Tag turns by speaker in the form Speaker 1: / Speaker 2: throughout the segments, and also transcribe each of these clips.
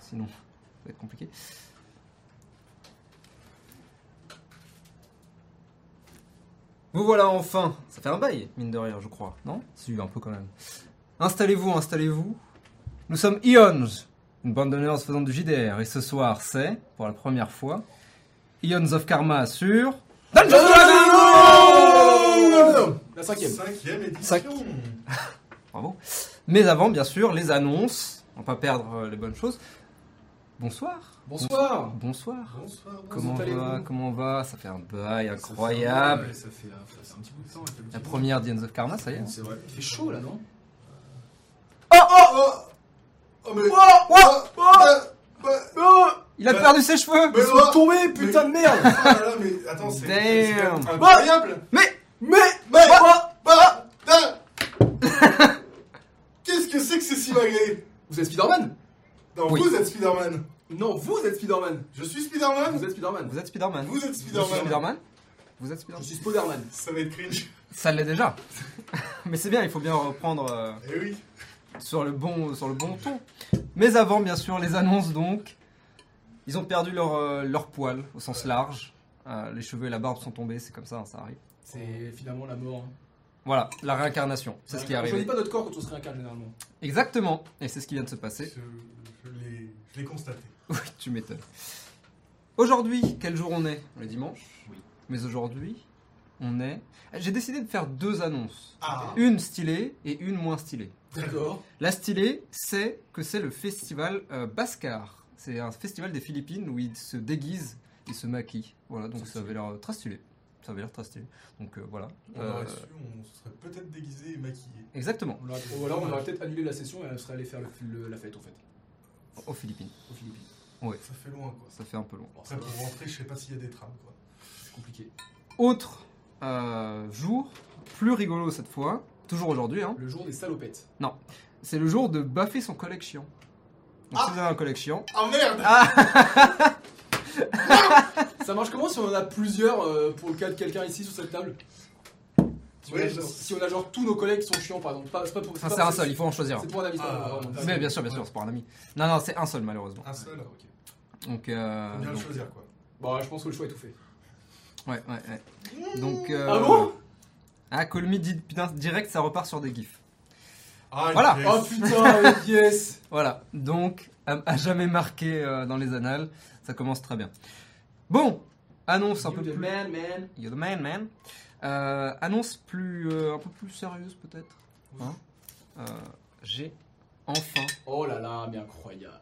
Speaker 1: sinon ça va être compliqué. Vous voilà enfin Ça fait un bail, mine de rien, je crois, non Si, un peu quand même. Installez-vous, installez-vous. Nous sommes Ions, une bande de nerds faisant du JDR, et ce soir c'est, pour la première fois, Ions of Karma sur... Dungeons and Dragons
Speaker 2: La cinquième.
Speaker 3: Cinquième édition.
Speaker 1: Cinq- Bravo. Mais avant, bien sûr, les annonces. On va pas perdre euh, les bonnes choses. Bonsoir.
Speaker 2: Bonsoir.
Speaker 1: Bonsoir.
Speaker 3: Bonsoir.
Speaker 1: Comment on va
Speaker 2: allez-vous
Speaker 1: Comment on va Ça fait un bail incroyable.
Speaker 3: Ça fait, un- ça fait un petit bout de temps. avec
Speaker 1: La première Dions of Karma, ça y est.
Speaker 3: C'est vrai.
Speaker 2: Il fait chaud là, non
Speaker 3: Oh oh Oh mais. Oh
Speaker 1: Il a
Speaker 3: Bah,
Speaker 1: perdu ses cheveux.
Speaker 3: Mais
Speaker 2: Ils sont tombés, putain de merde
Speaker 3: oh. là, mais attends, c'est c'est quand
Speaker 1: Damn.
Speaker 3: même incroyable.
Speaker 1: Mais
Speaker 2: Mais
Speaker 3: Mais bah, bah, Qu'est-ce que c'est que ce simagré
Speaker 2: Vous êtes Spider-Man
Speaker 3: Non,
Speaker 1: Oui.
Speaker 3: vous êtes Spider-Man.
Speaker 2: Non, vous êtes Spider-Man
Speaker 3: Je suis Spider-Man.
Speaker 2: Ah, Vous êtes Spider-Man
Speaker 1: vous êtes Spider-Man.
Speaker 3: Vous êtes
Speaker 1: Je suis
Speaker 3: Spider-Man.
Speaker 1: Spider-Man. Vous êtes
Speaker 2: Je
Speaker 1: Spider-Man.
Speaker 2: suis Spider-Man.
Speaker 3: Ça va être cringe.
Speaker 1: Ça l'est déjà. Mais c'est bien, il faut bien reprendre euh,
Speaker 3: Eh oui.
Speaker 1: sur le bon sur le bon ton. Mais avant, bien sûr, les annonces donc. Ils ont perdu leur euh, leur poil au sens large. Euh, les cheveux et la barbe sont tombés, c'est comme ça, hein, ça arrive.
Speaker 2: C'est finalement la mort. hein.
Speaker 1: Voilà, la réincarnation, c'est ce qui est
Speaker 2: On choisit
Speaker 1: arrivé.
Speaker 2: pas notre corps quand on se réincarne généralement.
Speaker 1: Exactement, et c'est ce qui vient de se passer.
Speaker 3: Je, je l'ai je l'ai constaté.
Speaker 1: Oui, tu m'étonnes. Aujourd'hui, quel jour on est On est dimanche
Speaker 3: Oui.
Speaker 1: Mais aujourd'hui, on est... J'ai décidé de faire deux annonces.
Speaker 3: Ah.
Speaker 1: Une stylée et une moins stylée.
Speaker 2: D'accord.
Speaker 1: La stylée, c'est que c'est le festival euh, Bascar. C'est un festival des Philippines où ils se déguisent, ils se maquillent. Voilà, donc
Speaker 3: C'est
Speaker 1: ça avait l'air très stylé. Ça avait l'air très stylé. Donc euh, voilà.
Speaker 3: On
Speaker 1: Euh,
Speaker 3: aurait su, on se serait peut-être déguisé et maquillé.
Speaker 1: exactement,
Speaker 2: On l'aurait- Ou alors on aurait peut-être annulé la session et on serait allé faire le- le- la fête en fait,
Speaker 1: aux Philippines.
Speaker 2: aux Philippines.
Speaker 3: Ça fait loin quoi.
Speaker 1: Ça fait un peu long.
Speaker 2: Bon,
Speaker 3: Après
Speaker 2: ça va,
Speaker 3: pour rentrer, je sais pas s'il y a des trams quoi.
Speaker 2: c'est compliqué.
Speaker 1: Autre euh, jour, plus rigolo cette fois, toujours aujourd'hui, hein,
Speaker 2: Le jour des salopettes.
Speaker 1: c'est le jour de baffer son collection. Donc si
Speaker 3: Ah.
Speaker 1: vous avez un collection,
Speaker 3: Ah merde
Speaker 2: Ça marche comment si on en a plusieurs euh, pour le cas de quelqu'un ici sur cette table si,
Speaker 3: Oui,
Speaker 2: on a,
Speaker 3: je-
Speaker 2: si on a genre tous nos collègues qui sont chiants par exemple. Pas, c'est pas pour,
Speaker 1: enfin
Speaker 2: pas
Speaker 1: c'est un
Speaker 2: pour-
Speaker 1: seul, il faut en choisir. un.
Speaker 2: C'est pour un ami.
Speaker 3: Ah,
Speaker 2: vraiment, t'as-
Speaker 1: Mais bien sûr, bien sûr,
Speaker 3: Ouais.
Speaker 1: c'est pour un ami. Non, non, c'est un seul malheureusement.
Speaker 3: Un seul,
Speaker 2: Ok.
Speaker 1: Donc, euh,
Speaker 3: faut bien le
Speaker 1: donc-
Speaker 3: choisir quoi.
Speaker 2: Bon, Bah, je pense que le choix est tout fait.
Speaker 1: ouais, ouais, ouais. Donc, euh,
Speaker 2: Ah bon
Speaker 1: Ah, Call Me dit- putain, direct, ça repart sur des gifs.
Speaker 3: Ah,
Speaker 1: Voilà.
Speaker 3: yes.
Speaker 2: Oh putain, yes
Speaker 1: Voilà, donc à, à jamais marqué euh, dans les annales, ça commence très bien. Bon, annonce un peu
Speaker 2: You the
Speaker 1: plus.
Speaker 2: man, man.
Speaker 1: You're the man, man. Euh, annonce plus, euh, un peu plus sérieuse peut-être.
Speaker 3: Oui.
Speaker 1: Hein Euh, J'ai enfin.
Speaker 2: Oh là là, mais incroyable.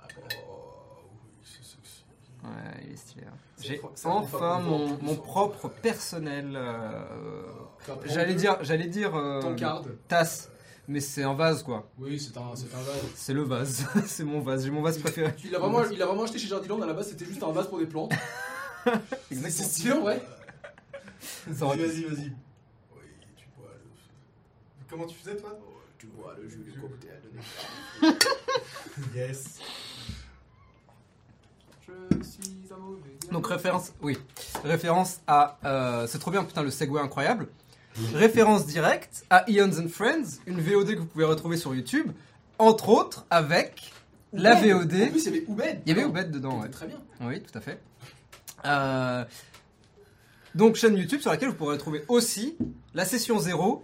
Speaker 3: Oh, oui, c'est sexy.
Speaker 1: Ouais, il est stylé. hein.
Speaker 2: C'est
Speaker 1: J'ai
Speaker 2: pro- ça prend pas
Speaker 1: enfin
Speaker 2: beaucoup de temps,
Speaker 1: mon,
Speaker 2: tout
Speaker 1: mon
Speaker 2: ça.
Speaker 1: propre personnel. euh,
Speaker 2: T'as pris
Speaker 1: J'allais
Speaker 2: deux,
Speaker 1: dire, j'allais dire euh,
Speaker 2: Ton card.
Speaker 1: tasse, mais c'est un vase quoi.
Speaker 2: Oui, c'est un, c'est un vase.
Speaker 1: C'est le vase, c'est mon vase. J'ai mon vase préféré.
Speaker 2: Tu l'as vraiment, il l'a vraiment acheté chez Jardiland à la base, c'était juste un vase pour des plantes. C'est c'est stylé en vrai.
Speaker 1: Ça aurait-
Speaker 3: Vas-y, vas-y. Oui, tu bois le. Comment tu faisais toi
Speaker 2: Tu vois, le jus
Speaker 3: du
Speaker 2: cocktail.
Speaker 3: Yes.
Speaker 2: Je suis un mauvais.
Speaker 1: Donc référence, oui, référence à, euh, c'est trop bien putain le segway incroyable. Référence directe à Eons and Friends, une VOD que vous pouvez retrouver sur YouTube, entre autres avec la VOD.
Speaker 2: En plus, il y avait Oubed.
Speaker 1: Il y avait
Speaker 2: Non,
Speaker 1: Obed dedans,
Speaker 2: qui
Speaker 1: ouais.
Speaker 2: était Très bien.
Speaker 1: Oui, tout à fait. Euh, donc, chaîne YouTube sur laquelle vous pourrez trouver aussi la session 0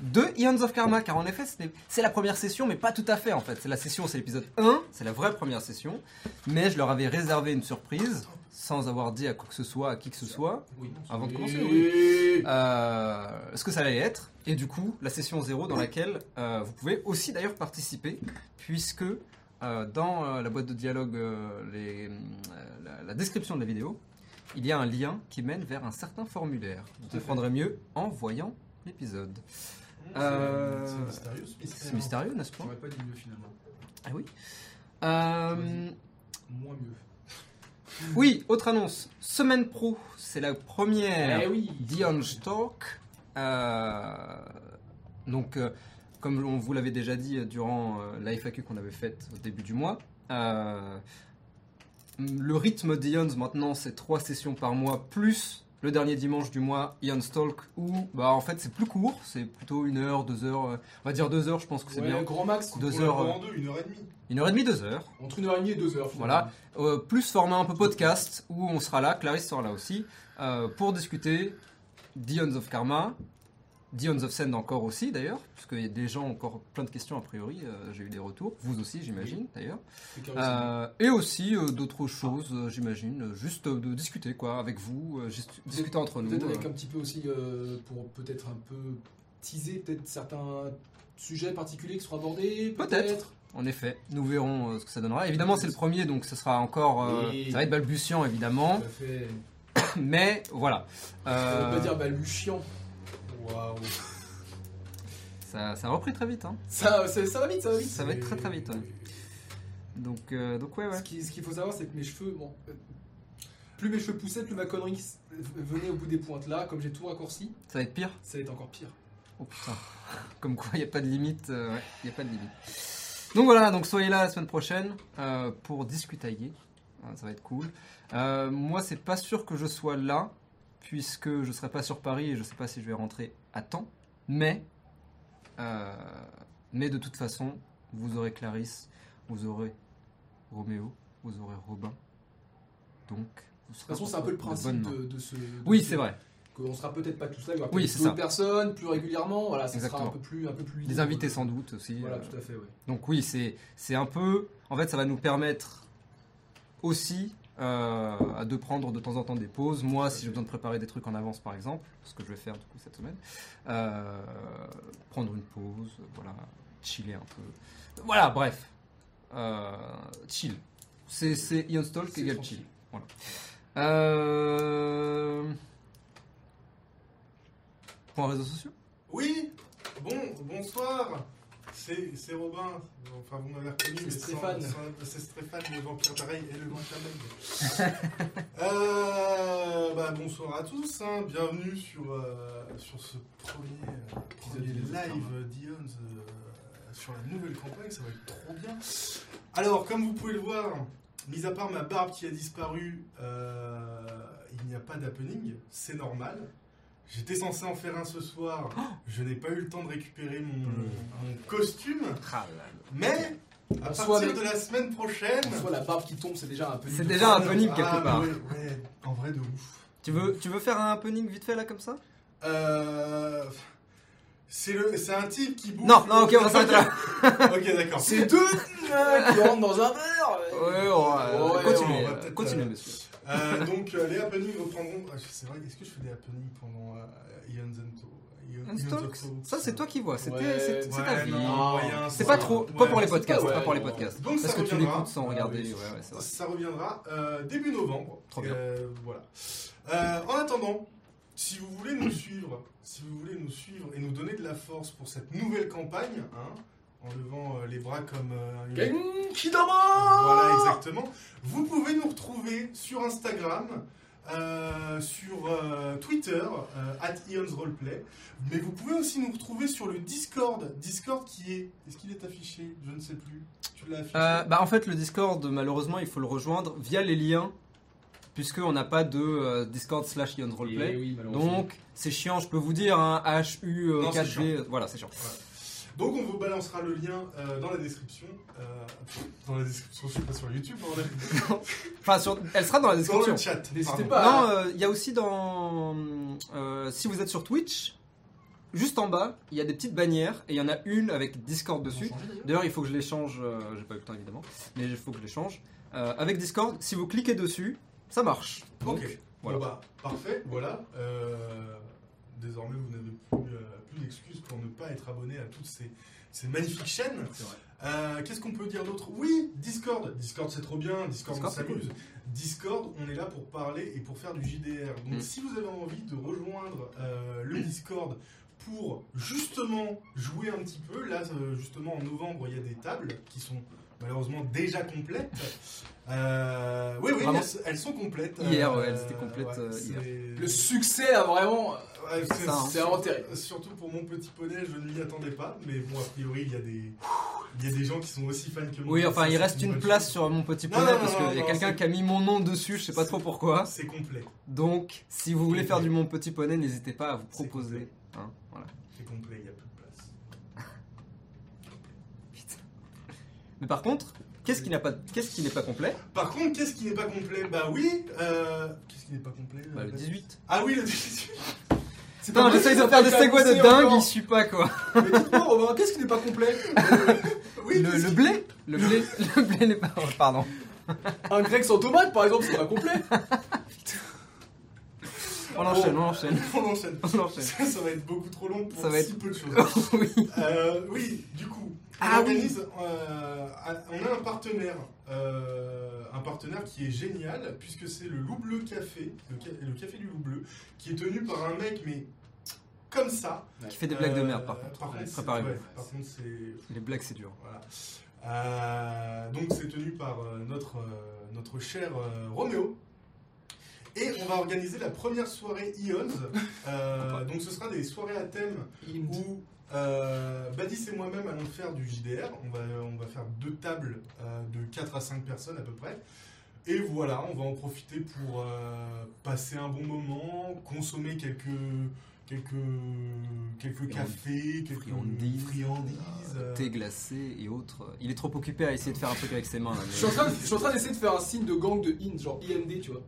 Speaker 1: de Ions of Karma, car en effet, ce n'est- c'est la première session, mais pas tout à fait en fait. C'est la session, c'est l'épisode 1, c'est la vraie première session, mais je leur avais réservé une surprise, sans avoir dit à quoi que ce soit, à qui que ce soit,
Speaker 2: Oui.
Speaker 1: avant de commencer. oui.
Speaker 2: Oui.
Speaker 1: Euh, ce que ça allait être, et du coup, la session 0 dans laquelle euh, vous pouvez aussi d'ailleurs participer, puisque euh, dans euh, la boîte de dialogue, euh, les, euh, la, la description de la vidéo, il y a un lien qui mène vers un certain formulaire. Vous
Speaker 2: Tout à fait.
Speaker 1: comprendrez mieux en voyant l'épisode.
Speaker 3: C'est-
Speaker 1: Euh,
Speaker 3: C'est mystérieux ce
Speaker 1: C'est
Speaker 3: mystère.
Speaker 1: mystérieux, n'est-ce pas
Speaker 2: J'aurais pas dit mieux finalement.
Speaker 1: Ah oui. Euh,
Speaker 2: Moins mieux.
Speaker 1: oui, autre annonce. Semaine Pro, c'est la première.
Speaker 2: Eh oui.
Speaker 1: Dion's Talk. euh, donc, euh, comme on vous l'avait déjà dit euh, durant euh, la FAQ qu'on avait faite au début du mois, euh, le rythme Dion's maintenant c'est trois sessions par mois plus le dernier dimanche du mois, Ian Stalk, où bah, en fait c'est plus court, c'est plutôt une heure, deux heures, euh, on va dire deux heures, je pense que c'est
Speaker 2: Ouais,
Speaker 1: bien.
Speaker 2: Grand max.
Speaker 1: Deux
Speaker 3: On
Speaker 1: heures, euh,
Speaker 3: l'a fait en deux, une heure et demie.
Speaker 1: Une heure et demie, deux heures.
Speaker 2: Entre une heure et demie et deux heures.
Speaker 1: Voilà. Euh, plus format un peu podcast où on sera là, Clarisse sera là aussi, euh, pour discuter d'Ions of Karma, d'Ions of Send encore aussi d'ailleurs, puisque y a des gens ont encore plein de questions a priori, euh, j'ai eu des retours, vous aussi j'imagine d'ailleurs,
Speaker 2: finalement.
Speaker 1: Euh, et aussi euh, d'autres choses euh, j'imagine, euh, juste euh, de discuter quoi avec vous, euh, juste discuter entre nous.
Speaker 2: Peut-être avec
Speaker 1: euh.
Speaker 2: un petit peu aussi, euh, pour peut-être un peu teaser peut-être certains sujets particuliers qui seront abordés.
Speaker 1: Peut-être. En effet, nous verrons euh, ce que ça donnera. Évidemment c'est le premier donc ce sera encore, euh,
Speaker 2: Et-
Speaker 1: ça va être balbutiant
Speaker 2: Tout à
Speaker 1: évidemment,
Speaker 2: fait.
Speaker 1: mais voilà.
Speaker 2: On
Speaker 1: Hein. Euh,
Speaker 2: va pas dire balbutiant. Waouh.
Speaker 1: ça, ça a repris très vite hein.
Speaker 2: Ça, ça, ça va vite, ça va vite.
Speaker 1: Ça va être très, très vite, ouais. Donc, euh, donc ouais, ouais.
Speaker 2: Ce qui- ce qu'il faut savoir, c'est que mes cheveux, bon, euh, plus mes cheveux poussaient, plus ma connerie s- euh, venait au bout des pointes. Là, comme j'ai tout raccourci,
Speaker 1: Ça va être pire.
Speaker 2: ça va être encore pire.
Speaker 1: Oh putain. Comme quoi, il n'y a pas de limite. euh, ouais, il n'y a pas de limite. Donc voilà, donc soyez là la semaine prochaine euh, pour discutailler. Hein, ça va être cool. Euh, moi, c'est pas sûr que je sois là, puisque je serai pas sur Paris et je sais pas si je vais rentrer à temps. Mais, euh, mais de toute façon, vous aurez Clarisse, vous aurez Roméo, vous aurez Robin. Donc, vous
Speaker 2: De toute façon, c'est un peu le principe de, de ce. de
Speaker 1: Oui,
Speaker 2: ce-
Speaker 1: c'est vrai.
Speaker 2: Qu'on sera peut-être pas tous là, il y aura
Speaker 1: Oui,
Speaker 2: peut-être
Speaker 1: c'est
Speaker 2: d'autres
Speaker 1: ça.
Speaker 2: personnes plus régulièrement. Voilà, ça
Speaker 1: Exactement.
Speaker 2: sera un peu plus, un peu plus.
Speaker 1: Des
Speaker 2: libre.
Speaker 1: invités sans doute aussi.
Speaker 2: Voilà,
Speaker 1: euh,
Speaker 2: tout à fait, ouais.
Speaker 1: Donc oui, c'est c'est un peu. En fait, ça va nous permettre aussi euh, à de prendre de temps en temps des pauses. Moi, si j'ai besoin de préparer des trucs en avance, par exemple, ce que je vais faire du coup cette semaine, euh, prendre une pause, euh, voilà, chiller un peu. Voilà, bref, Euh, chill. C'est c'est Ion Stalk
Speaker 2: C'est
Speaker 1: égale
Speaker 2: tranquille.
Speaker 1: chill. Voilà. Euh... Point réseaux sociaux.
Speaker 3: Oui, bon, bonsoir. C'est c'est Robin, enfin vous m'avez reconnu,
Speaker 2: C'est
Speaker 3: mais sans-
Speaker 2: Stéphane.
Speaker 3: sans- C'est Stéphane, le vampire pareil et le vampire pareil. euh, bah, bonsoir à tous, hein. bienvenue sur, euh, sur ce premier, euh, premier
Speaker 2: Épisode des
Speaker 3: live
Speaker 2: Autres
Speaker 3: euh, Dion's euh, sur la nouvelle campagne, ça va être trop bien. Alors, comme vous pouvez le voir, mis à part ma barbe qui a disparu, euh, il n'y a pas d'happening, c'est normal. J'étais censé en faire un ce soir, je n'ai pas eu le temps de récupérer mon,
Speaker 1: Mmh.
Speaker 3: mon costume,
Speaker 2: Ah
Speaker 3: mais à
Speaker 2: On se voit
Speaker 3: partir
Speaker 2: avec-
Speaker 3: de la semaine prochaine.
Speaker 2: En soi, la barbe qui tombe, c'est déjà un peu.
Speaker 1: C'est
Speaker 2: libre.
Speaker 1: déjà un happening
Speaker 3: Ah,
Speaker 1: quelque part.
Speaker 3: Ouais, ouais, en vrai de ouf.
Speaker 1: Tu veux tu veux faire un happening vite fait là comme ça
Speaker 3: Euh, c'est le, c'est un type qui bouffe.
Speaker 1: Non, non, ok, on va s'arrêter là.
Speaker 3: ok, d'accord.
Speaker 2: C'est deux nains qui rentrent dans un verre.
Speaker 1: Ouais, on va-
Speaker 2: Ouais,
Speaker 1: continuez,
Speaker 3: on va
Speaker 1: euh,
Speaker 3: peut-être,
Speaker 1: continuez,
Speaker 3: euh,
Speaker 1: monsieur.
Speaker 3: Euh, donc euh, les happenings reprendront. Ah, c'est vrai, est-ce que je fais des happenings pendant euh, Ian Zento Ian-
Speaker 1: Un
Speaker 3: Ian's
Speaker 1: stalk,
Speaker 3: Talk
Speaker 1: ça c'est toi qui vois, c'était
Speaker 2: Ouais,
Speaker 1: c'est- c'est
Speaker 3: Ouais,
Speaker 1: ta vie.
Speaker 3: non, rien,
Speaker 1: C'est
Speaker 3: ça-
Speaker 1: pas trop, pas
Speaker 3: ouais,
Speaker 1: pour les
Speaker 3: c'est
Speaker 1: podcasts,
Speaker 2: ouais,
Speaker 1: pas pour les
Speaker 2: non.
Speaker 1: podcasts.
Speaker 3: Donc, ça
Speaker 1: Parce que tu
Speaker 3: reviendra.
Speaker 1: l'écoutes sans
Speaker 2: Ah,
Speaker 1: regarder,
Speaker 2: oui.
Speaker 1: ouais, ouais, c'est vrai.
Speaker 3: Ça reviendra euh, début novembre.
Speaker 1: Trop bien.
Speaker 3: Euh, voilà. Euh, en attendant, si vous voulez nous suivre, si vous voulez nous suivre et nous donner de la force pour cette nouvelle campagne, hein, en levant euh, les bras comme euh, une- Voilà, exactement. Vous pouvez nous retrouver sur Instagram, euh, sur euh, Twitter, at Roleplay. Mais vous pouvez aussi nous retrouver sur le Discord. Discord qui est. Est-ce qu'il est affiché Je ne sais plus. Tu l'as affiché
Speaker 1: Euh, bah en fait le Discord malheureusement il faut le rejoindre via les liens puisqu'on n'a pas de euh, Discord slash Ion Roleplay. Donc c'est chiant, je peux vous dire, hein,
Speaker 3: Non, c'est
Speaker 1: HU4G, voilà c'est chiant.
Speaker 3: Donc on vous balancera le lien euh, dans la description. Euh, pff, dans la description, je suis pas sur YouTube, bordel.
Speaker 1: Enfin sur- elle sera dans la
Speaker 3: Dans
Speaker 1: description.
Speaker 3: le chat.
Speaker 2: N'hésitez
Speaker 3: pardon.
Speaker 2: pas.
Speaker 1: Non, euh, il y a aussi dans. euh, si vous êtes sur Twitch, juste en bas, il y a des petites bannières et il y en a une avec Discord dessus. D'ailleurs, il faut que je les change. euh, J'ai pas eu le temps évidemment, mais il faut que je les change. Euh, avec Discord, si vous cliquez dessus, ça marche. Donc,
Speaker 3: Ok.
Speaker 1: voilà.
Speaker 3: Bon bah, parfait. Voilà. Euh, désormais, vous n'avez plus, euh, plus d'excuses pour ne pas être abonné à toutes ces, ces magnifiques chaînes.
Speaker 2: C'est vrai.
Speaker 3: Euh, Qu'est-ce qu'on peut dire d'autre Oui, Discord. Discord, c'est trop bien. Discord,
Speaker 1: Discord,
Speaker 3: on
Speaker 1: c'est
Speaker 3: s'amuse. Discord, on est là pour parler et pour faire du JDR. Donc,
Speaker 1: Mm.
Speaker 3: si vous avez envie de rejoindre euh, le Discord pour justement jouer un petit peu, là, euh, justement, en novembre, il y a des tables qui sont malheureusement déjà complètes. Euh, oui, oui,
Speaker 1: Vraiment.
Speaker 3: elles, elles sont complètes.
Speaker 1: Hier, ouais, elles étaient complètes, euh, hier.
Speaker 2: Le succès a vraiment.
Speaker 3: Ouais, c'est-
Speaker 1: Ça, hein.
Speaker 2: C'est vraiment terrible.
Speaker 3: Surtout pour mon petit poney, je ne m'y attendais pas, mais bon, a priori, il y a des, Il y a des gens qui sont aussi fans que moi.
Speaker 1: Oui, enfin,
Speaker 3: Ça,
Speaker 1: il
Speaker 3: c'est
Speaker 1: reste une
Speaker 3: bonne
Speaker 1: place
Speaker 3: chose.
Speaker 1: sur mon petit
Speaker 3: Non,
Speaker 1: poney
Speaker 3: non,
Speaker 1: parce
Speaker 3: non,
Speaker 1: qu'il y a
Speaker 3: non,
Speaker 1: quelqu'un
Speaker 3: c'est-
Speaker 1: qui a mis mon nom dessus, je sais pas trop pourquoi.
Speaker 3: C'est complet.
Speaker 1: Donc, si vous voulez faire du mon petit poney, n'hésitez pas à vous
Speaker 3: C'est
Speaker 1: proposer.
Speaker 3: complet.
Speaker 1: hein, voilà.
Speaker 3: C'est complet, il n'y a plus de place.
Speaker 1: Mais par contre, qu'est-ce qui n'a pas, qu'est-ce qui n'est pas complet
Speaker 3: Par contre, qu'est-ce qui n'est pas complet Bah oui, euh... Qu'est-ce qui n'est pas complet
Speaker 1: Bah,
Speaker 3: euh,
Speaker 1: le 18.
Speaker 3: Ah oui, le 18
Speaker 2: C'est
Speaker 1: Putain,
Speaker 2: pas
Speaker 1: j'essaye de
Speaker 2: possible,
Speaker 1: faire des
Speaker 2: t'as
Speaker 1: segways de
Speaker 2: poussé
Speaker 1: dingue,
Speaker 2: encore.
Speaker 1: il suit pas quoi.
Speaker 2: Mais dites-moi, Romain, qu'est-ce qui n'est pas complet
Speaker 3: Oui,
Speaker 1: Le,
Speaker 3: qu'est-ce
Speaker 1: le
Speaker 3: qui-
Speaker 1: blé, le blé, le blé n'est pas. Pardon.
Speaker 2: Un grec sans tomate, par exemple, c'est pas complet.
Speaker 1: On enchaîne, on enchaîne,
Speaker 3: Oh. On enchaîne.
Speaker 1: on enchaîne.
Speaker 3: Ça, ça va être beaucoup trop long pour
Speaker 1: Ça va Oh,
Speaker 3: si peu de choses.
Speaker 1: oui.
Speaker 3: Euh, oui, du coup, on,
Speaker 1: Ah oui.
Speaker 3: organise, euh, on a un partenaire, euh, un partenaire qui est génial, puisque c'est le Loup Bleu Café, le, ca- le café du Loup Bleu, qui est tenu par un mec, mais comme ça.
Speaker 1: Qui fait des blagues de
Speaker 3: Euh,
Speaker 1: merde par contre.
Speaker 3: Par contre, c'est-
Speaker 1: Préparez-vous.
Speaker 3: ouais, par contre, c'est
Speaker 1: Les blagues c'est dur.
Speaker 3: Voilà. Euh, donc c'est tenu par euh, notre, euh, notre cher euh, Roméo. Et on va organiser la première soirée Ions. Euh, donc ce sera des soirées à thème où euh, Badis et moi-même allons faire du JDR. On va, euh, on va faire deux tables euh, de 4 à 5 personnes à peu près. Et voilà, on va en profiter pour euh, passer un bon moment, consommer quelques, quelques, quelques cafés, quelques
Speaker 1: Friandises,
Speaker 3: friandises, euh,
Speaker 1: Thé glacé et autres. Il est trop occupé à essayer de faire un truc avec ses mains là.
Speaker 2: Je
Speaker 1: mais-
Speaker 2: suis en train de- je suis en train d'essayer de faire un signe de gang de IND, genre IND, tu vois.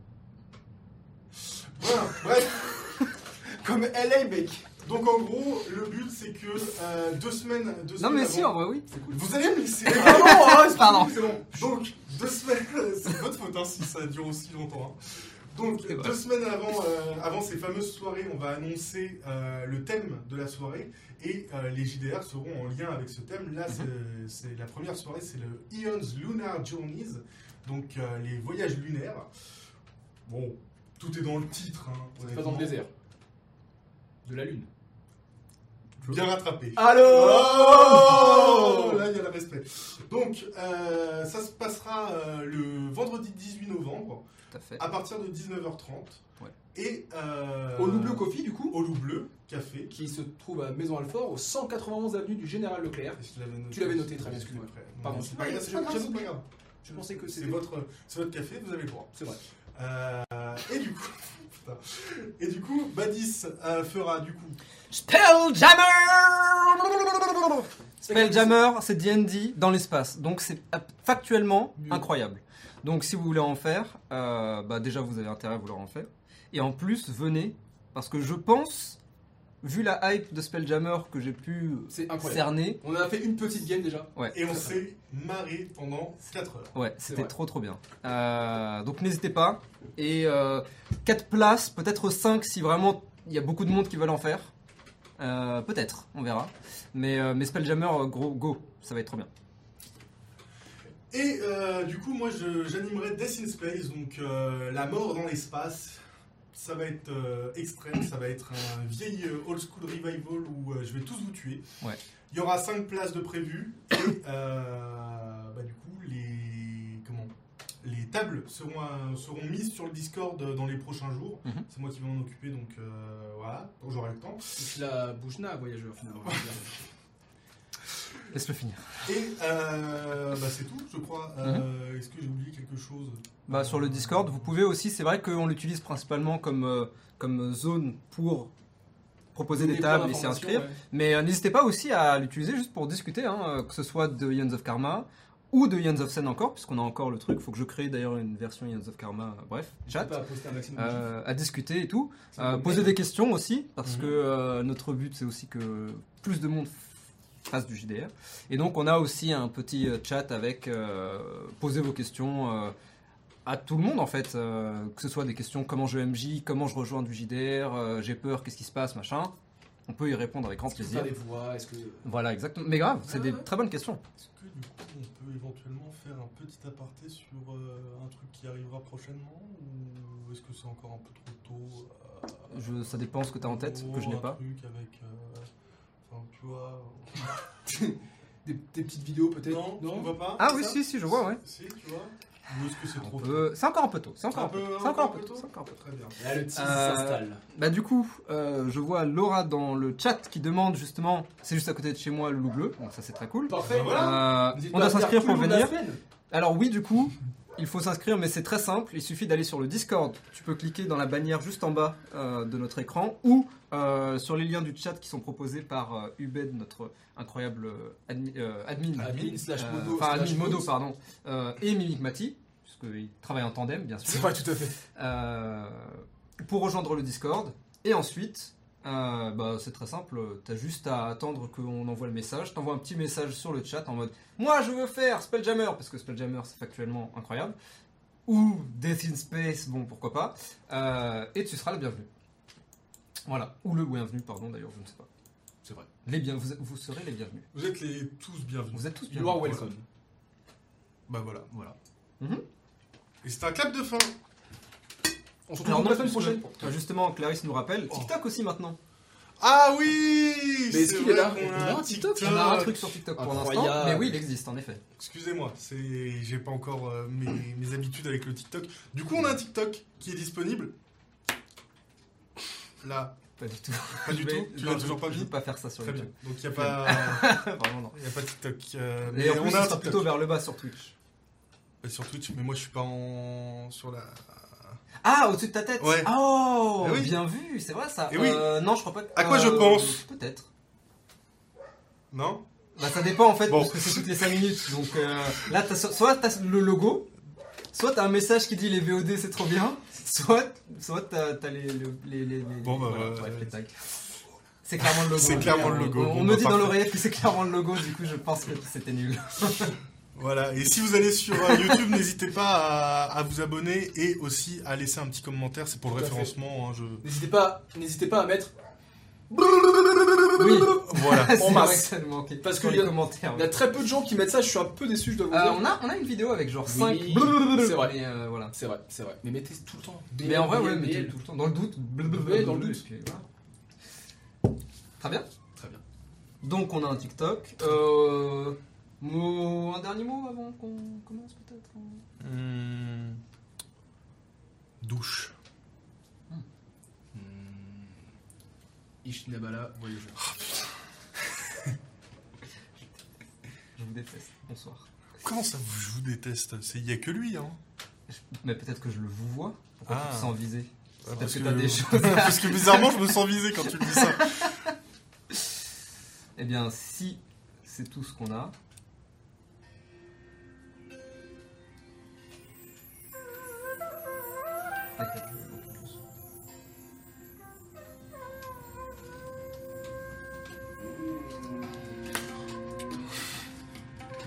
Speaker 3: Voilà, bref. Comme LA, mec. Donc en gros, le but c'est que euh, deux semaines, deux
Speaker 1: Non
Speaker 3: semaines
Speaker 1: mais si, en
Speaker 3: avant-
Speaker 1: vrai oui.
Speaker 3: Vous allez me laisser.
Speaker 2: Ah non, ah, c'est-
Speaker 1: Pardon.
Speaker 2: C'est bon.
Speaker 3: Donc deux semaines, c'est de votre faute hein, si ça dure aussi longtemps. hein. Donc
Speaker 1: C'est vrai.
Speaker 3: deux semaines avant, euh, avant ces fameuses soirées, on va annoncer euh, le thème de la soirée et euh, les JDR seront en lien avec ce thème. Là, c'est-
Speaker 1: Mhm.
Speaker 3: c'est la première soirée, c'est le Eons Lunar Journeys, donc euh, les voyages lunaires. Bon, tout est dans le titre. Hein,
Speaker 2: Pas dans
Speaker 3: honnêtement.
Speaker 2: le désert. De la lune.
Speaker 3: Bien rattrapé.
Speaker 2: Allô
Speaker 3: Oh
Speaker 1: Euh.
Speaker 3: Là, il y a le respect. Donc, euh, ça se passera euh, le vendredi 18 novembre
Speaker 1: Tout à fait.
Speaker 3: à partir de 19h30.
Speaker 1: Ouais.
Speaker 3: Et euh,
Speaker 2: Au Loup Bleu Coffee, du coup,
Speaker 3: Au Loup Bleu Café.
Speaker 2: qui se trouve à Maison Alfort, au 191 avenue du Général Leclerc.
Speaker 3: Je l'avais noté.
Speaker 2: Tu l'avais noté,
Speaker 3: Je
Speaker 2: très bien,
Speaker 3: l'ai
Speaker 2: excuse-moi.
Speaker 3: pris après.
Speaker 2: Pardon,
Speaker 3: Non,
Speaker 2: c'est
Speaker 3: c'est
Speaker 2: pas
Speaker 3: pas grave,
Speaker 2: grave,
Speaker 3: c'est pas grave,
Speaker 2: j'ai-
Speaker 3: c'est pas grave.
Speaker 2: Je pensais que
Speaker 3: C'est
Speaker 2: c'était.
Speaker 3: votre, c'est votre café, vous avez le droit.
Speaker 2: C'est vrai.
Speaker 3: Euh, et du coup, putain. et du coup, Badis euh, fera du coup
Speaker 1: Spelljammer Spelljammer, c'est D&D dans l'espace, donc c'est ab- factuellement
Speaker 2: Mieux.
Speaker 1: incroyable. Donc si vous voulez en faire, euh, bah déjà vous avez intérêt à vouloir en faire. Et en plus, venez, parce que je pense, vu la hype de Spelljammer que j'ai pu
Speaker 2: C'est incroyable.
Speaker 1: cerner,
Speaker 2: On en a fait une petite game déjà.
Speaker 3: et on s'est marré pendant 4 heures.
Speaker 1: ouais,
Speaker 2: C'est
Speaker 1: c'était
Speaker 2: vrai.
Speaker 1: trop trop bien. Euh, donc n'hésitez pas. Et 4 places, peut-être 5 si vraiment il y a beaucoup de monde qui veulent en faire. Euh, peut-être, on verra. Mais, euh, mais Spelljammer, euh, gros, go, ça va être trop bien.
Speaker 3: Et euh, du coup, moi, je- j'animerai Death in Space, donc euh, la mort dans l'espace. Ça va être euh, extrême, ça va être un vieil euh, old school revival où euh, je vais tous vous tuer.
Speaker 1: Ouais.
Speaker 3: Il y aura 5 places de prévues. Et euh, bah, du coup, les, comment, les tables seront, euh, seront mises sur le Discord euh, dans les prochains jours.
Speaker 1: Mhm.
Speaker 3: C'est moi qui vais m'en occuper, donc euh, voilà, quand j'aurai le temps.
Speaker 2: C'est la Bouchna, voyageur, finalement.
Speaker 1: Laisse-le finir.
Speaker 3: Et euh, bah, c'est tout, je crois. Euh,
Speaker 1: Mhm.
Speaker 3: Est-ce que j'ai oublié quelque chose
Speaker 1: Bah, sur le Discord, vous pouvez aussi, c'est vrai qu'on l'utilise principalement comme, euh, comme zone pour proposer des tables et s'y inscrire. Mais euh, n'hésitez pas aussi à l'utiliser juste pour discuter, hein, euh, que ce soit de Ions of Karma ou de Ions of Sen encore, puisqu'on a encore le truc. Faut que je crée d'ailleurs une version Ions of Karma, euh, bref, chat,
Speaker 2: Pas poster un maximum de
Speaker 1: euh, à discuter et tout.
Speaker 2: chiffres.
Speaker 1: Euh, poser des questions aussi, parce
Speaker 3: Mhm.
Speaker 1: que euh, notre but c'est aussi que plus de monde fasse du JDR. Et donc on a aussi un petit euh, chat avec euh, poser vos questions euh, à tout le monde en fait, euh, que ce soit des questions comment je MJ, comment je rejoins du JDR, euh, j'ai peur, qu'est-ce qui se passe, machin. On peut y répondre avec grand
Speaker 2: Est-ce que faire
Speaker 1: plaisir.
Speaker 2: des voix Est-ce que.
Speaker 1: Voilà, exactement. Mais grave, c'est
Speaker 3: Ouais,
Speaker 1: des
Speaker 3: ouais.
Speaker 1: très bonnes questions.
Speaker 3: Est-ce que du coup on peut éventuellement faire un petit aparté sur euh, un truc qui arrivera prochainement ou est-ce que c'est encore un peu trop tôt euh,
Speaker 1: Je- ça dépend ce que tu as en tête,
Speaker 3: ou
Speaker 1: que je n'ai
Speaker 3: un
Speaker 1: pas.
Speaker 3: truc avec, euh, enfin, tu vois,
Speaker 2: des, des petites vidéos peut-être
Speaker 3: Non, tu ne vois pas
Speaker 1: Ah
Speaker 3: c'est
Speaker 1: oui,
Speaker 3: ça
Speaker 1: si, si, je vois, ouais.
Speaker 3: Si, tu vois Ou est-ce que c'est
Speaker 1: On
Speaker 3: trop
Speaker 1: peut- C'est encore un peu tôt. C'est encore
Speaker 3: Un
Speaker 1: un peu
Speaker 3: peu-
Speaker 1: tôt.
Speaker 3: un
Speaker 1: C'est encore un
Speaker 3: peu
Speaker 1: peu tôt.
Speaker 3: tôt
Speaker 1: c'est encore un peu tôt.
Speaker 3: Très bien.
Speaker 4: Là, le tease
Speaker 1: Euh,
Speaker 4: s'installe.
Speaker 1: Bah du coup, euh, je vois Laura dans le chat qui demande justement, c'est juste à côté de chez moi, le loup bleu, donc ça c'est très cool.
Speaker 2: Parfait,
Speaker 3: Ben voilà.
Speaker 1: Euh,
Speaker 2: N'hésite
Speaker 1: on
Speaker 2: pas
Speaker 1: doit
Speaker 2: à venir
Speaker 1: s'inscrire
Speaker 2: tout
Speaker 1: pour
Speaker 2: le long de la
Speaker 1: venir.
Speaker 2: semaine.
Speaker 1: Alors oui, du coup, il faut s'inscrire, mais c'est très simple. Il suffit d'aller sur le Discord. Tu peux cliquer dans la bannière juste en bas euh, de notre écran ou euh, sur les liens du chat qui sont proposés par euh, Ubed, notre incroyable euh, admi- euh, admin.
Speaker 2: Admin slash
Speaker 1: Euh,
Speaker 2: modo
Speaker 1: Enfin, admin
Speaker 2: slash
Speaker 1: modo,
Speaker 2: mods.
Speaker 1: pardon. Euh, et Mimic Mati, puisqu'ils travaillent en tandem, bien sûr.
Speaker 2: C'est pas tout à fait.
Speaker 1: Euh, pour rejoindre le Discord. Et ensuite, euh, bah, c'est très simple, t'as juste à attendre qu'on envoie le message. T'envoies un petit message sur le chat en mode Moi je veux faire Spelljammer, parce que Spelljammer c'est factuellement incroyable. Ou Death in Space, bon pourquoi pas. Euh, et tu seras le bienvenu. Voilà. Ou le bienvenu, pardon d'ailleurs, je ne sais pas.
Speaker 3: C'est vrai.
Speaker 1: Les bien, vous, vous serez les bienvenus.
Speaker 3: Vous êtes les tous bienvenus.
Speaker 1: Vous êtes tous
Speaker 2: You are
Speaker 1: bienvenus.
Speaker 2: welcome.
Speaker 3: Bah voilà, voilà.
Speaker 1: Mhm.
Speaker 3: Et c'est un clap de fin.
Speaker 2: On se
Speaker 1: Alors, non,
Speaker 2: retrouve la semaine
Speaker 1: parce que,
Speaker 2: prochaine.
Speaker 1: euh, justement, Clarisse nous rappelle
Speaker 3: Oh.
Speaker 1: TikTok aussi maintenant.
Speaker 3: Ah oui
Speaker 4: Mais est-ce
Speaker 3: C'est
Speaker 4: qu'il est
Speaker 3: vrai
Speaker 4: là
Speaker 3: qu'on a
Speaker 4: Il est
Speaker 3: un
Speaker 4: en TikTok,
Speaker 1: On a Ah, un
Speaker 3: TikTok.
Speaker 1: truc sur TikTok pour l'instant,
Speaker 4: Incroyable.
Speaker 1: mais oui, il existe en effet.
Speaker 3: Excusez-moi, c'est j'ai pas encore euh, mes, mes habitudes avec le TikTok. Du coup, on a un TikTok qui est disponible. Là,
Speaker 1: Pas du tout.
Speaker 3: pas du
Speaker 1: Je vais-
Speaker 3: tout. Tu
Speaker 1: non,
Speaker 3: l'as
Speaker 1: je-
Speaker 3: toujours pas
Speaker 1: Je
Speaker 3: vu
Speaker 1: veux pas faire ça sur
Speaker 3: Très bien.
Speaker 1: YouTube.
Speaker 3: Donc il y a pas
Speaker 1: Vraiment non.
Speaker 3: y a pas TikTok. euh,
Speaker 1: Et en plus,
Speaker 3: mais on
Speaker 1: ça
Speaker 3: a un
Speaker 1: sera
Speaker 3: TikTok
Speaker 1: plutôt vers le bas sur Twitch.
Speaker 3: Euh, sur Twitch, mais moi je suis pas en sur la
Speaker 1: Ah, au-dessus de ta tête
Speaker 3: Ouais.
Speaker 1: Oh,
Speaker 3: Eh oui.
Speaker 1: bien vu, c'est vrai ça.
Speaker 3: Eh oui.
Speaker 1: Euh, non, je crois pas. que-
Speaker 3: À quoi je pense
Speaker 1: Peut-être.
Speaker 3: non
Speaker 1: Bah, ça dépend en fait,
Speaker 3: Bon.
Speaker 1: parce que c'est toutes les 5 minutes. Donc euh, là, t'as so- soit t'as le logo, soit t'as un message qui dit les VOD c'est trop bien, soit soit t'as t'as les, le- les, les, les-
Speaker 3: Bon, bah,
Speaker 1: voilà,
Speaker 3: euh,
Speaker 1: bref, les tags. C'est clairement le logo. hein.
Speaker 3: C'est clairement le logo.
Speaker 1: On,
Speaker 3: Bon,
Speaker 1: on
Speaker 3: bah,
Speaker 1: me dit dans
Speaker 3: parfait.
Speaker 1: l'oreillette que c'est clairement le logo, du coup je pense que c'était nul.
Speaker 3: Voilà. Et si vous allez sur euh, YouTube, n'hésitez pas à, à vous abonner et aussi à laisser un petit commentaire. C'est pour le
Speaker 2: Tout à fait.
Speaker 3: référencement. hein, je...
Speaker 2: N'hésitez pas, n'hésitez pas à mettre
Speaker 1: Oui.
Speaker 3: Voilà.
Speaker 1: C'est
Speaker 2: masse.
Speaker 1: vrai que ça nous manquait.
Speaker 2: Parce que
Speaker 1: Dans
Speaker 2: il y
Speaker 1: les
Speaker 2: a-
Speaker 1: commentaires.
Speaker 2: Il y a très peu de gens qui mettent ça, je suis un peu déçu, je dois vous
Speaker 1: Euh,
Speaker 2: dire.
Speaker 1: on, a, on a une vidéo avec genre
Speaker 2: Oui,
Speaker 1: 5
Speaker 2: c'est vrai.
Speaker 1: Mais, euh, voilà.
Speaker 2: C'est vrai, c'est vrai. Mais mettez tout le temps.
Speaker 1: mais en vrai, ouais,
Speaker 2: BL.
Speaker 1: mais tout le temps. Dans le doute.
Speaker 2: Ouais, dans le doute.
Speaker 1: et puis, voilà. Très bien.
Speaker 2: Très bien.
Speaker 1: Donc, on a un TikTok. Euh, mot- un dernier mot avant qu'on commence, peut-être on-
Speaker 3: Hum. Douche. Hmm.
Speaker 2: Ishinabala, voyageur.
Speaker 1: Je vous déteste. Bonsoir.
Speaker 3: Comment ça, vous- je vous déteste C'est il y a que lui, hein.
Speaker 1: Mais peut-être que je le vous vois. Pourquoi
Speaker 3: Ah.
Speaker 1: tu te sens visé
Speaker 3: Ah,
Speaker 1: Parce que t'as des choses.
Speaker 3: parce que bizarrement, je me sens visé quand tu me dis ça.
Speaker 1: Eh bien, si c'est tout ce qu'on a.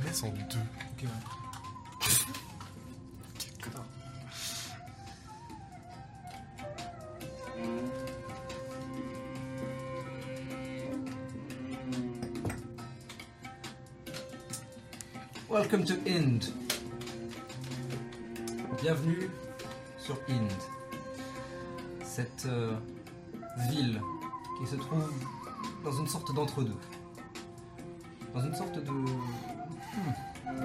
Speaker 3: Laisse en deux.
Speaker 2: Ok, ouais.
Speaker 1: Welcome to Ind. Bienvenue sur Ind. Cette euh, ville qui se trouve dans une sorte d'entre-deux. Dans une sorte de... Hmm.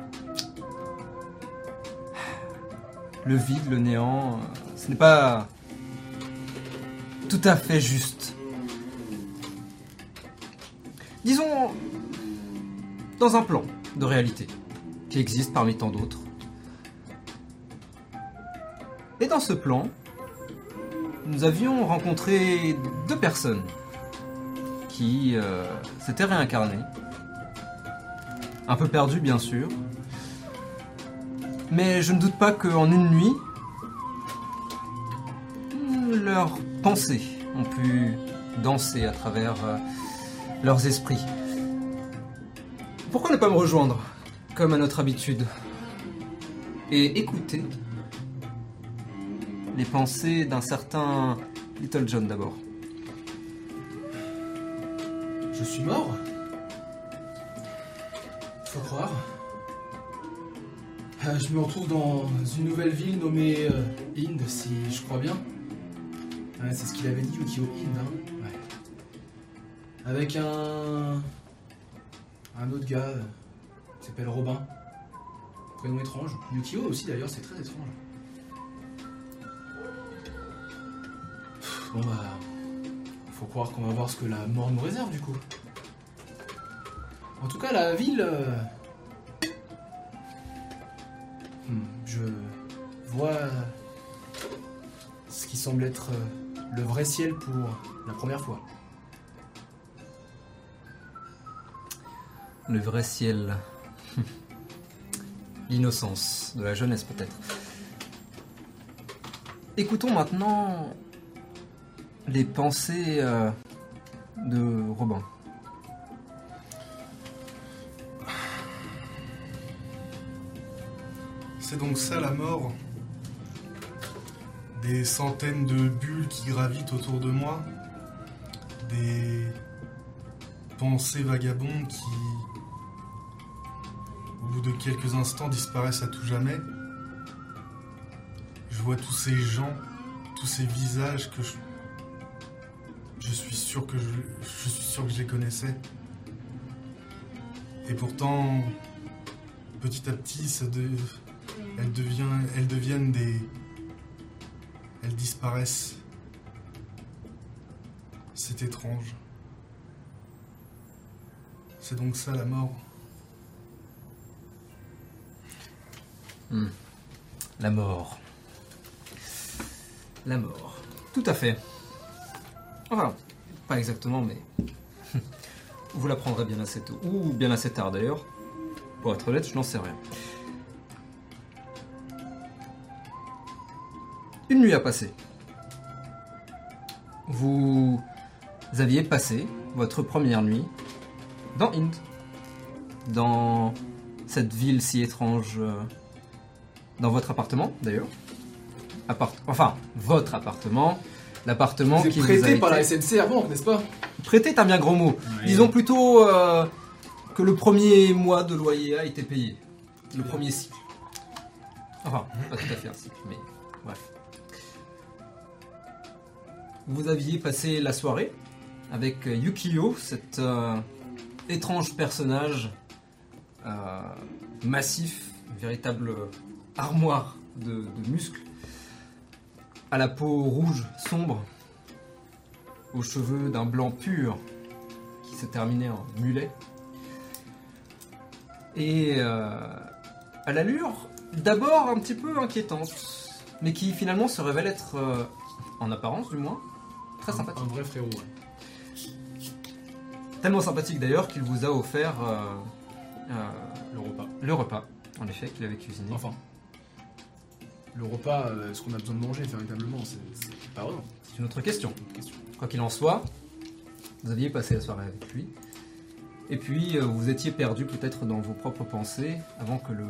Speaker 1: Le vide, le néant, euh, ce n'est pas tout à fait juste. Disons dans un plan de réalité qui existe parmi tant d'autres. Et dans ce plan, nous avions rencontré deux personnes qui euh, s'étaient réincarnées, un peu perdues bien sûr, mais je ne doute pas qu'en une nuit, leurs pensées ont pu danser à travers euh, leurs esprits. Pourquoi ne pas me rejoindre, comme à notre habitude, et écouter les pensées d'un certain Little John d'abord
Speaker 2: Je suis mort Faut croire. Euh, je me retrouve dans une nouvelle ville nommée euh, Inde, si je crois bien. Ouais, c'est ce qu'il avait dit, Yukio Inde. hein. Ouais. Avec un. un autre gars, euh, Il s'appelle Robin. Prénom étrange. Yukio aussi d'ailleurs, c'est très étrange. Pff, Bon bah. Faut croire qu'on va voir ce que la mort nous réserve du coup. En tout cas, la ville. euh, hmm, je vois ce qui semble être euh, le vrai ciel pour la première fois.
Speaker 1: Le vrai ciel. L'innocence de la jeunesse peut-être. Écoutons maintenant les pensées euh, de Robin.
Speaker 3: C'est donc ça la mort. Des centaines de bulles qui gravitent autour de moi. Des pensées vagabondes qui, au bout de quelques instants, disparaissent à tout jamais. Je vois tous ces gens, tous ces visages que je, je suis sûr que je, je suis sûr que je les connaissais. Et pourtant, petit à petit, ça de, elles, devient- elles deviennent des. Elles disparaissent. C'est étrange. C'est donc ça la mort.
Speaker 1: La mort. La mort. Tout à fait. Enfin, pas exactement, mais vous l'apprendrez bien assez tôt. Ou bien assez tard d'ailleurs. Pour être honnête, je n'en sais rien. Une nuit a passé. Vous aviez passé votre première nuit dans Ind. Dans cette ville si étrange. euh, dans votre appartement, d'ailleurs. Appart- enfin, votre appartement. L'appartement qui
Speaker 2: C'est
Speaker 1: vous a
Speaker 2: prêté par
Speaker 1: été-
Speaker 2: la SNCR Banque, n'est-ce pas
Speaker 1: Prêté est un bien gros mot. Disons plutôt euh, que le premier mois de loyer a été payé. Le premier cycle. Enfin, pas tout à fait un cycle, mais bref. Vous aviez passé la soirée avec euh, Yukio, cet euh, étrange personnage euh, massif, une véritable armoire de- de muscles, à la peau rouge sombre, aux cheveux d'un blanc pur qui se terminait en mulet et euh, à l'allure d'abord un petit peu inquiétante mais qui finalement se révèle être euh, en apparence du moins très sympathique
Speaker 2: Un vrai frérot. ouais.
Speaker 1: tellement sympathique d'ailleurs qu'il vous a offert euh, euh,
Speaker 2: Le repas.
Speaker 1: le repas en effet qu'il avait cuisiné
Speaker 2: Enfin. Le repas, euh, ce qu'on a besoin de manger véritablement, c'est c'est pas vrai. hein.
Speaker 1: c'est une autre question
Speaker 2: C'est une autre question.
Speaker 1: Quoi qu'il en soit, vous aviez passé la soirée avec lui, et puis euh, vous étiez perdu peut-être dans vos propres pensées avant que le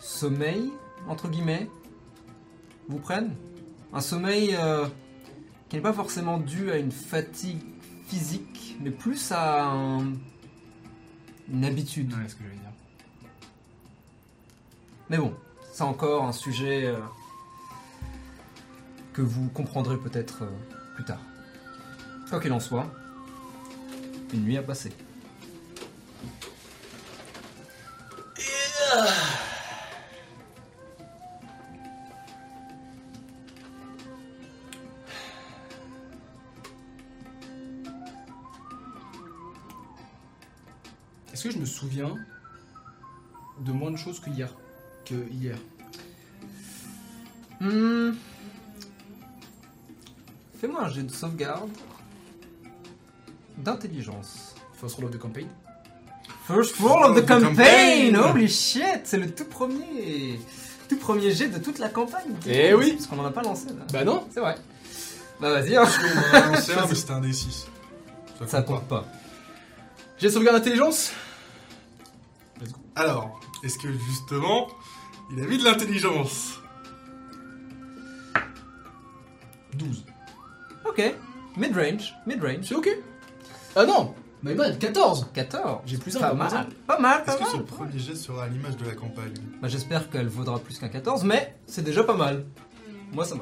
Speaker 1: sommeil, entre guillemets, vous prenne. Un sommeil euh, qui n'est pas forcément dû à une fatigue physique, mais plus à un- une habitude.
Speaker 2: Ouais, ce que j'allais dire.
Speaker 1: Mais bon, c'est encore un sujet euh, que vous comprendrez peut-être euh, plus tard. Quoi qu'il en soit, une nuit a passé.
Speaker 2: Est-ce que je me souviens de moins de choses que hier Que hier.
Speaker 1: Hmm. Fais-moi un jet de sauvegarde d'intelligence.
Speaker 2: First roll of the campaign.
Speaker 1: First roll of the campaign! Holy shit! C'est le tout premier, tout premier jet de toute la campagne.
Speaker 2: Eh oui.
Speaker 1: Parce qu'on en a pas lancé là.
Speaker 2: Bah non
Speaker 1: C'est vrai. Bah vas-y, hein.
Speaker 3: C'est un, mais c'était un D6.
Speaker 1: ça
Speaker 3: compte
Speaker 1: compte pas.
Speaker 2: J'ai sauvegarde d'intelligence
Speaker 3: pas. Alors, est-ce que justement, il a mis de l'intelligence
Speaker 2: 12.
Speaker 1: Ok, mid-range, mid-range.
Speaker 2: C'est ok Ah non My bad, 14
Speaker 1: 14.
Speaker 2: J'ai plus un,
Speaker 1: pas
Speaker 2: pas moins
Speaker 1: mal.
Speaker 2: un.
Speaker 1: Pas mal, pas
Speaker 3: Est-ce que
Speaker 1: mal.
Speaker 3: ce premier jet sera à l'image de la campagne
Speaker 1: Bah, J'espère qu'elle vaudra plus qu'un 14, mais c'est déjà pas mal. Moi, ça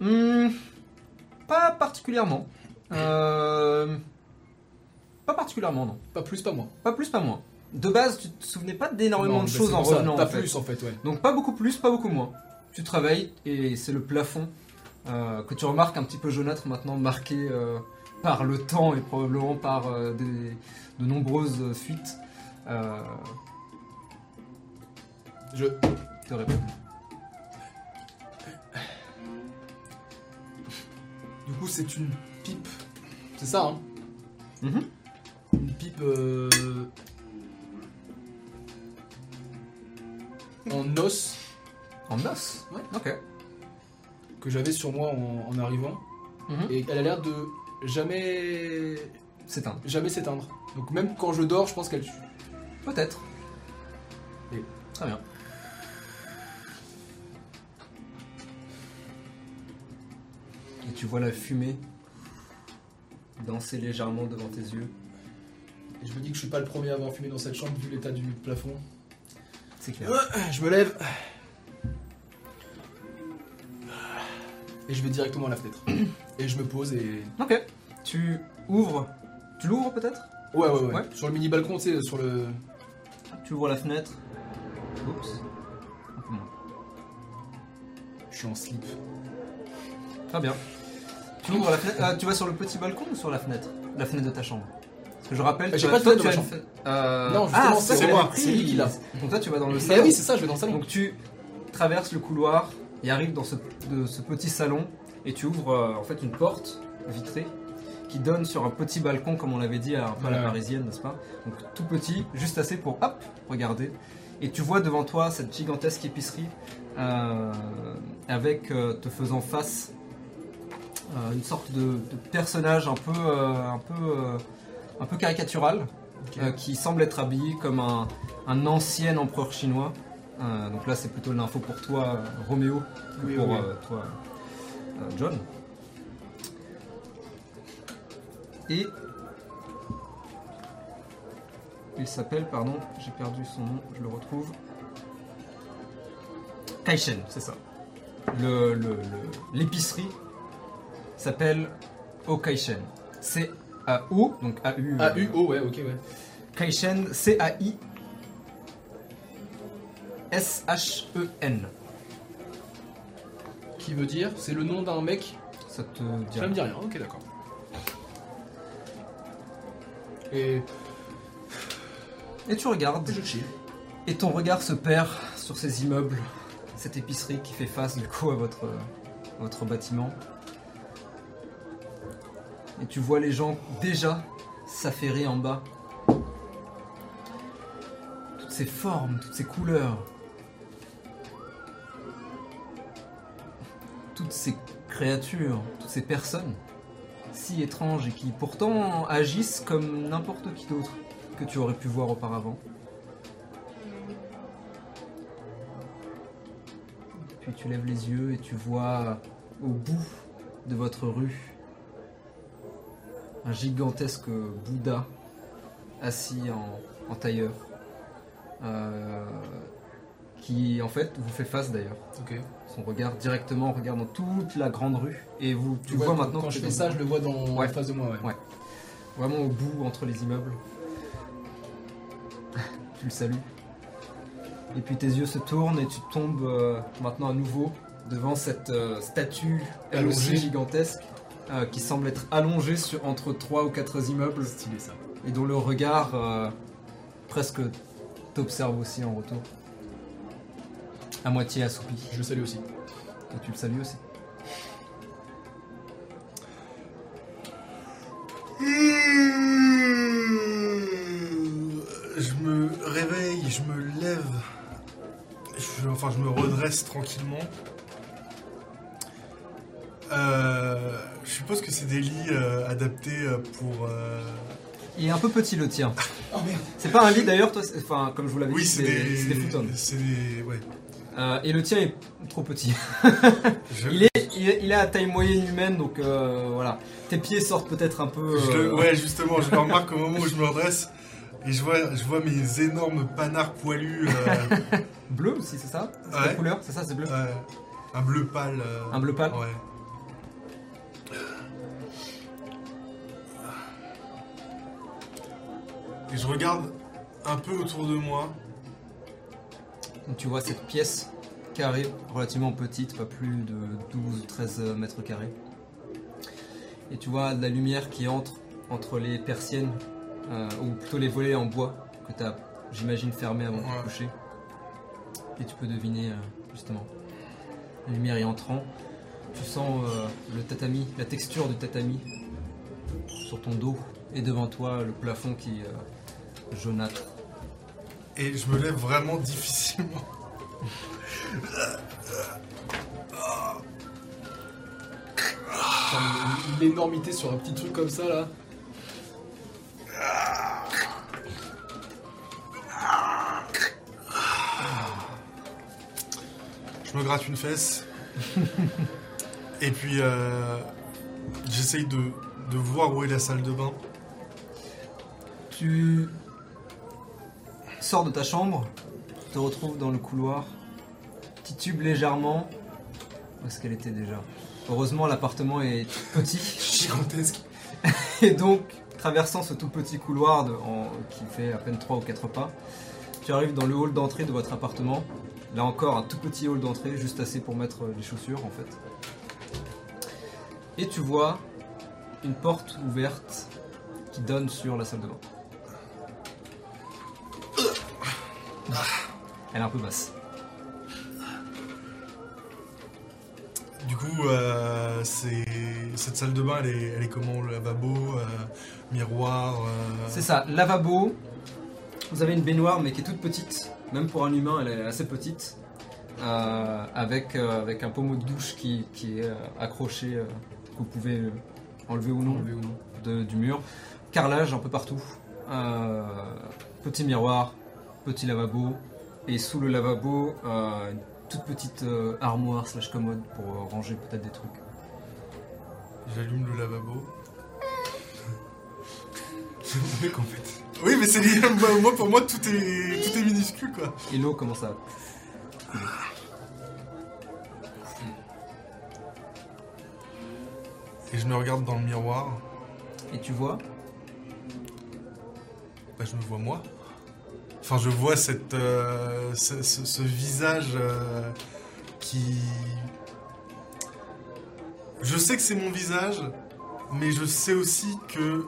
Speaker 1: me va. Hmm, pas particulièrement. Euh, Pas particulièrement, non.
Speaker 2: Pas plus, pas moins.
Speaker 1: Pas plus, pas moins. De base, tu te souvenais pas d'énormément
Speaker 2: Non,
Speaker 1: de
Speaker 2: mais
Speaker 1: choses
Speaker 2: c'est
Speaker 1: en
Speaker 2: pour ça,
Speaker 1: revenant.
Speaker 2: Pas
Speaker 1: en fait.
Speaker 2: plus en fait, ouais.
Speaker 1: Donc pas beaucoup plus, pas beaucoup moins. Tu travailles et c'est le plafond euh, que tu remarques un petit peu jaunâtre maintenant, marqué euh, par le temps et probablement par euh, des- de nombreuses euh, fuites. Euh,
Speaker 2: Je.
Speaker 1: te répète.
Speaker 2: Du coup, c'est une pipe. C'est ça, hein
Speaker 1: Mhm.
Speaker 2: Une pipe. euh, en os
Speaker 1: En os
Speaker 2: Ouais.
Speaker 1: Ok.
Speaker 2: que j'avais sur moi en, en arrivant.
Speaker 1: Mhm.
Speaker 2: Et elle a l'air de jamais.
Speaker 1: C'est un.
Speaker 2: jamais s'éteindre. Donc même quand je dors, je pense qu'elle.
Speaker 1: Peut-être.
Speaker 2: Oui.
Speaker 1: Très bien. Et tu vois la fumée danser légèrement devant tes yeux.
Speaker 2: Et je me dis que je suis pas le premier à avoir fumé dans cette chambre vu l'état du plafond.
Speaker 1: C'est clair.
Speaker 2: Je me lève. Et je vais directement à la fenêtre. Et je me pose et.
Speaker 1: Ok. Tu ouvres. Tu l'ouvres peut-être
Speaker 2: Ouais, ouais, ouais.
Speaker 1: Ouais.
Speaker 2: Sur le mini balcon, tu sais, sur le.
Speaker 1: Tu ouvres la fenêtre. Oups. Un peu moins.
Speaker 2: Je suis en slip.
Speaker 1: Très bien. Tu ouvres la fenêtre. euh, tu vas sur le petit balcon ou sur la fenêtre La fenêtre de ta chambre. Parce que je rappelle.
Speaker 2: Bah, j'ai
Speaker 1: toi-
Speaker 2: pas de
Speaker 1: toi,
Speaker 2: fenêtre
Speaker 1: tu
Speaker 2: dans
Speaker 1: as
Speaker 2: ma
Speaker 1: une fe- Euh,
Speaker 2: Non, justement,
Speaker 1: ah,
Speaker 2: c'est
Speaker 1: ça,
Speaker 3: moi,
Speaker 1: l'avais
Speaker 2: c'est lui qui l'a.
Speaker 1: pris. Donc toi, tu vas dans le
Speaker 2: Ah
Speaker 1: salon.
Speaker 2: oui, c'est ça, je vais dans le salon.
Speaker 1: Donc tu traverses le couloir et arrives dans ce, de ce petit salon et tu ouvres euh, en fait une porte vitrée qui donne sur un petit balcon comme on l'avait dit à, un peu à la
Speaker 2: Ouais.
Speaker 1: parisienne, n'est-ce pas Donc tout petit, juste assez pour hop, regarder. Et tu vois devant toi cette gigantesque épicerie euh, avec euh, te faisant face euh, une sorte de, de personnage un peu euh, un peu euh, un peu caricatural
Speaker 2: Ok.
Speaker 1: euh, qui semble être habillé comme un, un ancien empereur chinois. Euh, donc là, c'est plutôt l'info pour toi, euh, Roméo, que
Speaker 2: Oui,
Speaker 1: pour
Speaker 2: oui.
Speaker 1: euh, toi, euh, John. Et il s'appelle, pardon, j'ai perdu son nom, je le retrouve. Kaishen, c'est ça. Le- le- le- L'épicerie s'appelle Okaishen. C'est A-O, donc euh, A-U.
Speaker 2: Ah, U, O, ouais, ok, ouais.
Speaker 1: Kaishen, C-A-I. S-H-E-N.
Speaker 2: Qui veut dire C'est le nom d'un mec
Speaker 1: Ça te dit
Speaker 2: Ça
Speaker 1: rien.
Speaker 2: me dit rien, ok, d'accord. Et.
Speaker 1: Et tu regardes,
Speaker 2: Je chill.
Speaker 1: et ton regard se perd sur ces immeubles, cette épicerie qui fait face du coup à votre, à votre bâtiment. Et tu vois les gens déjà s'affairer en bas. Toutes ces formes, toutes ces couleurs. Toutes ces créatures, toutes ces personnes si étranges et qui pourtant agissent comme n'importe qui d'autre que tu aurais pu voir auparavant. Puis tu lèves les yeux et tu vois au bout de votre rue un gigantesque Bouddha assis en, en tailleur euh, qui en fait vous fait face d'ailleurs.
Speaker 2: Ok.
Speaker 1: Son regard directement regarde dans toute la grande rue et vous tu
Speaker 2: Ouais,
Speaker 1: vois
Speaker 2: quand-
Speaker 1: maintenant
Speaker 2: Quand
Speaker 1: que
Speaker 2: je
Speaker 1: t'es
Speaker 2: fais
Speaker 1: dans-
Speaker 2: ça, je le vois dans
Speaker 1: Ouais.
Speaker 2: la face de moi, ouais.
Speaker 1: vraiment au bout entre les immeubles. tu le salues. Et puis tes yeux se tournent et tu tombes euh, maintenant à nouveau devant cette euh, statue elle aussi
Speaker 2: Allongée.
Speaker 1: gigantesque euh, qui semble être allongée sur, entre trois ou quatre immeubles
Speaker 2: Stylé ça.
Speaker 1: et dont le regard euh, presque t'observe aussi en retour. À moitié assoupi.
Speaker 2: Je le salue aussi.
Speaker 1: Et tu le salues aussi.
Speaker 3: Mmh. Je me réveille, je me lève, je, enfin je me redresse tranquillement. Euh, je suppose que c'est des lits euh, adaptés euh, pour. euh,
Speaker 1: Il est un peu petit le tien.
Speaker 2: Oh merde
Speaker 1: C'est pas un lit d'ailleurs, toi, c'est- enfin comme je vous l'avais
Speaker 3: Ah, Oui,
Speaker 1: dit,
Speaker 3: c'est des.
Speaker 1: c'est des futons.
Speaker 3: C'est des. Ouais.
Speaker 1: Euh, et le tien est trop petit.
Speaker 3: Je-
Speaker 1: Il est, il est, il est à taille moyenne humaine, donc euh, voilà. Tes pieds sortent peut-être un peu.
Speaker 3: Je
Speaker 1: euh,
Speaker 3: le- ouais, justement, je le remarque au moment où je me redresse et je vois, je vois mes énormes panards poilus, euh,
Speaker 1: Bleu aussi, c'est ça C'est
Speaker 3: Ouais.
Speaker 1: la couleur C'est ça, c'est bleu
Speaker 3: euh, un bleu pâle. euh,
Speaker 1: Un bleu pâle
Speaker 3: Ouais. Et je regarde un peu autour de moi.
Speaker 1: Donc tu vois cette pièce carrée, relativement petite, pas plus de 12-13 euh, mètres carrés. Et tu vois de la lumière qui entre entre les persiennes, euh, ou plutôt les volets en bois que tu as, j'imagine, fermés avant de te
Speaker 3: Ouais.
Speaker 1: coucher. Et tu peux deviner, euh, justement, la lumière y entrant. Tu sens euh, le tatami, la texture du tatami sur ton dos. Et devant toi, le plafond qui euh, jaunâtre.
Speaker 3: Et je me lève vraiment difficilement.
Speaker 2: Enfin, L'énormité sur un petit truc comme ça là.
Speaker 3: Je me gratte une fesse. et puis, euh, j'essaye de, de voir où est la salle de bain.
Speaker 1: Tu sors de ta chambre, te retrouves dans le couloir, titube légèrement. Où est-ce qu'elle était déjà Heureusement, l'appartement est petit.
Speaker 3: Gigantesque.
Speaker 1: Et donc, traversant ce tout petit couloir de- en- qui fait à peine 3 ou 4 pas, tu arrives dans le hall d'entrée de votre appartement. Là encore, un tout petit hall d'entrée, juste assez pour mettre euh, les chaussures en fait. Et tu vois une porte ouverte qui donne sur la salle de bain. Elle est un peu basse.
Speaker 3: Du coup, euh, c'est cette salle de bain, elle est, elle est comment Le lavabo, euh, miroir. euh,
Speaker 1: C'est ça, lavabo. Vous avez une baignoire mais qui est toute petite. Même pour un humain, elle est assez petite. Euh, avec, euh, avec un pommeau de douche qui, qui est euh, accroché, euh, que vous pouvez euh, enlever ou non,
Speaker 2: Enlever ou non.
Speaker 1: de- du mur. Carrelage un peu partout. Euh, petit miroir, petit lavabo. Et sous le lavabo, euh, une toute petite euh, armoire slash commode pour euh, ranger peut-être des trucs.
Speaker 3: J'allume le lavabo. C'est le mec en fait. Oui, mais c'est lié. moi- Moi, pour moi, tout est, tout est minuscule quoi.
Speaker 1: Et l'eau commence à
Speaker 3: Et je me regarde dans le miroir.
Speaker 1: Et tu vois
Speaker 3: Bah, je me vois moi. Enfin, je vois cette, euh, ce, ce- ce visage euh, qui. Je sais que c'est mon visage, mais je sais aussi que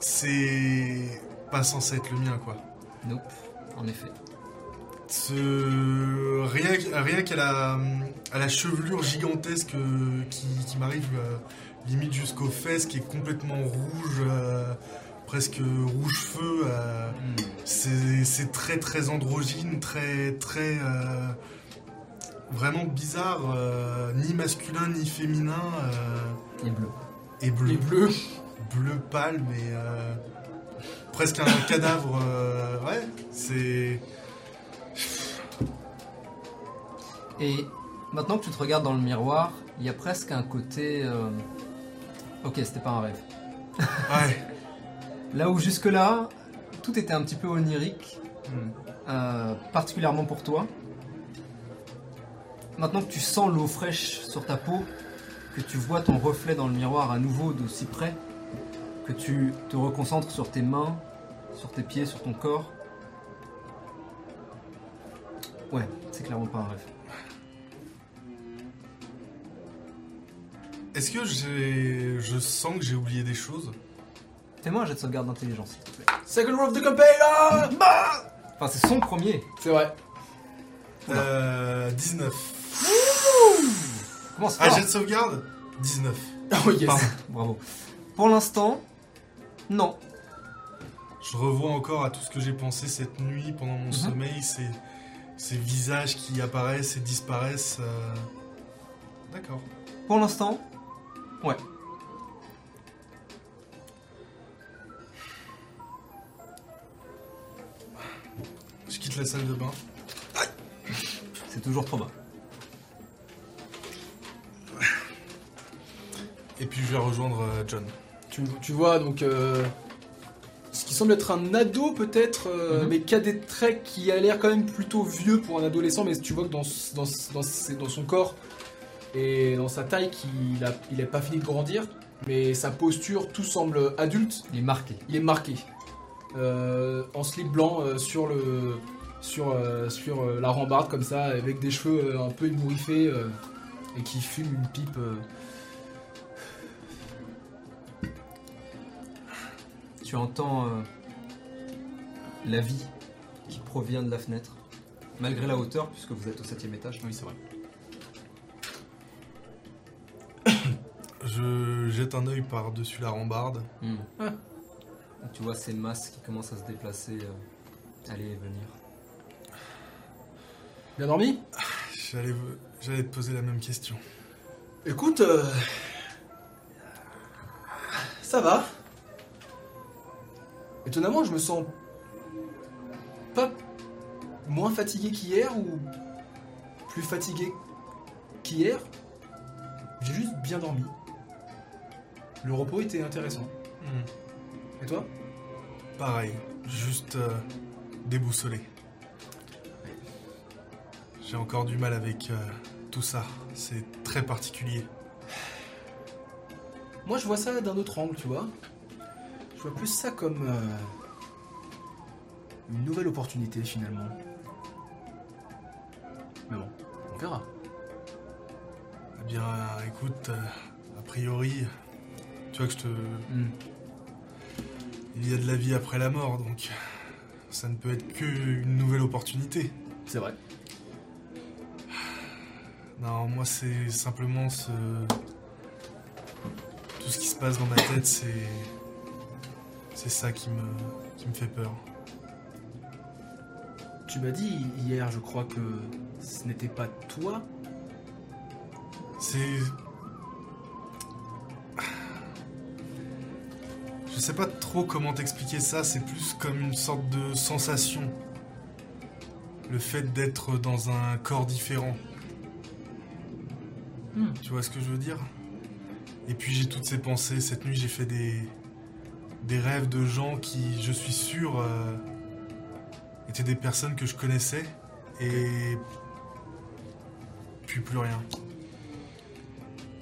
Speaker 3: c'est pas censé être le mien, quoi.
Speaker 1: Nope, en effet.
Speaker 3: Ce... Rien, qu- rien qu'à la, à la chevelure gigantesque euh, qui, qui m'arrive euh, limite jusqu'aux fesses, qui est complètement rouge, euh, presque rouge feu. euh,
Speaker 2: Hmm.
Speaker 3: c'est c'est très très androgyne, très très euh, vraiment bizarre, euh, ni masculin ni féminin euh,
Speaker 1: Et bleu.
Speaker 3: et bleu,
Speaker 2: Les bleus.
Speaker 3: bleu pâle, mais euh, presque un cadavre. euh, ouais, c'est
Speaker 1: Et maintenant que tu te regardes dans le miroir, il y a presque un côté. euh, Ok, c'était pas un rêve.
Speaker 3: ouais,
Speaker 1: Là où jusque-là, tout était un petit peu onirique,
Speaker 2: Hmm.
Speaker 1: euh, particulièrement pour toi. Maintenant que tu sens l'eau fraîche sur ta peau, que tu vois ton reflet dans le miroir à nouveau d'aussi près, que tu te reconcentres sur tes mains, sur tes pieds, sur ton corps. Ouais, c'est clairement pas un rêve.
Speaker 3: Est-ce que j'ai- je sens que j'ai oublié des choses
Speaker 1: Fais-moi un jet de sauvegarde d'intelligence.
Speaker 2: Second row of the campaign hein Bah
Speaker 1: Enfin, c'est son premier.
Speaker 2: C'est vrai.
Speaker 3: Euh, 19.
Speaker 1: Comment ça
Speaker 3: Ah, jet de sauvegarde 19.
Speaker 2: Oh yes.
Speaker 3: Pardon.
Speaker 1: Bravo. Pour l'instant, non.
Speaker 3: Je revois encore à tout ce que j'ai pensé cette nuit pendant mon sommeil, ces, ces visages qui apparaissent et disparaissent. euh. D'accord.
Speaker 1: Pour l'instant, ouais.
Speaker 3: Je quitte la salle de bain.
Speaker 1: C'est toujours trop bas.
Speaker 3: Et puis je vais rejoindre euh, John.
Speaker 2: Tu, tu vois donc euh, ce qui semble être un ado peut-être, euh,
Speaker 1: Mhm.
Speaker 2: mais qui a des traits qui a l'air quand même plutôt vieux pour un adolescent, mais tu vois que dans, s- dans, s- dans, ses- dans son corps et dans sa taille, qu'il a- il n'est pas fini de grandir, mais sa posture, tout semble adulte,
Speaker 1: Il est marqué.
Speaker 2: il est marqué. euh, en slip blanc euh, sur le sur, euh, sur euh, la rambarde comme ça, avec des cheveux euh, un peu ébouriffés euh, et qui fume une pipe. euh,
Speaker 1: Tu entends euh, la vie qui provient de la fenêtre, malgré la hauteur, puisque vous êtes au septième étage.
Speaker 2: Oui, c'est vrai.
Speaker 3: Je jette un œil par-dessus la rambarde.
Speaker 1: Hmm.
Speaker 2: Ah.
Speaker 1: Et Tu vois ces masses qui commencent à se déplacer, euh, aller et venir.
Speaker 2: Bien dormi
Speaker 3: J'allais j'allais te poser la même question.
Speaker 2: Écoute, euh, ça va. Étonnamment, je me sens pas moins fatigué qu'hier ou plus fatigué qu'hier. J'ai juste bien dormi. Le repos était intéressant. Et toi
Speaker 3: Pareil, juste euh, déboussolé. J'ai encore du mal avec euh, tout ça. C'est très particulier.
Speaker 2: Moi, je vois ça d'un autre angle, tu vois. Je vois plus ça comme euh, une nouvelle opportunité finalement. Mais bon, on verra.
Speaker 3: Eh bien, euh, écoute, euh, a priori, tu vois que je te.
Speaker 2: Hmm.
Speaker 3: Il y a de la vie après la mort, donc ça ne peut être qu'une nouvelle opportunité.
Speaker 2: C'est vrai.
Speaker 3: Non, moi c'est simplement ce. Tout ce qui se passe dans ma tête, c'est. C'est ça qui me, qui me fait peur.
Speaker 2: Tu m'as dit hier, je crois que ce n'était pas toi.
Speaker 3: C'est. Je sais pas trop comment t'expliquer ça, c'est plus comme une sorte de sensation. Le fait d'être dans un corps différent.
Speaker 2: Hmm.
Speaker 3: Tu vois ce que je veux dire Et puis j'ai toutes ces pensées. Cette nuit, j'ai fait des. des rêves de gens qui, je suis sûr, euh, étaient des personnes que je connaissais. Et. puis plus rien.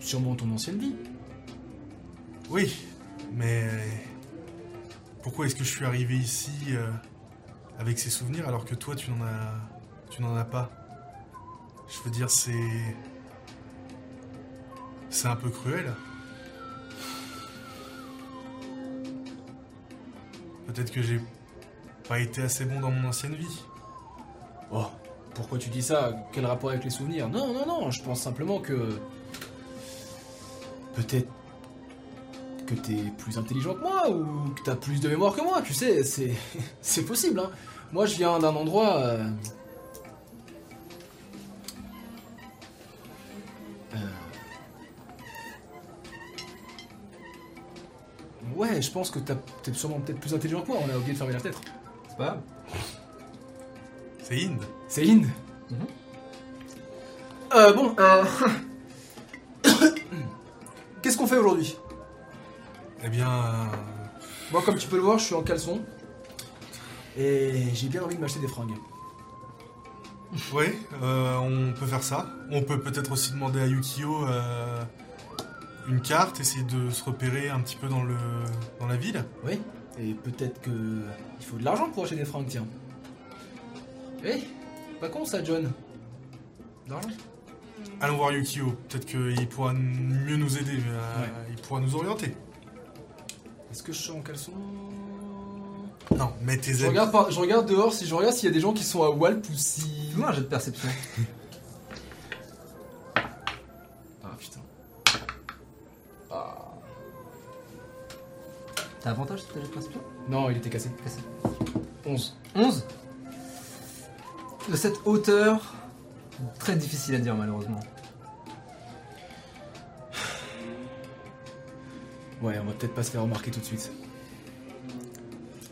Speaker 2: Sûrement ton ancienne vie.
Speaker 3: Oui, mais pourquoi est-ce que je suis arrivé ici euh, avec ces souvenirs alors que toi tu n'en as tu n'en as pas Je veux dire c'est c'est un peu cruel. Peut-être que j'ai pas été assez bon dans mon ancienne vie.
Speaker 2: Oh, pourquoi tu dis ça Quel rapport avec les souvenirs Non, non, non, je pense simplement que. Peut-être que t'es plus intelligent que moi ou que t'as plus de mémoire que moi, tu sais, c'est. c'est possible, hein. Moi, je viens d'un endroit. euh, euh, Ouais, je pense que t'as- t'es sûrement peut-être plus intelligent que moi, on a oublié de fermer la fenêtre.
Speaker 1: C'est pas grave.
Speaker 3: C'est Inde.
Speaker 2: Céline
Speaker 1: Mhm.
Speaker 2: Euh, bon, euh... Qu'est-ce qu'on fait aujourd'hui
Speaker 3: Eh bien euh,
Speaker 2: Moi, comme tu peux le voir, je suis en caleçon. Et j'ai bien envie de m'acheter des fringues.
Speaker 3: ouais, euh, on peut faire ça. On peut peut-être aussi demander à Yukio euh, une carte, essayer de se repérer un petit peu dans le dans la ville.
Speaker 2: Oui Et peut-être que... Il faut de l'argent pour acheter des fringues, tiens. Eh Pas con ça, John. De L'argent
Speaker 3: Allons voir Yukio, peut-être qu'il pourra n- mieux nous aider, euh,
Speaker 2: Ouais.
Speaker 3: il pourra nous orienter.
Speaker 2: Est-ce que je suis en caleçon
Speaker 3: Non, mais tes
Speaker 2: je
Speaker 3: amis.
Speaker 2: regarde, par- je regarde dehors si je regarde s'il y a des gens qui sont à Walp ou si...
Speaker 1: Fais-moi un jet de perception.
Speaker 2: Ah putain.
Speaker 1: T'as avantage sur tes jets de perception
Speaker 2: Non, il était cassé.
Speaker 1: Cassé.
Speaker 2: 11.
Speaker 1: 11 De cette hauteur, très difficile à dire malheureusement.
Speaker 2: Ouais, on va peut-être pas se faire remarquer tout de suite.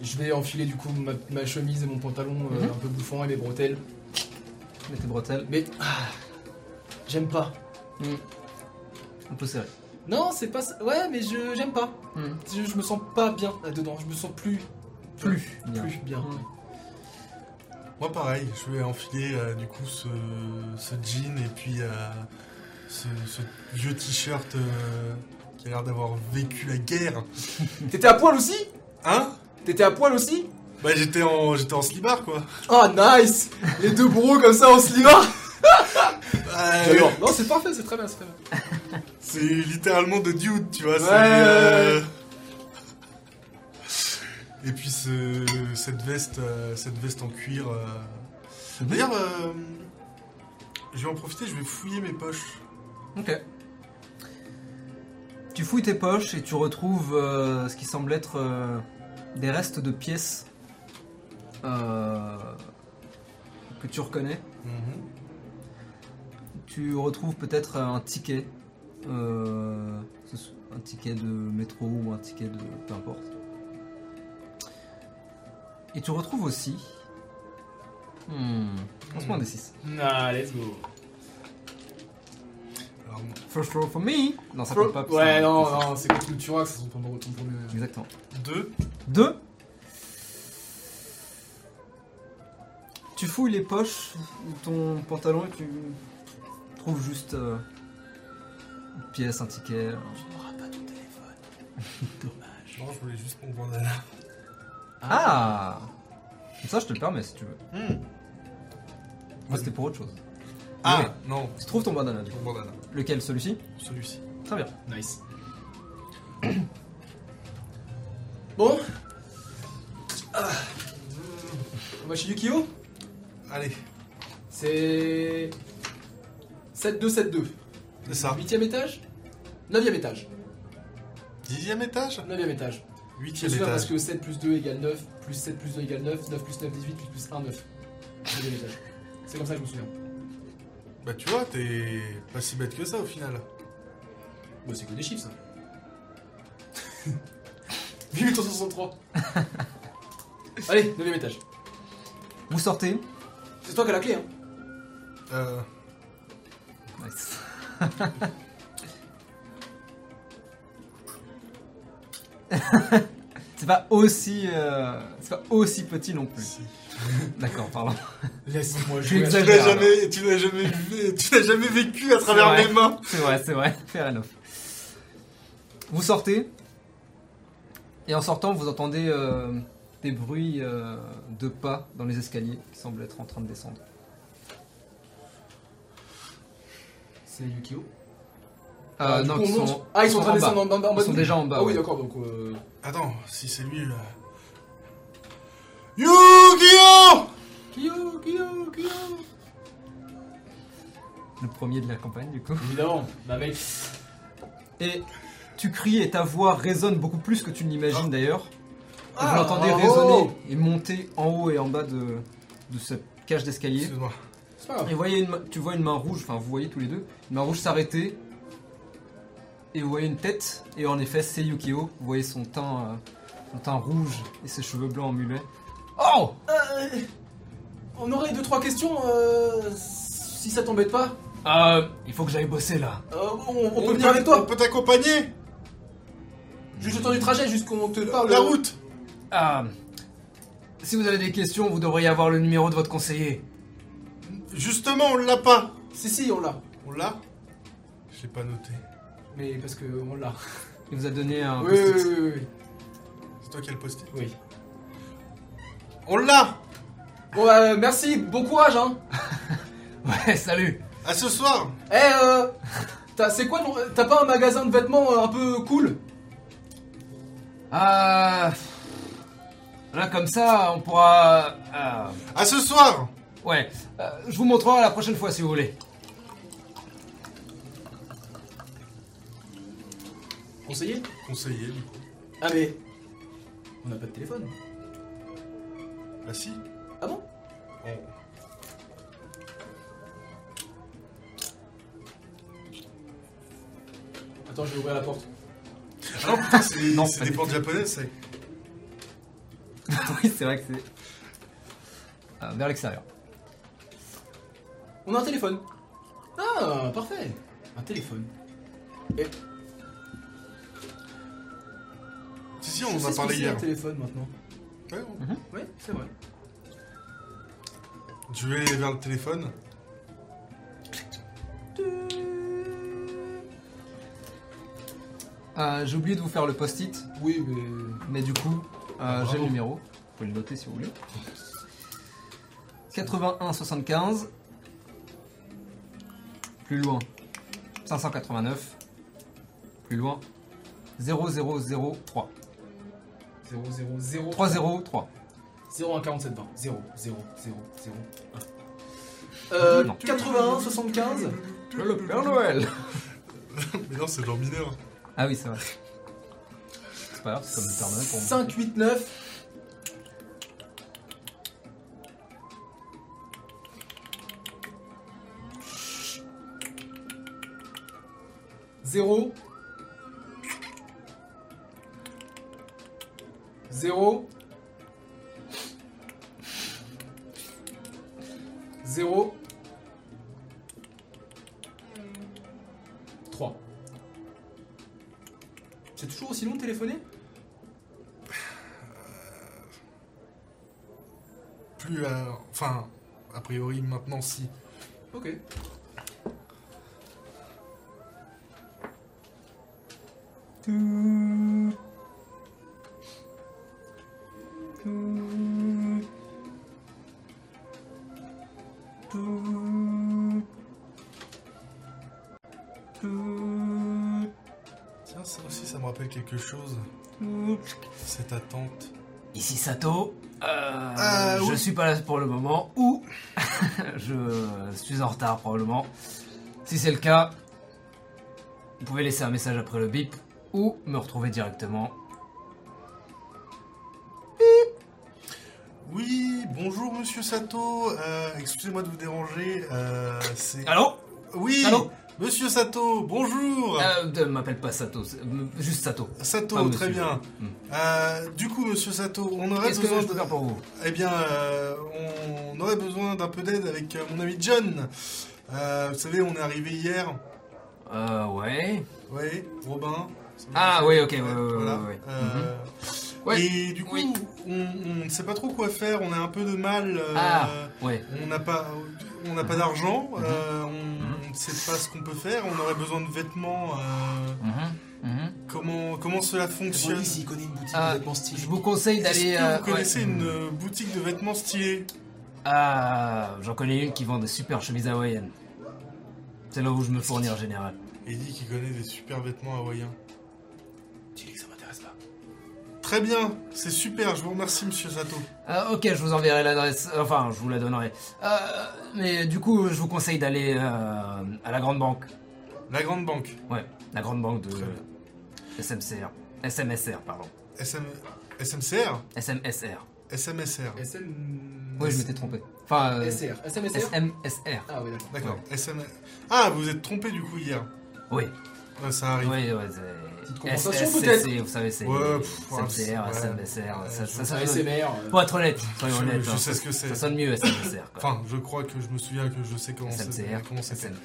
Speaker 2: Je vais enfiler du coup ma, ma chemise et mon pantalon euh,
Speaker 1: Mhm.
Speaker 2: un peu bouffant et mes bretelles.
Speaker 1: Mets tes bretelles,
Speaker 2: Mais ah, j'aime pas.
Speaker 1: un peu serré.
Speaker 2: Non, c'est pas. ça- Ouais, mais je j'aime pas. Je, je me sens pas bien là dedans. Je me sens plus
Speaker 1: Plus. bien.
Speaker 2: plus bien.
Speaker 1: Mm.
Speaker 3: Moi pareil, je vais enfiler euh, du coup ce, ce jean et puis euh, ce, ce vieux t-shirt euh, qui a l'air d'avoir vécu la guerre.
Speaker 2: T'étais à poil aussi
Speaker 3: Hein
Speaker 2: T'étais à poil aussi
Speaker 3: Bah j'étais en j'étais en slibard quoi.
Speaker 2: Oh nice Les deux bros comme ça, on se livre
Speaker 3: J'adore.
Speaker 2: Non, c'est parfait, c'est très bien, c'est très bien.
Speaker 3: C'est littéralement de dude, tu vois. c'est, euh,
Speaker 2: Ouais, ouais, ouais.
Speaker 3: Et puis ce- cette veste, euh, cette veste en cuir. euh. D'ailleurs, euh, je vais en profiter, je vais fouiller mes poches.
Speaker 1: Ok. Tu fouilles tes poches et tu retrouves euh, ce qui semble être euh, des restes de pièces euh, que tu reconnais.
Speaker 3: Mhm.
Speaker 1: Tu retrouves peut-être un ticket. euh, ce soit un ticket de métro ou un ticket de. peu importe. Et tu retrouves aussi. Hmm. Lance-moi un des 6.
Speaker 4: Nah, let's go.
Speaker 3: Alors,
Speaker 1: First row for me Non, ça compte pas. parce que c'est
Speaker 2: ouais,
Speaker 1: un-
Speaker 2: non, non, c'est contre le Turax, ça sent pas bon, ton premier.
Speaker 1: Exactement.
Speaker 3: deux.
Speaker 1: 2. Tu fouilles les poches de ton pantalon et tu trouves juste euh, une pièce, un ticket.
Speaker 2: Tu n'auras pas ton téléphone. Dommage.
Speaker 3: Non, je voulais juste mon bandana.
Speaker 1: Ah Comme ça, je te le permets si tu veux.
Speaker 3: Hmm.
Speaker 1: Moi, c'était pour autre chose.
Speaker 3: Ah
Speaker 1: Ouais.
Speaker 3: non,
Speaker 1: Tu trouves ton bandana du coup.
Speaker 3: mon bandana.
Speaker 1: Lequel Celui-ci
Speaker 3: Celui-ci.
Speaker 1: Très bien.
Speaker 4: Nice.
Speaker 2: Bon. Ah. On va chez Yukio
Speaker 3: Allez,
Speaker 2: C'est. 7-2-7-2.
Speaker 3: c'est ça.
Speaker 2: 8ème étage 9ème étage.
Speaker 3: Dixième étage
Speaker 2: 9ème étage. Je me
Speaker 3: Huitième
Speaker 2: souviens parce
Speaker 3: étage.
Speaker 2: que 7 plus 2 égale 9, plus 7 plus 2 égale 9, 9 plus 9, 18, plus plus 1, 9. 9ème étage. C'est comme ça que je me souviens.
Speaker 3: Bah tu vois, t'es pas si bête que ça au final.
Speaker 2: Bah, c'est que des chiffres, ça. 8363. Allez, 9ème étage.
Speaker 1: Vous sortez.
Speaker 2: C'est toi qui as la clé, hein.
Speaker 3: Euh,
Speaker 1: Nice. c'est pas aussi. euh, c'est pas aussi petit non plus.
Speaker 3: si.
Speaker 1: D'accord, pardon.
Speaker 2: Laisse-moi
Speaker 1: jouer.
Speaker 3: Tu
Speaker 1: Exagère,
Speaker 3: l'as jamais, tu l'as jamais, vu- tu l'as jamais vécu à travers
Speaker 1: Ouais.
Speaker 3: mes mains.
Speaker 1: C'est vrai, c'est vrai. Fair enough. Vous sortez. Et en sortant, vous entendez euh, des bruits euh, de pas dans les escaliers qui semblent être en train de descendre. Euh,
Speaker 2: C'est Yukio.
Speaker 1: Euh,
Speaker 2: Ah, du
Speaker 1: non,
Speaker 2: coup,
Speaker 1: ils
Speaker 2: on
Speaker 1: sont,
Speaker 2: monte. ah, ils sont en train de
Speaker 1: en bas.
Speaker 2: descendre en bas. en bas
Speaker 1: Ils sont
Speaker 2: de-
Speaker 1: déjà en bas.
Speaker 2: Ah oui,
Speaker 1: ouais.
Speaker 2: d'accord, donc. euh,
Speaker 3: Attends, si c'est lui là. Yu-Gi-Oh
Speaker 2: Kyo, Kyo, Kyo
Speaker 1: Le premier de la campagne, du coup.
Speaker 4: Évidemment, bah mec.
Speaker 1: Et tu cries et ta voix résonne beaucoup plus que tu ne l'imagines d'ailleurs. Et
Speaker 2: Ah,
Speaker 1: vous l'entendez
Speaker 2: bravo.
Speaker 1: résonner et monter en haut et en bas de, de cette cage d'escalier.
Speaker 3: Excuse-moi.
Speaker 2: C'est pas grave.
Speaker 1: Et voyez une ma- tu vois une main rouge, enfin vous voyez tous les deux, une main rouge s'arrêter. Et vous voyez une tête, et en effet c'est Yukio. Vous voyez son teint, euh, son teint rouge et ses cheveux blancs en mulet. Oh
Speaker 2: Euh, on aurait deux, trois questions euh, si ça t'embête pas.
Speaker 1: euh, Il faut que j'aille bosser là.
Speaker 2: Euh, on, on peut venir avec
Speaker 3: On
Speaker 2: toi.
Speaker 3: peut t'accompagner
Speaker 2: Juste le temps du trajet, jusqu'on te parle. euh,
Speaker 3: La route
Speaker 1: Ah, si vous avez des questions, vous devriez avoir le numéro de votre conseiller.
Speaker 3: Justement, on l'a pas.
Speaker 2: Si, si, on l'a.
Speaker 3: On l'a Je l'ai pas noté.
Speaker 2: Mais parce que on l'a.
Speaker 1: Il vous a donné un
Speaker 2: Oui, oui,
Speaker 1: post-it.
Speaker 2: oui, oui, oui.
Speaker 3: C'est toi qui as le post-it
Speaker 2: Oui.
Speaker 3: On l'a
Speaker 2: Bon, bah, merci, bon courage, hein.
Speaker 1: Ouais, salut
Speaker 3: À ce soir
Speaker 2: Eh, euh. t'as- C'est quoi ton- T'as pas un magasin de vêtements euh, un peu cool
Speaker 1: Ah. Là, comme ça, on pourra. ah,
Speaker 3: À ce soir
Speaker 1: ouais, Euh, je vous montrerai la prochaine fois si vous voulez.
Speaker 2: Conseiller
Speaker 3: Conseiller, du coup.
Speaker 2: Ah, mais. On n'a pas de téléphone.
Speaker 3: Bah si.
Speaker 2: Ah bon
Speaker 3: On-
Speaker 2: Attends, je vais ouvrir la porte.
Speaker 3: Ah non, putain, c'est
Speaker 1: Non,
Speaker 3: c'est
Speaker 1: pas
Speaker 3: des
Speaker 1: du
Speaker 3: portes
Speaker 1: tout.
Speaker 3: japonaises, c'est...
Speaker 1: oui, c'est vrai que c'est. Ah, vers l'extérieur.
Speaker 2: On a un téléphone. Ah, parfait. Un téléphone.
Speaker 3: Si, si,
Speaker 2: Je
Speaker 3: on en
Speaker 2: sais
Speaker 3: a
Speaker 2: ce
Speaker 3: parlé
Speaker 2: que c'est
Speaker 3: hier.
Speaker 2: un téléphone maintenant.
Speaker 3: Ouais, on-
Speaker 2: Oui, c'est vrai.
Speaker 3: Je vais aller vers le téléphone.
Speaker 1: Euh, j'ai oublié de vous faire le post-it,
Speaker 2: Oui, mais.
Speaker 1: mais du coup, euh, j'ai le numéro. pouvez le noter si vous voulez. 81, 75. Plus loin. 589. Plus loin. 0003.
Speaker 2: 0, 0, 0,
Speaker 1: 303.
Speaker 2: 0, 1, 47, 20. 0, 0, 0, 0, 1. Euh,
Speaker 1: Non.
Speaker 2: 81, 75
Speaker 1: Le Père Noël
Speaker 3: Mais non, c'est dans mineur.
Speaker 1: Ah oui, c'est vrai. C'est pas grave, c'est comme le Père Noël pour moi.
Speaker 2: 5, 8, 9. Zéro. Zéro. Zéro. Trois. C'est toujours aussi long de téléphoner
Speaker 3: Plus à. Enfin, a priori, maintenant, si.
Speaker 2: Ok.
Speaker 3: Tiens, ça aussi, ça me rappelle quelque chose. Cette attente.
Speaker 1: Ici Sato. Euh,
Speaker 3: Ah,
Speaker 1: je
Speaker 3: oui.
Speaker 1: suis pas là pour le moment. Ou je suis en retard probablement. Si c'est le cas, vous pouvez laisser un message après le bip ou me retrouver directement.
Speaker 3: Oui, bonjour, monsieur Sato. Euh, Excusez-moi de vous déranger. Euh, c'est.
Speaker 1: Allô
Speaker 3: Oui
Speaker 1: Allô
Speaker 3: Monsieur Sato, bonjour
Speaker 1: euh, Ne m'appelle pas Sato, c'est- m- juste Sato.
Speaker 3: Sato,
Speaker 1: pas
Speaker 3: très
Speaker 1: monsieur.
Speaker 3: bien.
Speaker 1: Mm.
Speaker 3: Euh, du coup, monsieur Sato, on aurait
Speaker 1: Qu'est-ce que
Speaker 3: besoin
Speaker 1: je peux
Speaker 3: de...
Speaker 1: faire pour vous
Speaker 3: Eh bien, euh, on aurait besoin d'un peu d'aide avec euh, mon ami John. Euh, vous savez, on est arrivé hier.
Speaker 1: Euh, ouais.
Speaker 3: Oui, Robin.
Speaker 1: Ah, oui, ok, ouais, ouais, ouais,
Speaker 3: voilà.
Speaker 1: ouais, ouais. Mhm.
Speaker 3: Euh,
Speaker 1: Ouais,
Speaker 3: Et du coup,
Speaker 1: oui.
Speaker 3: on on ne sait pas trop quoi faire. On a un peu de mal. euh,
Speaker 1: Ah. Ouais.
Speaker 3: On n'a pas, on n'a pas d'argent.
Speaker 1: Mhm.
Speaker 3: euh, on ne sait pas ce qu'on peut faire. On aurait besoin de vêtements. euh,
Speaker 1: Mhm, mhm.
Speaker 3: comment, comment cela fonctionne
Speaker 2: s'il connaît une boutique
Speaker 1: Ah,
Speaker 2: vêtements
Speaker 1: Je vous conseille
Speaker 3: Est-ce
Speaker 1: d'aller.
Speaker 3: que
Speaker 1: euh,
Speaker 3: vous
Speaker 1: ouais.
Speaker 3: connaissez une euh, boutique de vêtements stylés
Speaker 1: Ah, j'en connais une qui vend des super chemises hawaïennes. C'est là où je me fournis en général.
Speaker 3: Et dit qu'il connaît des super vêtements hawaïens.
Speaker 2: dis que ça m'intéresse pas.
Speaker 3: Très bien, c'est super. Je vous remercie, Monsieur Sato.
Speaker 1: Ah, ok, je vous enverrai l'adresse. Enfin, je vous la donnerai. Euh, mais du coup, je vous conseille d'aller euh, à la grande banque.
Speaker 3: La grande banque.
Speaker 1: Ouais, la grande banque de
Speaker 3: Très bien.
Speaker 1: SMCR. SMSR, pardon.
Speaker 3: SM... SMCR
Speaker 1: SMSR.
Speaker 3: SMSR.
Speaker 2: SM...
Speaker 1: Oui, je m'étais trompé. Enfin, euh,
Speaker 2: SR. SMSR
Speaker 1: SMSR.
Speaker 2: Ah oui, d'accord.
Speaker 3: D'accord. SM... Ah, vous êtes trompé du coup hier.
Speaker 1: Oui,
Speaker 3: Ouais, ça arrive.
Speaker 1: oui, oui.
Speaker 2: Petite
Speaker 1: c'est-
Speaker 2: compensation,
Speaker 1: SSCC,
Speaker 2: peut-être
Speaker 1: vous savez, c'est
Speaker 3: Ouais, pff,
Speaker 1: SMCR,
Speaker 3: ouais.
Speaker 1: SMSR.
Speaker 3: Ouais,
Speaker 1: ça,
Speaker 3: je-
Speaker 1: ça, euh, ça,
Speaker 2: ASMR.
Speaker 1: Pour être honnête, soyons
Speaker 3: Je-
Speaker 1: honnêtes.
Speaker 3: je
Speaker 1: hein,
Speaker 3: sais ce que c'est.
Speaker 1: Ça sonne mieux SMSR. Quoi.
Speaker 3: Enfin, je crois que je me souviens que je sais comment c'est.
Speaker 1: SMCR,
Speaker 3: E Comment c'était.
Speaker 1: SM.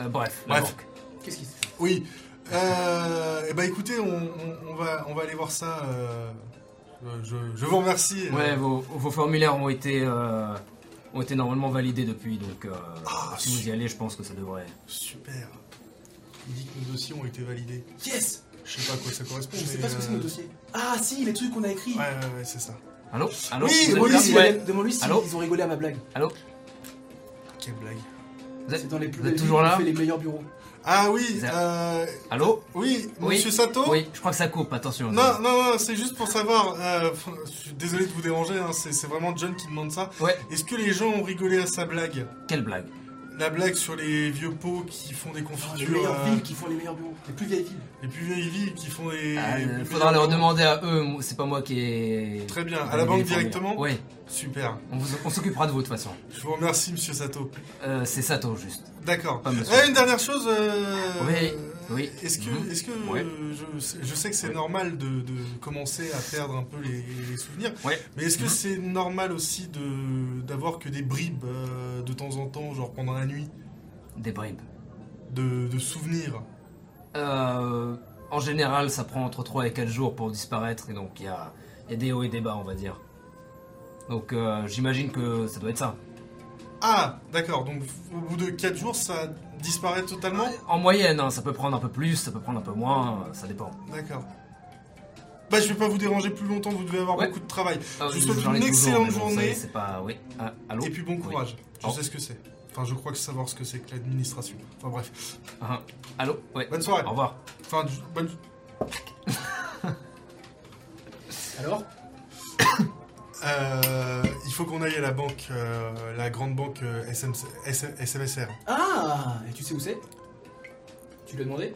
Speaker 1: Euh, bref, la
Speaker 3: Bref.
Speaker 1: banque.
Speaker 2: Qu'est-ce qui se
Speaker 3: Oui. Euh, eh ben écoutez, on, on- on va, on va aller voir ça. euh, euh, Je, je vous remercie. euh,
Speaker 1: Ouais, vos, vos formulaires ont été, euh, ont été normalement validés depuis, donc euh,
Speaker 3: Ah,
Speaker 1: si vous y
Speaker 3: super.
Speaker 1: allez, je pense que ça devrait.
Speaker 3: Super. Il dit que nos dossiers ont été validés.
Speaker 2: Yes
Speaker 3: Je sais pas à quoi ça correspond.
Speaker 2: Je sais
Speaker 3: mais,
Speaker 2: pas ce que c'est
Speaker 3: euh,
Speaker 2: nos dossiers. Ah si, les trucs qu'on a écrits.
Speaker 3: Ouais, ouais, ouais, c'est ça.
Speaker 1: Allô Allô
Speaker 3: Oui,
Speaker 1: Vous êtes
Speaker 3: oui,
Speaker 1: là
Speaker 3: oui,
Speaker 1: Ouais.
Speaker 2: Demande-lui si
Speaker 1: Allô
Speaker 2: ils ont rigolé à ma blague.
Speaker 1: Allô
Speaker 3: Quelle blague.
Speaker 1: Vous
Speaker 2: C'est
Speaker 1: êtes,
Speaker 2: dans les plus
Speaker 1: vous êtes
Speaker 2: belles villes
Speaker 1: toujours
Speaker 2: qu'on
Speaker 1: là
Speaker 2: fait les meilleurs bureaux.
Speaker 3: Ah oui,
Speaker 1: Ça-
Speaker 3: euh,
Speaker 1: Allô
Speaker 3: oui,
Speaker 1: Oui.
Speaker 3: monsieur Sato
Speaker 1: Oui, je crois que ça coupe, attention.
Speaker 3: Oh. Non, non, non, c'est juste pour savoir. euh, f- je suis désolé de vous déranger, hein, c'est c'est vraiment John qui demande ça.
Speaker 1: Ouais,
Speaker 3: Est-ce que les gens ont rigolé à sa blague
Speaker 1: quelle blague.
Speaker 3: La blague sur les vieux pots qui font des
Speaker 1: Ah,
Speaker 2: les
Speaker 3: confitures.
Speaker 2: meilleures
Speaker 3: euh,
Speaker 2: villes qui font les meilleurs bureaux. Les plus vieilles villes.
Speaker 3: les plus vieilles villes qui font des.
Speaker 1: Ah,
Speaker 3: des
Speaker 1: euh,
Speaker 3: plus
Speaker 1: faudra
Speaker 3: vieilles
Speaker 1: leur
Speaker 3: villes.
Speaker 1: demander Ah, à eux, moi- c'est pas moi qui ai.
Speaker 3: Très bien, à
Speaker 1: validé
Speaker 3: la
Speaker 1: les
Speaker 3: banque
Speaker 1: formulaires.
Speaker 3: directement
Speaker 1: Ouais,
Speaker 3: Super.
Speaker 1: on, vous- on s'occupera de vous de toute façon.
Speaker 3: Je vous remercie, monsieur Sato.
Speaker 1: Euh, c'est Sato, juste.
Speaker 3: D'accord.
Speaker 1: Pas Ah, monsieur.
Speaker 3: Eh, une dernière chose. euh,
Speaker 1: Oui, oui.
Speaker 3: Est-ce que,
Speaker 1: Mhm.
Speaker 3: est-ce que
Speaker 1: Ouais.
Speaker 3: euh, je, sais- je sais que c'est
Speaker 1: Ouais.
Speaker 3: normal de, de commencer à perdre un peu les, les souvenirs,
Speaker 1: Ouais.
Speaker 3: mais est-ce que
Speaker 1: Mhm.
Speaker 3: c'est normal aussi de d'avoir que des bribes euh, de temps en temps, genre pendant la nuit,
Speaker 1: Des bribes.
Speaker 3: de, de souvenirs
Speaker 1: Euh, en général, ça prend entre 3 et 4 jours pour disparaître, et donc il y a, il y a des hauts et des bas, on va dire. Donc euh, j'imagine que ça doit être ça.
Speaker 3: Ah, d'accord. Donc au bout de 4 jours, ça disparaît totalement.
Speaker 1: En moyenne, hein, ça peut prendre un peu plus, ça peut prendre un peu moins, ça dépend.
Speaker 3: D'accord. Bah, je vais pas vous déranger plus longtemps, vous devez avoir
Speaker 1: Ouais.
Speaker 3: beaucoup de travail.
Speaker 1: Ah,
Speaker 3: Je vous souhaite
Speaker 1: j'en ai
Speaker 3: une
Speaker 1: toujours,
Speaker 3: excellente
Speaker 1: mais bon,
Speaker 3: journée.
Speaker 1: ça, C'est pas. Oui. Ah, allô
Speaker 3: Et puis bon
Speaker 1: Oui.
Speaker 3: courage. Je
Speaker 1: Oh.
Speaker 3: sais ce que c'est. Enfin, je crois que savoir ce que c'est que l'administration. Enfin bref.
Speaker 1: Ah, allô Ouais.
Speaker 3: Bonne soirée.
Speaker 1: Au revoir.
Speaker 3: Enfin, du- bonne.
Speaker 2: Alors
Speaker 3: Euh, il faut qu'on aille à la banque, euh, la grande banque euh, SM SM SMSR.
Speaker 2: Ah Et tu sais où c'est Tu lui as demandé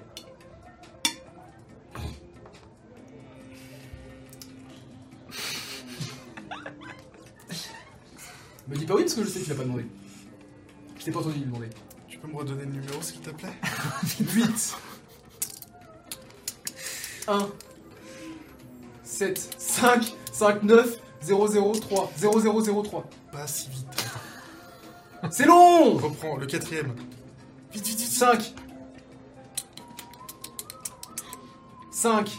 Speaker 2: Me dis pas oui parce que je sais que tu l'as pas demandé. Je t'ai pas entendu lui demander.
Speaker 3: Tu peux me redonner le numéro, s'il te plaît
Speaker 2: 8 1 7 5 5 9 0 0 3 0 0 0 3
Speaker 3: Pas si vite. Attends.
Speaker 2: C'est long
Speaker 3: Reprends le quatrième. Vite, vite, vite.
Speaker 2: 5 5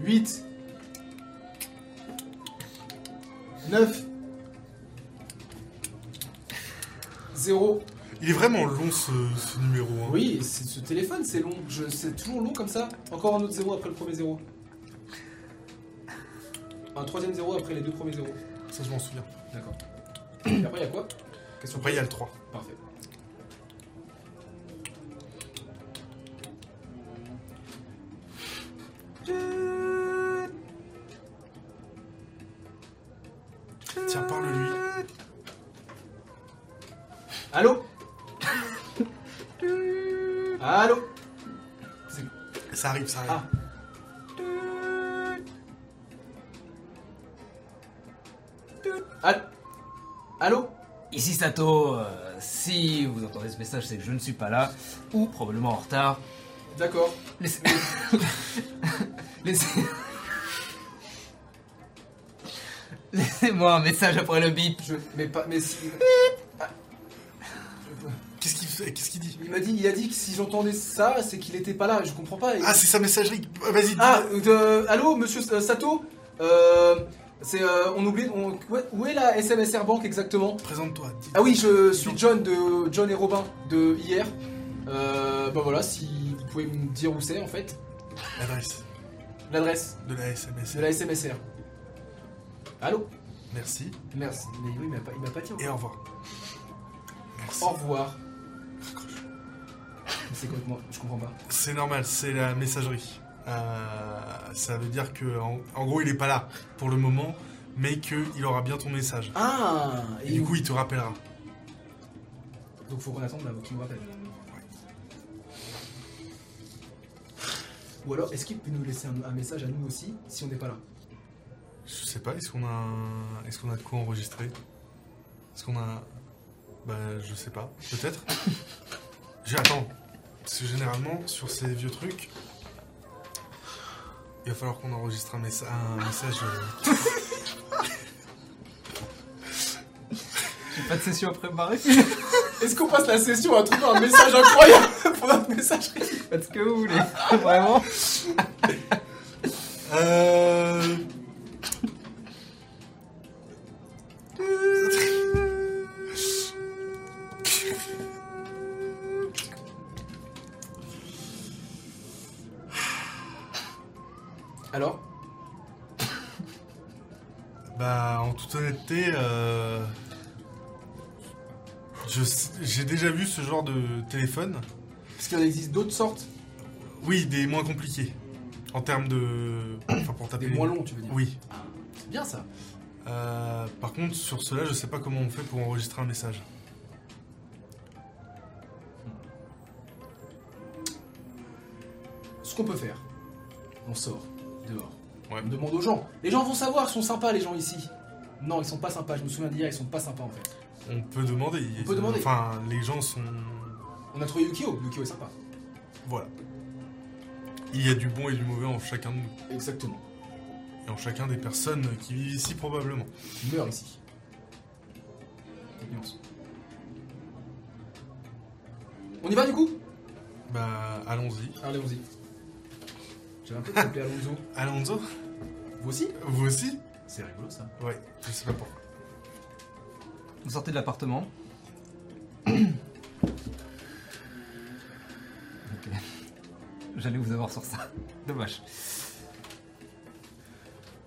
Speaker 2: 8 9 0
Speaker 3: Il est vraiment long ce, ce numéro. hein.
Speaker 2: Oui, c'est- ce téléphone c'est long, Je- c'est toujours long comme ça. Encore un autre zéro après le premier zéro. Un troisième zéro après les deux premiers zéros.
Speaker 3: Ça, je m'en souviens.
Speaker 2: D'accord. Et après il y a quoi Question
Speaker 3: Après, il y a le 3.
Speaker 2: Parfait.
Speaker 3: Tiens, parle-lui.
Speaker 2: Allô Allô C'est-
Speaker 3: Ça arrive, ça arrive.
Speaker 2: Ah. Al- Allô
Speaker 1: Ici Sato, euh, si vous entendez ce message, c'est que je ne suis pas là, ou probablement en retard.
Speaker 2: D'accord.
Speaker 1: Laissez. Laissez. Laissez-moi un message après le bip.
Speaker 2: Je mais pas mais si-
Speaker 3: Qu'est-ce qu'il fait Qu'est-ce qu'il dit
Speaker 2: il m'a dit il a dit que si j'entendais ça, c'est qu'il était pas là, je comprends pas.
Speaker 3: Ah, c'est sa messagerie. Ah, Vas-y.
Speaker 2: Ah, euh, allô, monsieur euh, Sato Euh, C'est. euh, on oublie. on- ouais, où est la SMSR Bank exactement
Speaker 3: Présente-toi. dis-
Speaker 2: Ah oui, je suis John de John et Robin de hier. Euh, bah voilà, si vous pouvez me dire où c'est en fait,
Speaker 3: L'adresse
Speaker 2: l'adresse
Speaker 3: de la SMS.
Speaker 2: de la SMSR. Allô
Speaker 3: Merci.
Speaker 2: Merci. Mais oui, il m'a pas, il m'a pas dit. au
Speaker 3: Et au revoir. Merci.
Speaker 2: Au revoir. C'est quoi moi Je comprends pas.
Speaker 3: C'est normal, c'est la messagerie. Euh, ça veut dire que, en, en gros, il est pas là pour le moment, mais qu'il aura bien ton message.
Speaker 2: Ah
Speaker 3: Et du coup, il te rappellera.
Speaker 2: Donc faut qu'on attende là, qu'il nous rappelle. Ou alors, est-ce qu'il peut nous laisser un, un message à nous aussi si on n'est pas là
Speaker 3: Je sais pas, est-ce qu'on a, un- est-ce qu'on a de quoi enregistrer Est-ce qu'on a, bah, je sais pas, peut-être. J'attends, parce que généralement sur ces vieux trucs, il va falloir qu'on enregistre un, messa- un message. euh,
Speaker 1: J'ai pas de session à préparer.
Speaker 2: Est-ce qu'on passe la session à trouver un message incroyable pour notre message
Speaker 1: Faites ce que vous voulez. Vraiment.
Speaker 3: Euh...
Speaker 2: Alors
Speaker 3: Bah, en toute honnêteté, euh, je sais- j'ai déjà vu ce genre de téléphone.
Speaker 2: Parce qu'il en existe d'autres sortes,
Speaker 3: Oui, des moins compliqués. En termes de. Enfin, pour taper.
Speaker 2: des
Speaker 3: les-
Speaker 2: moins longs, tu veux dire
Speaker 3: Oui.
Speaker 2: C'est bien ça.
Speaker 3: Euh, par contre, sur cela, je sais pas comment on fait pour enregistrer un message.
Speaker 2: Ce qu'on peut faire, on sort dehors.
Speaker 3: Ouais.
Speaker 2: On demande aux gens. Les gens vont savoir, ils sont sympas les gens ici. Non, ils sont pas sympas. Je me souviens d'hier, ils sont pas sympas en fait.
Speaker 3: On peut demander.
Speaker 2: On peut demander.
Speaker 3: Enfin, les gens sont.
Speaker 2: On a trouvé Yukio. Yukio est sympa.
Speaker 3: Voilà. Il y a du bon et du mauvais en chacun de nous.
Speaker 2: Exactement.
Speaker 3: Et en chacun des personnes qui vivent ici, probablement.
Speaker 2: Il meurt ici. Cette nuance. On y va du coup
Speaker 3: Bah, allons-y.
Speaker 2: Allez, allons-y. J'avais un peu appelé Alonso.
Speaker 3: Alonso
Speaker 2: Vous aussi
Speaker 3: Vous aussi
Speaker 2: C'est rigolo ça.
Speaker 3: Ouais, je sais pas pourquoi.
Speaker 1: Vous sortez de l'appartement. Ok. J'allais vous avoir sur ça. Dommage.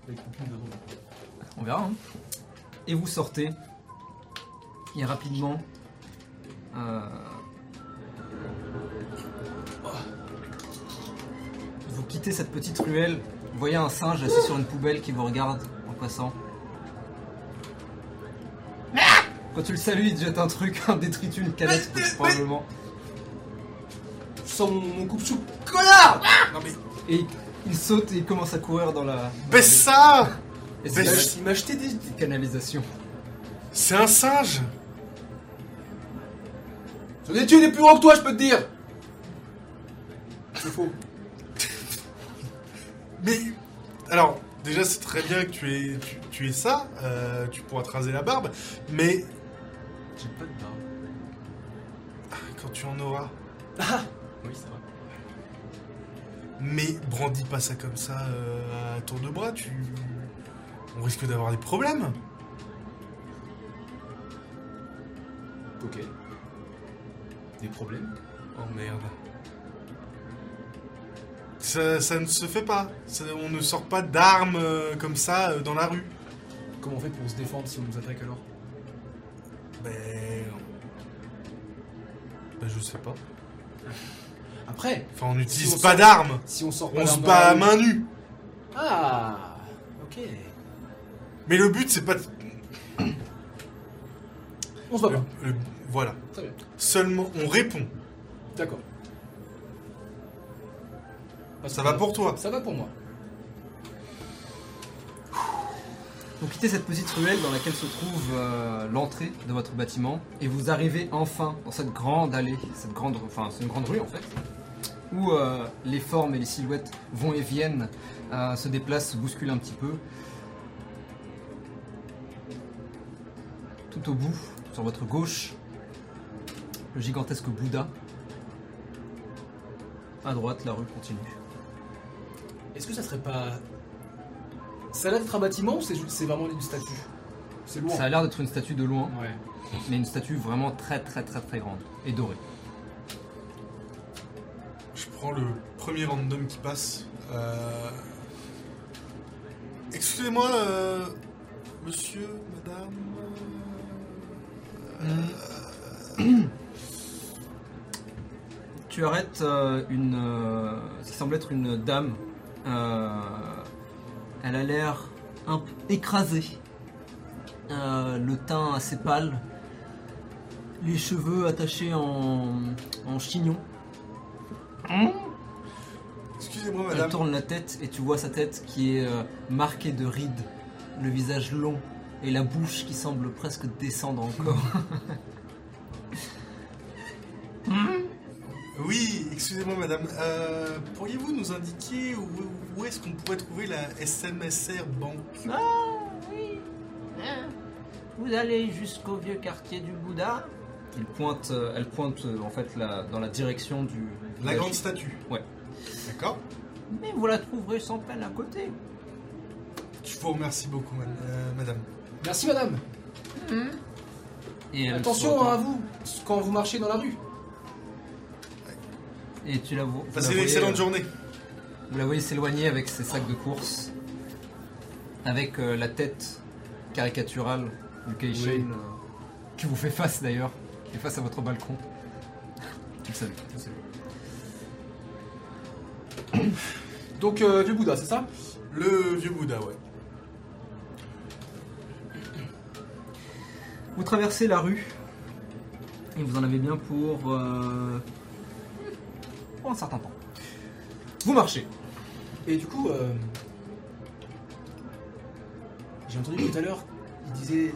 Speaker 2: Avec une pile de roue.
Speaker 1: On verra. hein. Et vous sortez. Et rapidement. euh, Vous quittez cette petite ruelle. Vous voyez un singe assis sur une poubelle qui vous regarde en passant. Quand tu le salues, il te jette un truc, un détritus, une canette probablement.
Speaker 2: Je sens mon, mon coupe-soupe.
Speaker 3: Non mais
Speaker 1: Et il, il saute et il commence à courir dans la. dans la-
Speaker 3: baisse ça
Speaker 1: Et
Speaker 2: Il
Speaker 1: c'est
Speaker 2: m'a-
Speaker 1: la
Speaker 3: Baisse-
Speaker 2: il m'a acheté des. des-
Speaker 1: canalisation.
Speaker 3: C'est un singe
Speaker 2: J'en ai tué des plus gros que toi, je peux te dire C'est faux.
Speaker 3: Mais alors, déjà, c'est très bien que tu aies, tu, tu aies ça, euh, tu pourras te raser la barbe, mais
Speaker 2: J'ai pas de barbe.
Speaker 3: quand tu en auras,
Speaker 4: Oui, c'est vrai.
Speaker 3: mais brandis pas ça comme ça euh, à tour de bras, tu. On risque d'avoir des problèmes.
Speaker 4: Ok. Des problèmes
Speaker 3: Oh merde. Ça, ça ne se fait pas. Ça- on ne sort pas d'armes euh, comme ça euh, dans la rue.
Speaker 2: Comment on fait pour se défendre si on nous attaque alors
Speaker 3: Ben. Ben, je sais pas.
Speaker 2: Après,
Speaker 3: Enfin, on n'utilise
Speaker 2: on
Speaker 3: pas
Speaker 2: sort-
Speaker 3: d'armes.
Speaker 2: si on sort pas
Speaker 3: On se
Speaker 2: d'armes
Speaker 3: bat à
Speaker 2: dans la
Speaker 3: main nue.
Speaker 2: rue- Ah Ok.
Speaker 3: Mais le but, c'est pas de
Speaker 2: On se bat
Speaker 3: Le-
Speaker 2: pas.
Speaker 3: le- voilà.
Speaker 2: Très bien.
Speaker 3: Seulement, on répond.
Speaker 2: D'accord. Pas de
Speaker 3: Ça va pour
Speaker 2: problème.
Speaker 3: toi.
Speaker 2: Ça va pour moi.
Speaker 1: Vous quittez cette petite ruelle dans laquelle se trouve euh, l'entrée de votre bâtiment et vous arrivez enfin dans cette grande allée, cette grande, enfin c'est une grande rue en fait, où euh, les formes et les silhouettes vont et viennent, euh, se déplacent, se bousculent un petit peu. Tout au bout, sur votre gauche, le gigantesque Bouddha. À droite, la rue continue.
Speaker 2: Est-ce que ça serait pas. Ça a l'air d'être un bâtiment ou c'est ju- c'est vraiment une statue C'est lourd.
Speaker 1: Ça a l'air d'être une statue de loin,
Speaker 2: Ouais.
Speaker 1: mais une statue vraiment très très très très grande et dorée.
Speaker 3: Je prends le premier random qui passe. Euh, Excusez-moi, euh, monsieur, madame. euh,
Speaker 1: Tu arrêtes euh, une. euh, ce qui semble être une dame. Euh, elle a l'air un p- écrasée. Euh, le teint assez pâle. Les cheveux attachés en, en chignon.
Speaker 3: Excusez-moi,
Speaker 1: Elle
Speaker 3: madame.
Speaker 1: tourne la tête et tu vois sa tête qui est euh, marquée de rides. Le visage long et la bouche qui semble presque descendre encore.
Speaker 3: Oui, excusez-moi, madame. Euh, Pourriez-vous nous indiquer où, où est-ce qu'on pourrait trouver la SMSR Banque
Speaker 1: Ah, Hein Vous allez jusqu'au vieux quartier du Bouddha. Il pointe, euh, elle pointe euh, en fait la- dans la direction du.
Speaker 3: La
Speaker 1: du-
Speaker 3: grande statue.
Speaker 1: Ouais.
Speaker 3: D'accord.
Speaker 1: Mais vous la trouverez sans peine à côté.
Speaker 3: Je vous remercie beaucoup, man- euh, madame.
Speaker 2: Merci madame.
Speaker 1: Et elle se
Speaker 2: Attention
Speaker 1: retourne.
Speaker 2: hein, à vous quand vous marchez dans la rue.
Speaker 1: Et tu la, vo- vous la
Speaker 3: Passez une
Speaker 1: voyez,
Speaker 3: excellente
Speaker 1: euh,
Speaker 3: journée.
Speaker 1: Vous la voyez s'éloigner avec ses sacs de course, avec euh, la tête caricaturale du Keishin,
Speaker 4: Oui.
Speaker 1: euh, qui vous fait face d'ailleurs, qui est face à votre balcon. Tu le savais. tu le savais.
Speaker 2: Donc euh, du Bouddha, c'est ça
Speaker 3: Le vieux Bouddha, ouais.
Speaker 1: Vous traversez la rue et vous en avez bien pour, euh, pour un certain temps. Vous marchez.
Speaker 2: Et du coup, euh, j'ai entendu tout à l'heure, il disait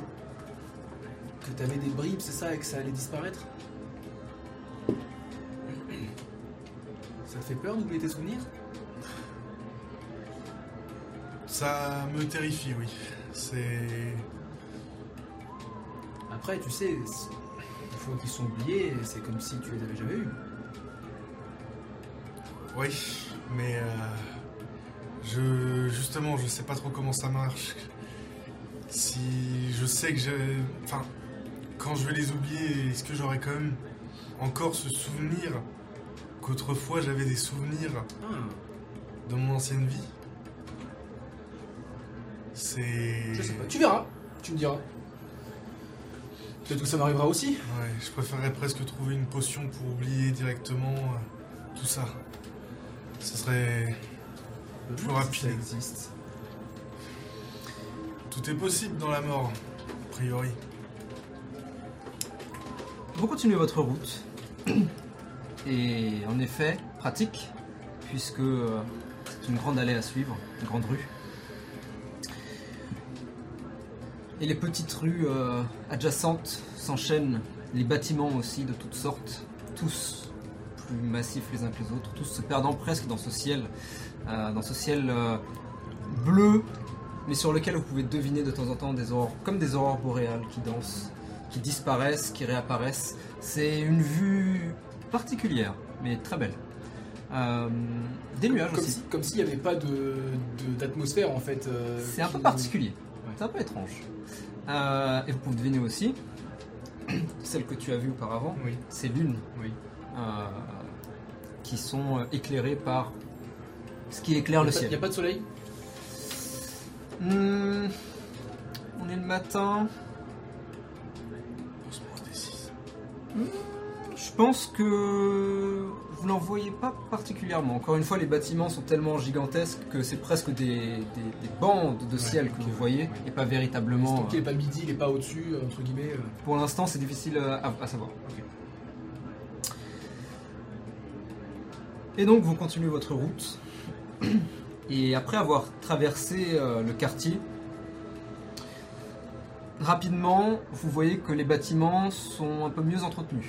Speaker 2: que t'avais des bribes, c'est ça, et que ça allait disparaître. Ça te fait peur d'oublier tes souvenirs
Speaker 3: Ça me terrifie, oui. C'est.
Speaker 2: Après, tu sais, c'est- une fois qu'ils sont oubliés, c'est comme si tu les avais jamais eus.
Speaker 3: Oui, mais. euh, je. Justement, je sais pas trop comment ça marche. Si. Je sais que je. Enfin. Quand je vais les oublier, est-ce que j'aurai quand même encore ce souvenir qu'autrefois j'avais des souvenirs
Speaker 2: Ah,
Speaker 3: de mon ancienne vie. C'est.
Speaker 2: Je sais pas. Tu verras. Tu me diras. Peut-être que ça m'arrivera aussi.
Speaker 3: Ouais, je préférerais presque trouver une potion pour oublier directement euh, tout ça. Ce serait. Plus rapide.
Speaker 4: Ça existe.
Speaker 3: Tout est possible dans la mort, a priori.
Speaker 1: Vous continuez votre route. Et en effet, pratique, puisque euh, c'est une grande allée à suivre, une grande rue. Et les petites rues euh, adjacentes s'enchaînent, les bâtiments aussi de toutes sortes, tous plus massifs les uns que les autres, tous se perdant presque dans ce ciel, euh, dans ce ciel euh, bleu, mais sur lequel vous pouvez deviner de temps en temps des aurores, comme des aurores boréales qui dansent, qui disparaissent, qui réapparaissent. C'est une vue particulière, mais très belle. Euh, des nuages
Speaker 2: Comme
Speaker 1: aussi.
Speaker 2: si- comme s'il n'y avait pas de- de- d'atmosphère en fait. euh,
Speaker 1: C'est un
Speaker 2: qui-
Speaker 1: peu particulier.
Speaker 2: Ouais.
Speaker 1: C'est un peu étrange. Euh, et vous pouvez deviner aussi, celle que tu as vue auparavant,
Speaker 4: Oui.
Speaker 1: ces lunes
Speaker 4: Oui.
Speaker 1: euh, qui sont euh, éclairées par ce qui éclaire
Speaker 2: Il
Speaker 1: le
Speaker 2: n'y a,
Speaker 1: ciel.
Speaker 2: pas de soleil
Speaker 1: Hmm, on est le matin.
Speaker 3: Pense-moi des six.
Speaker 1: Je pense que vous n'en voyez pas particulièrement. Encore une fois, les bâtiments sont tellement gigantesques que c'est presque des, des- des bandes de ciel que
Speaker 4: ok,
Speaker 1: vous
Speaker 4: ouais,
Speaker 1: voyez
Speaker 4: ouais.
Speaker 1: et pas
Speaker 2: Tant
Speaker 1: véritablement.
Speaker 2: qu'il n'est pas midi, il n'est pas au-dessus, euh, entre guillemets. euh.
Speaker 1: Pour l'instant, c'est difficile euh, à, à savoir.
Speaker 4: Ok.
Speaker 1: Et donc, vous continuez votre route. Et après avoir traversé euh, le quartier, rapidement, vous voyez que les bâtiments sont un peu mieux entretenus,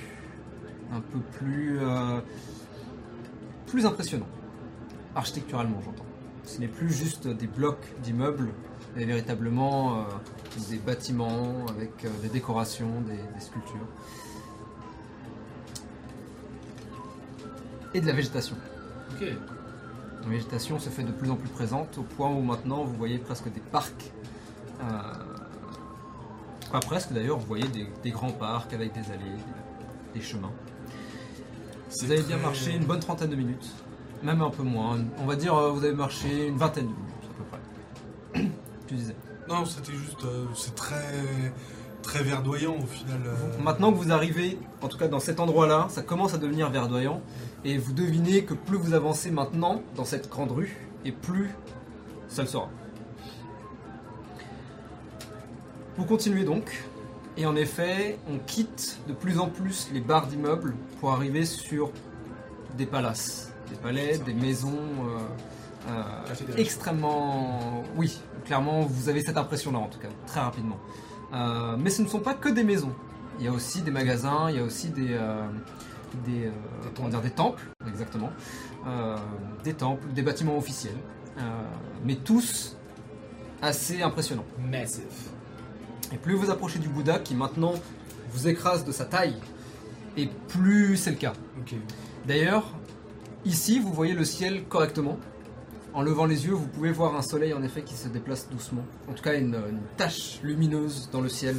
Speaker 1: un peu plus, euh, plus impressionnants, architecturalement, j'entends. Ce n'est plus juste des blocs d'immeubles, mais véritablement euh, des bâtiments avec euh, des décorations, des, des sculptures. Et de la végétation.
Speaker 4: Ok.
Speaker 1: La végétation se fait de plus en plus présente au point où maintenant vous voyez presque des parcs. euh, Pas presque d'ailleurs, vous voyez des, des grands parcs avec des allées, des- des chemins. Vous avez bien
Speaker 3: très-
Speaker 1: marché une bonne trentaine de minutes, même un peu moins. On va dire euh, vous avez marché une vingtaine de minutes à peu près. tu disais.
Speaker 3: Non, c'était juste. euh, c'est très. très verdoyant au final. euh.
Speaker 1: Vous- Maintenant que vous arrivez, en tout cas dans cet endroit-là, ça commence à devenir verdoyant. Et vous devinez que plus vous avancez maintenant dans cette grande rue, et plus ça le sera. Vous continuez donc, et en effet, on quitte de plus en plus les barres d'immeubles pour arriver sur des palaces, des palais, des maisons euh, euh,
Speaker 2: Cathédrales.
Speaker 1: extrêmement. Oui, clairement, vous avez cette impression-là en tout cas, très rapidement. Euh, mais ce ne sont pas que des maisons. Il y a aussi des magasins, il y a aussi des, euh, des, euh, comment dire, des temples, exactement, Euh, des temples, des bâtiments officiels, Euh, mais tous assez impressionnants.
Speaker 2: Massive.
Speaker 1: Et plus vous approchez du Bouddha, qui maintenant vous écrase de sa taille, et plus c'est le cas.
Speaker 2: Ok.
Speaker 1: D'ailleurs, ici, vous voyez le ciel correctement. En levant les yeux, vous pouvez voir un soleil en effet qui se déplace doucement. En tout cas, une, une tache lumineuse dans le ciel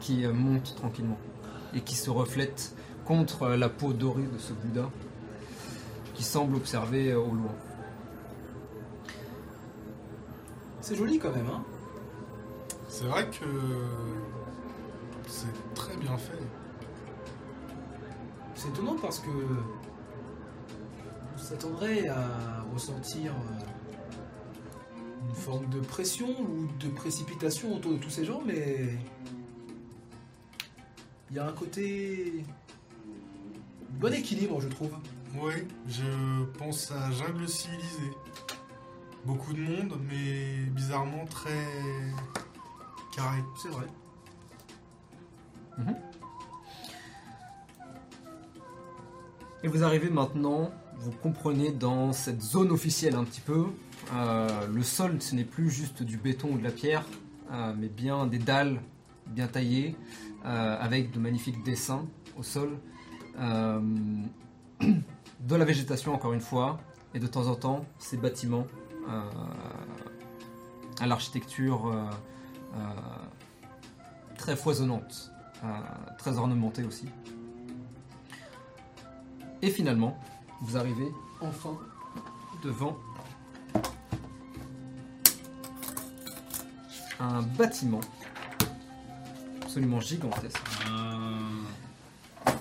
Speaker 1: qui euh, monte tranquillement et qui se reflète contre euh, la peau dorée de ce Bouddha qui semble observer euh, au loin.
Speaker 2: C'est joli quand même, hein
Speaker 3: C'est vrai que. c'est très bien fait.
Speaker 2: C'est étonnant parce que on s'attendrait à ressentir euh, une forme de pression ou de précipitation autour de tous ces gens, mais il y a un côté bon équilibre, je trouve.
Speaker 3: Oui, je pense à Jungle Civilisée. Beaucoup de monde, mais bizarrement très. carré.
Speaker 2: C'est vrai.
Speaker 1: Et vous arrivez maintenant, vous comprenez dans cette zone officielle un petit peu, euh, le sol ce n'est plus juste du béton ou de la pierre, euh, mais bien des dalles bien taillées, euh, avec de magnifiques dessins au sol, euh, de la végétation encore une fois, et de temps en temps ces bâtiments euh, à l'architecture euh, euh, très foisonnante, euh, très ornementée aussi. Et finalement, vous arrivez enfin devant un bâtiment absolument gigantesque
Speaker 2: Euh,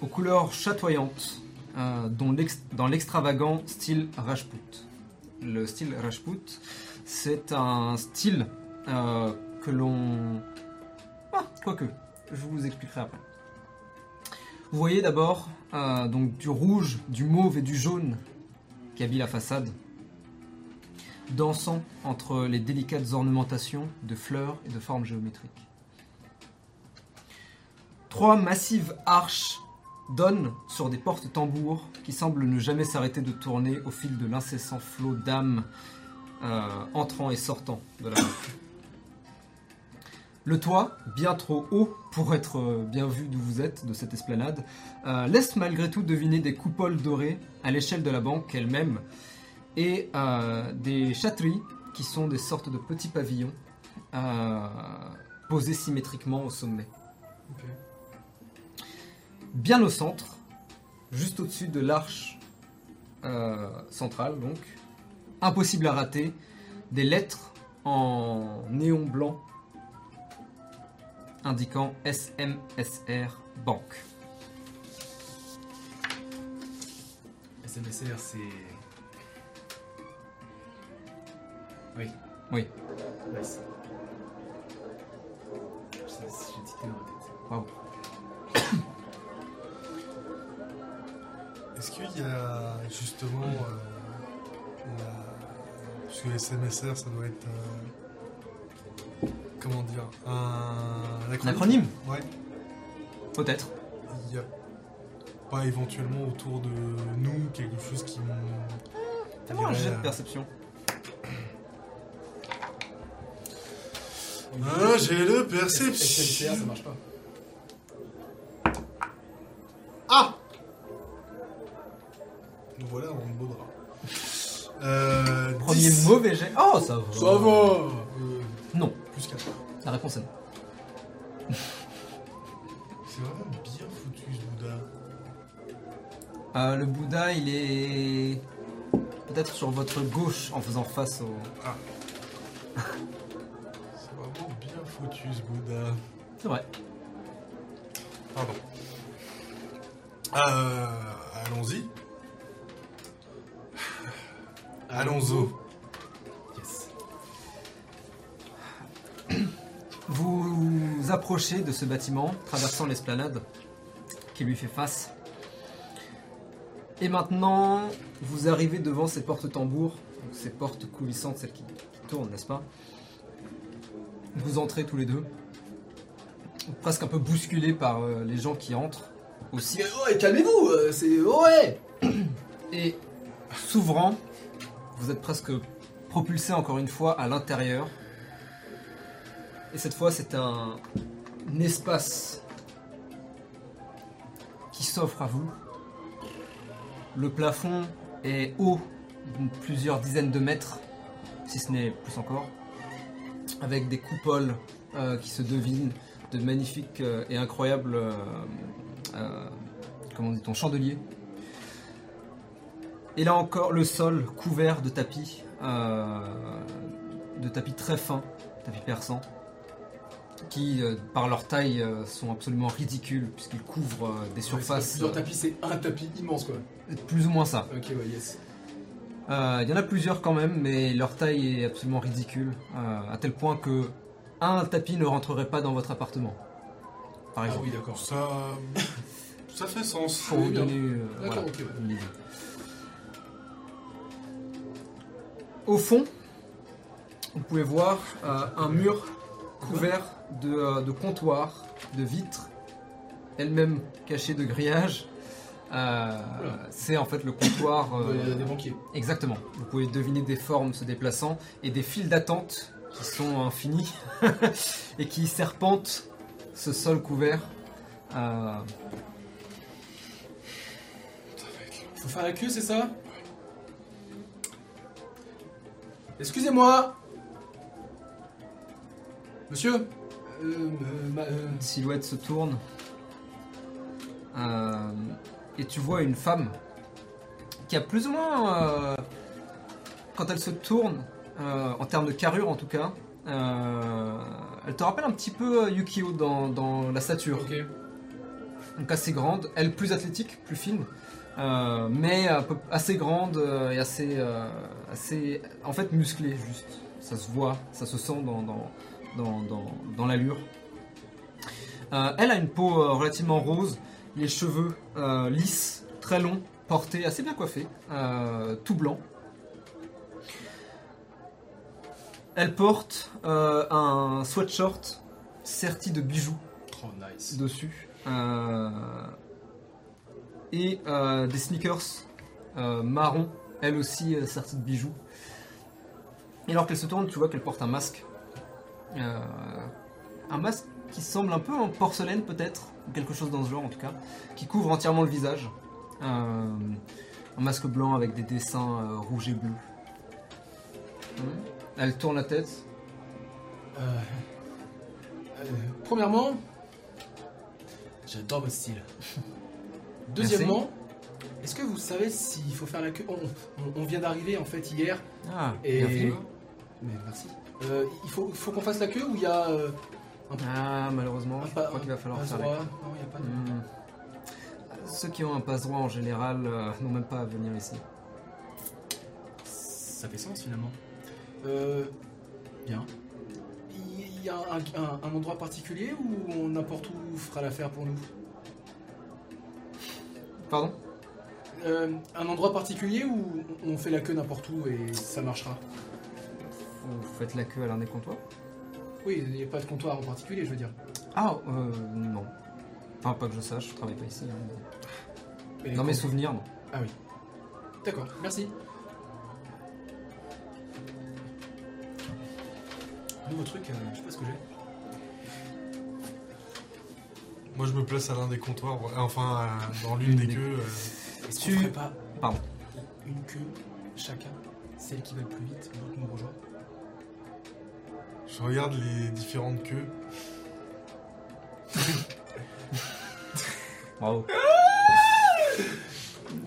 Speaker 1: aux couleurs chatoyantes, euh, dont l'ex- dans l'extravagant style Rajput. Le style Rajput, c'est un style euh, que l'on... Ah, quoique, je vous expliquerai après. Vous voyez d'abord euh, donc du rouge, du mauve et du jaune qui habille la façade, dansant entre les délicates ornementations de fleurs et de formes géométriques. Trois massives arches donnent sur des portes tambours qui semblent ne jamais s'arrêter de tourner au fil de l'incessant flot d'âmes euh, entrant et sortant de la nef. Le toit, bien trop haut pour être euh, bien vu d'où vous êtes, de cette esplanade, euh, laisse malgré tout deviner des coupoles dorées à l'échelle de la banque elle-même et euh, des chatteries qui sont des sortes de petits pavillons euh, posés symétriquement au sommet.
Speaker 2: Ok.
Speaker 1: Bien au centre, juste au-dessus de l'arche euh, centrale, donc, impossible à rater, des lettres en néon blanc indiquant SMSR Banque.
Speaker 4: SMSR, c'est. Oui.
Speaker 1: Oui.
Speaker 4: Nice. Je sais pas si J'ai tilté dans ma tête.
Speaker 3: Est-ce qu'il y a justement euh, la- Parce que SMSR, ça doit être. euh, Comment dire Un
Speaker 1: Un acronyme
Speaker 3: Ouais.
Speaker 1: Peut-être.
Speaker 3: Il n'y a pas éventuellement autour de nous quelque chose qui.
Speaker 1: Fais-moi un
Speaker 3: dirait,
Speaker 1: jet de
Speaker 3: euh,
Speaker 1: perception.
Speaker 3: Ah, j'ai le
Speaker 2: SMCR, ça
Speaker 3: perception
Speaker 2: marche pas.
Speaker 3: Ah Nous voilà en beau drap. Euh,
Speaker 1: Premier
Speaker 3: 10.
Speaker 1: mauvais jet. Oh, ça va.
Speaker 2: Ça va
Speaker 3: Euh,
Speaker 1: Non,
Speaker 3: plus 4.
Speaker 1: la réponse est non.
Speaker 3: C'est vraiment bien foutu ce Bouddha.
Speaker 1: Euh, le Bouddha, il est peut-être sur votre gauche en faisant face au.
Speaker 3: C'est vraiment bien foutu ce Bouddha.
Speaker 1: C'est vrai.
Speaker 3: Pardon. Euh, allons-y. Allons-y.
Speaker 4: Yes.
Speaker 1: Vous approchez de ce bâtiment, traversant l'esplanade qui lui fait face. Et maintenant, vous arrivez devant ces portes tambours, donc ces portes coulissantes, celles qui, qui tournent, n'est-ce pas Vous entrez tous les deux, presque un peu bousculés par euh, les gens qui entrent aussi.
Speaker 2: Si- ouais, calmez-vous, euh, c'est. Ouais
Speaker 1: Et s'ouvrant, vous êtes presque propulsé encore une fois à l'intérieur. Et cette fois, c'est un, un espace qui s'offre à vous. Le plafond est haut de plusieurs dizaines de mètres, si ce n'est plus encore, avec des coupoles euh, qui se devinent de magnifiques euh, et incroyables, euh, euh, comment dit-on, chandeliers. Et là encore, le sol couvert de tapis, euh, de tapis très fins, tapis persans, qui, euh, par leur taille, euh, sont absolument ridicules, puisqu'ils couvrent euh, des surfaces.
Speaker 2: Plusieurs
Speaker 1: euh,
Speaker 2: tapis, c'est un tapis immense quoi.
Speaker 1: plus ou moins ça.
Speaker 2: Ok, ouais, yes.
Speaker 1: Euh, Il y en a plusieurs quand même, mais leur taille est absolument ridicule, euh, à tel point que un tapis ne rentrerait pas dans votre appartement. Par
Speaker 2: Ah
Speaker 1: exemple.
Speaker 2: oui, d'accord.
Speaker 3: Ça. euh, Ça fait sens.
Speaker 1: Pour vous
Speaker 2: bien.
Speaker 1: donner, euh,
Speaker 2: hein. D'accord,
Speaker 1: voilà,
Speaker 2: ok, ouais.
Speaker 1: une idée. Au fond, vous pouvez voir euh, un mur couvert de, euh, de comptoirs, de vitres, elles-mêmes cachées de grillages. Euh,
Speaker 2: Oula.
Speaker 1: c'est en fait le comptoir
Speaker 2: Ouais, Il y
Speaker 1: euh,
Speaker 2: a des banquiers.
Speaker 1: Exactement. Vous pouvez deviner des formes se déplaçant et des files d'attente qui sont infinies et qui serpentent ce sol couvert. Euh,
Speaker 2: Faut faire la queue, c'est ça Excusez-moi Monsieur euh, euh, ma- euh,
Speaker 1: une silhouette se tourne. Euh, et tu vois une femme qui a plus ou moins, euh, quand elle se tourne, euh, en termes de carrure en tout cas, euh, elle te rappelle un petit peu euh, Yukio dans, dans la stature.
Speaker 5: Ok.
Speaker 1: Donc assez grande, elle plus athlétique, plus fine, euh, mais un peu- assez grande euh, et assez, euh, assez, en fait musclée juste. Ça se voit, ça se sent dans, dans, dans, dans, dans l'allure. Euh, elle a une peau euh, relativement rose, les cheveux euh, lisses, très longs, portés, assez bien coiffés, euh, tout blanc. Elle porte euh, un sweatshirt serti de bijoux
Speaker 2: Oh, nice.
Speaker 1: dessus. Euh, et euh, des sneakers euh, marron, elle aussi euh, sertie de bijoux. Et alors qu'elle se tourne, tu vois qu'elle porte un masque. Euh, un masque qui semble un peu en porcelaine peut-être, ou quelque chose dans ce genre en tout cas, qui couvre entièrement le visage. Euh, un masque blanc avec des dessins euh, rouges et bleus. Hum. Elle tourne la tête.
Speaker 2: Euh, euh, premièrement, j'adore votre style. Deuxièmement, est-ce que vous savez s'il faut faire la queue on, on- on vient d'arriver en fait hier
Speaker 1: Ah,
Speaker 2: et.
Speaker 1: bienvenue.
Speaker 2: Mais merci. Euh, il faut, faut qu'on fasse la queue ou il y a. euh,
Speaker 1: Ah, malheureusement,
Speaker 2: un
Speaker 1: je
Speaker 2: pas-
Speaker 1: crois qu'il va falloir
Speaker 2: un
Speaker 1: faire la
Speaker 2: droit Non, il n'y a pas de.
Speaker 1: Hmm. Ceux qui ont un passe-droit en général euh, n'ont même pas à venir ici.
Speaker 2: Ça fait sens finalement. Euh, bien. Il y a un, un- un endroit particulier ou on- n'importe où fera l'affaire pour nous
Speaker 1: Pardon
Speaker 2: Euh, Un endroit particulier où on fait la queue n'importe où et ça marchera
Speaker 1: Vous faites la queue à l'un des comptoirs
Speaker 2: Oui, il n'y a pas de comptoir en particulier, je veux dire.
Speaker 1: Ah, euh, non. Enfin, pas que je sache, je travaille pas ici. hein.
Speaker 2: Et
Speaker 1: Dans mes
Speaker 2: com-
Speaker 1: souvenirs, non.
Speaker 2: D'accord, merci. Nouveau truc, euh, je sais pas ce que j'ai.
Speaker 3: Moi, je me place à l'un des comptoirs, ouais, enfin, euh, dans l'une des
Speaker 1: des-
Speaker 3: queues. euh,
Speaker 2: Est-ce
Speaker 1: Tu-
Speaker 2: qu'on ferait pas
Speaker 1: Pardon.
Speaker 2: une queue chacun, celle qui va le plus vite, l'autre nous rejoint
Speaker 3: je regarde les différentes queues.
Speaker 1: Bravo.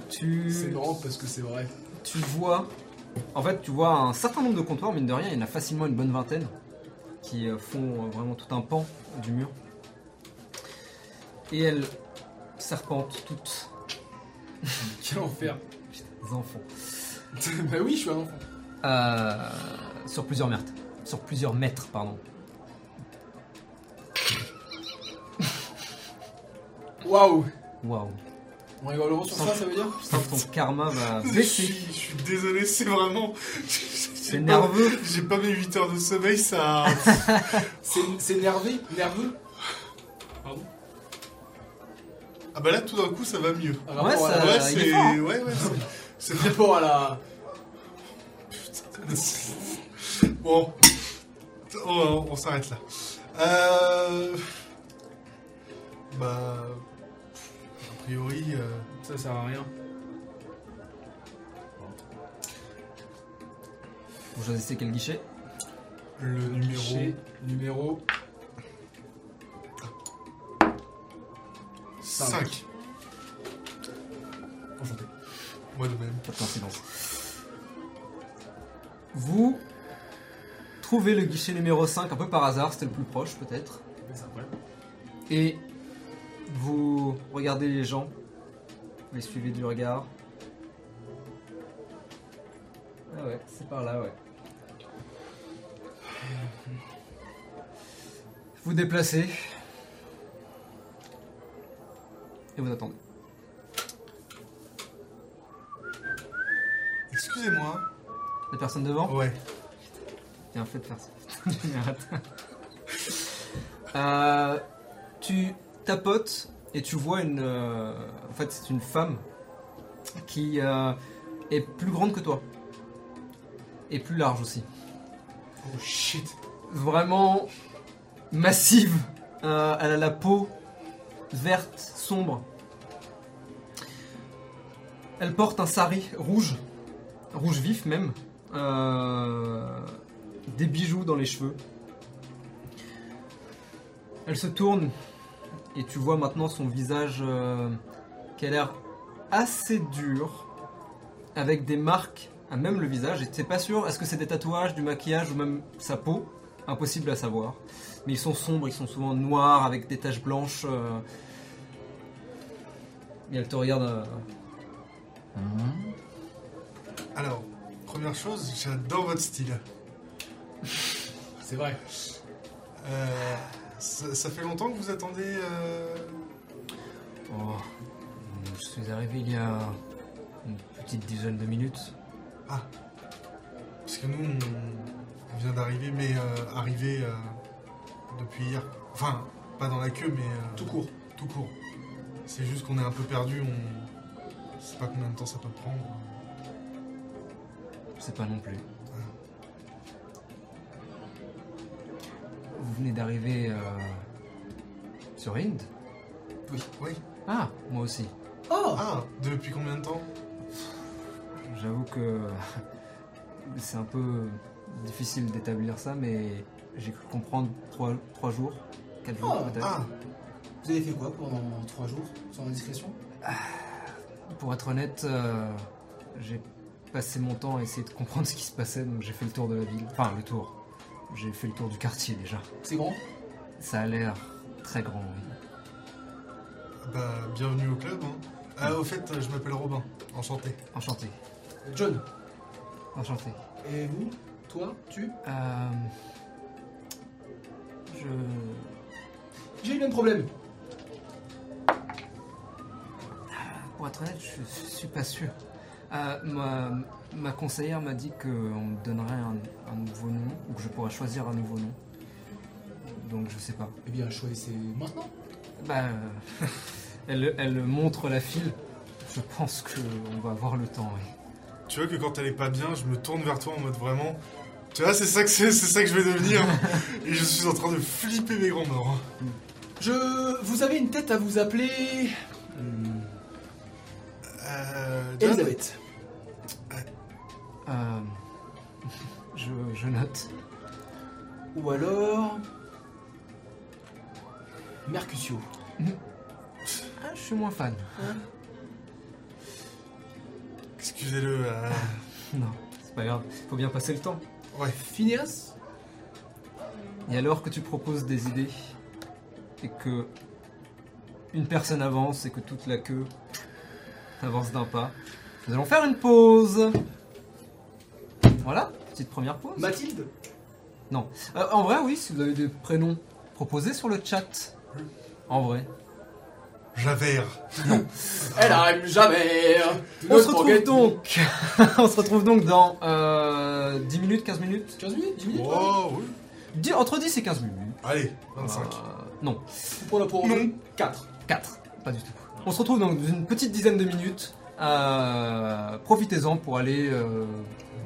Speaker 2: C'est
Speaker 1: tu,
Speaker 2: marrant parce que c'est vrai.
Speaker 1: tu vois. En fait, tu vois un certain nombre de comptoirs, mine de rien, il y en a facilement une bonne vingtaine qui euh, font euh, vraiment tout un pan du mur. Et elles serpentent toutes
Speaker 2: Quel enfer
Speaker 1: les enfants.
Speaker 2: Bah oui, je suis un enfant.
Speaker 1: Euh, sur plusieurs mètres. Sur plusieurs mètres, pardon.
Speaker 2: Waouh
Speaker 1: Waouh.
Speaker 2: On rigole vraiment sur
Speaker 1: Sans-
Speaker 2: ça, ça veut dire
Speaker 1: Je sens que ton karma va
Speaker 3: Je
Speaker 1: baisser.
Speaker 3: suis, je suis désolé, c'est vraiment.
Speaker 1: Ah, C'est
Speaker 3: C'est
Speaker 1: nerveux.
Speaker 3: J'ai pas mes 8 heures de sommeil, ça.
Speaker 2: C'est- C'est nerveux, nerveux.
Speaker 3: Ah bah là, tout d'un coup, ça va mieux.
Speaker 2: Par rapport à
Speaker 1: ça-
Speaker 2: la-
Speaker 3: ouais,
Speaker 1: il est fort, hein.
Speaker 3: c'est. Ouais, ouais, c'est c'est
Speaker 2: Par
Speaker 3: bien.
Speaker 2: rapport à la...
Speaker 3: Bon. On, on s'arrête là. Euh. Bah. A priori. euh,
Speaker 2: Ça sert à rien.
Speaker 1: Vous choisissez quel guichet
Speaker 3: Le numéro.
Speaker 2: Chez numéro
Speaker 3: 5.
Speaker 2: Enchanté.
Speaker 3: Moi de même.
Speaker 1: Pas de coïncidence. Vous trouvez le guichet numéro 5 un peu par hasard, c'était le plus proche peut-être.
Speaker 2: C'est incroyable.
Speaker 1: Et vous regardez les gens, vous les suivez du regard. Ah ouais, c'est par là, ouais. Vous déplacez. Et vous attendez.
Speaker 3: Excusez-moi.
Speaker 1: La personne devant
Speaker 3: Ouais.
Speaker 1: Il y a un fait de faire ça. Il y a un raté. Euh, tu tapotes et tu vois une. euh, en fait, c'est une femme qui euh, est plus grande que toi. Et plus large aussi.
Speaker 2: Oh shit.
Speaker 1: Vraiment massive. Euh, elle a la peau verte, sombre. Elle porte un sari rouge, rouge vif même, euh, des bijoux dans les cheveux. Elle se tourne et tu vois maintenant son visage euh, qui a l'air assez durs, avec des marques à même le visage. Et c'est pas sûr, est-ce que c'est des tatouages, du maquillage ou même sa peau Impossible à savoir. Mais ils sont sombres, ils sont souvent noirs, avec des taches blanches. euh. Et elle te regarde. euh,
Speaker 3: Alors, première chose, j'adore votre style.
Speaker 4: C'est vrai.
Speaker 3: Euh, ça, ça fait longtemps que vous attendez. euh,
Speaker 1: Oh, je suis arrivé il y a une petite dizaine de minutes.
Speaker 3: Parce que nous, on, on vient d'arriver, mais euh, arrivé euh, depuis hier. Enfin, pas dans la queue, mais. euh,
Speaker 2: Tout court.
Speaker 3: Tout court. C'est juste qu'on est un peu perdu, on. Je sais pas combien de temps ça peut prendre.
Speaker 1: Je sais pas non plus. Vous venez d'arriver euh, sur Hind
Speaker 3: Oui. Oui.
Speaker 1: Ah, moi aussi.
Speaker 4: Oh
Speaker 3: Ah, depuis combien de temps
Speaker 1: J'avoue que c'est un peu difficile d'établir ça, mais j'ai cru comprendre trois, trois jours, quatre jours
Speaker 4: Ah,
Speaker 1: peut-être.
Speaker 3: Ah,
Speaker 4: Vous avez fait quoi pendant trois jours, sans indiscrétion
Speaker 1: Pour être honnête, euh, j'ai passé mon temps à essayer de comprendre ce qui se passait, donc j'ai fait le tour de la ville. Enfin, le tour. J'ai fait le tour du quartier déjà.
Speaker 4: C'est grand
Speaker 1: Ça a l'air très grand. oui.
Speaker 3: bah, bienvenue au club. hein. Ah, au fait, je m'appelle Robin. Enchanté.
Speaker 1: Enchanté.
Speaker 4: John,
Speaker 1: Enchanté.
Speaker 4: et vous Toi Tu
Speaker 1: Euh, je...
Speaker 4: J'ai eu le même problème.
Speaker 1: Pour être honnête, je, je suis pas sûr. Euh, ma, ma conseillère m'a dit qu'on me donnerait un, un nouveau nom, ou que je pourrais choisir un nouveau nom. Donc je sais pas.
Speaker 4: Eh bien, choisissez maintenant.
Speaker 1: Bah, euh, elle, elle montre la file. Je pense que on va avoir le temps, oui.
Speaker 3: Tu vois que quand elle est pas bien, je me tourne vers toi en mode vraiment. Tu vois, c'est ça que c'est, c'est ça que je vais devenir. Et je suis en train de flipper mes grands morts.
Speaker 4: Je... Vous avez une tête à vous appeler... hmm,
Speaker 3: Euh, John,
Speaker 4: Elisabeth.
Speaker 1: Euh, je, je note.
Speaker 4: Ou alors... Mercutio.
Speaker 1: Ah, je suis moins fan.
Speaker 3: excusez-le. euh,
Speaker 1: Non, c'est pas grave. Faut bien passer le temps.
Speaker 3: ouais.
Speaker 4: Phineas
Speaker 1: Et alors que tu proposes des idées et que une personne avance et que toute la queue avance d'un pas, nous allons faire une pause. Voilà, petite première pause.
Speaker 2: Bah-
Speaker 4: Mathilde
Speaker 1: Euh, en vrai, oui, si vous avez des prénoms proposés sur le chat. En vrai.
Speaker 3: Javert.
Speaker 4: Elle aime jamais
Speaker 1: On se retrouve donc. on se retrouve donc dans euh, 10 minutes, 15 minutes.
Speaker 4: 15 minutes 10 minutes ouais.
Speaker 3: Oh, oui.
Speaker 1: Dix- entre 10 et 15 minutes.
Speaker 3: Allez, 25.
Speaker 1: Euh, non,
Speaker 4: Pour la pour
Speaker 3: Non.
Speaker 4: 4.
Speaker 1: 4. Pas du tout. On se retrouve donc dans une petite dizaine de minutes. Euh, Profitez-en pour aller euh,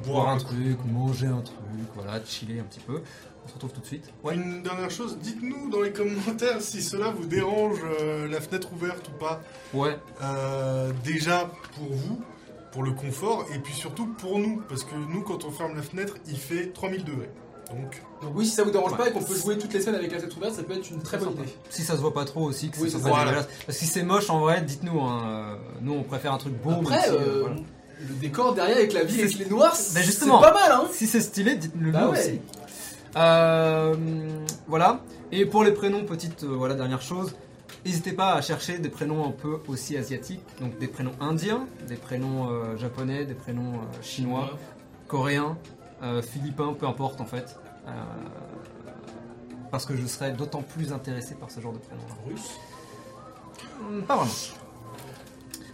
Speaker 3: Ah,
Speaker 1: boire un
Speaker 3: peu.
Speaker 1: truc, manger un truc, voilà, chiller un petit peu. On se retrouve tout de suite. Ouais.
Speaker 3: Une dernière chose, dites-nous dans les commentaires si cela vous dérange, euh, la fenêtre ouverte ou pas.
Speaker 1: Ouais.
Speaker 3: Euh, déjà pour vous, pour le confort, et puis surtout pour nous, parce que nous, quand on ferme la fenêtre, il fait 3000 degrés. Donc,
Speaker 4: Donc oui, si ça vous dérange
Speaker 1: Ouais.
Speaker 4: pas et qu'on peut jouer toutes les scènes avec la tête ouverte, ça peut être une très bonne
Speaker 1: Sympa.
Speaker 4: idée.
Speaker 1: Si ça se voit pas trop aussi, que
Speaker 4: Oui,
Speaker 1: c'est
Speaker 4: ça
Speaker 1: pas
Speaker 3: se voit.
Speaker 1: dégueulasse. Parce que si c'est moche en vrai, dites-nous. hein. Nous, on préfère un truc beau. même
Speaker 4: Après,
Speaker 1: si, euh,
Speaker 4: euh,
Speaker 1: voilà.
Speaker 4: le décor derrière avec la ville et
Speaker 1: C'est-
Speaker 4: les noirs,
Speaker 1: Bah,
Speaker 4: c'est
Speaker 1: justement.
Speaker 4: pas mal, hein
Speaker 1: Si c'est stylé, dites-le
Speaker 4: Bah
Speaker 1: nous
Speaker 4: ouais.
Speaker 1: aussi. Euh, voilà. Et pour les prénoms, petite euh, voilà dernière chose. N'hésitez pas à chercher des prénoms un peu aussi asiatiques, donc des prénoms indiens, des prénoms euh, japonais, des prénoms euh, chinois, coréens, euh, philippins, peu importe en fait. Euh, parce que je serais d'autant plus intéressé par ce genre de prénoms.
Speaker 4: Russe.
Speaker 1: Hmm, Pas vraiment.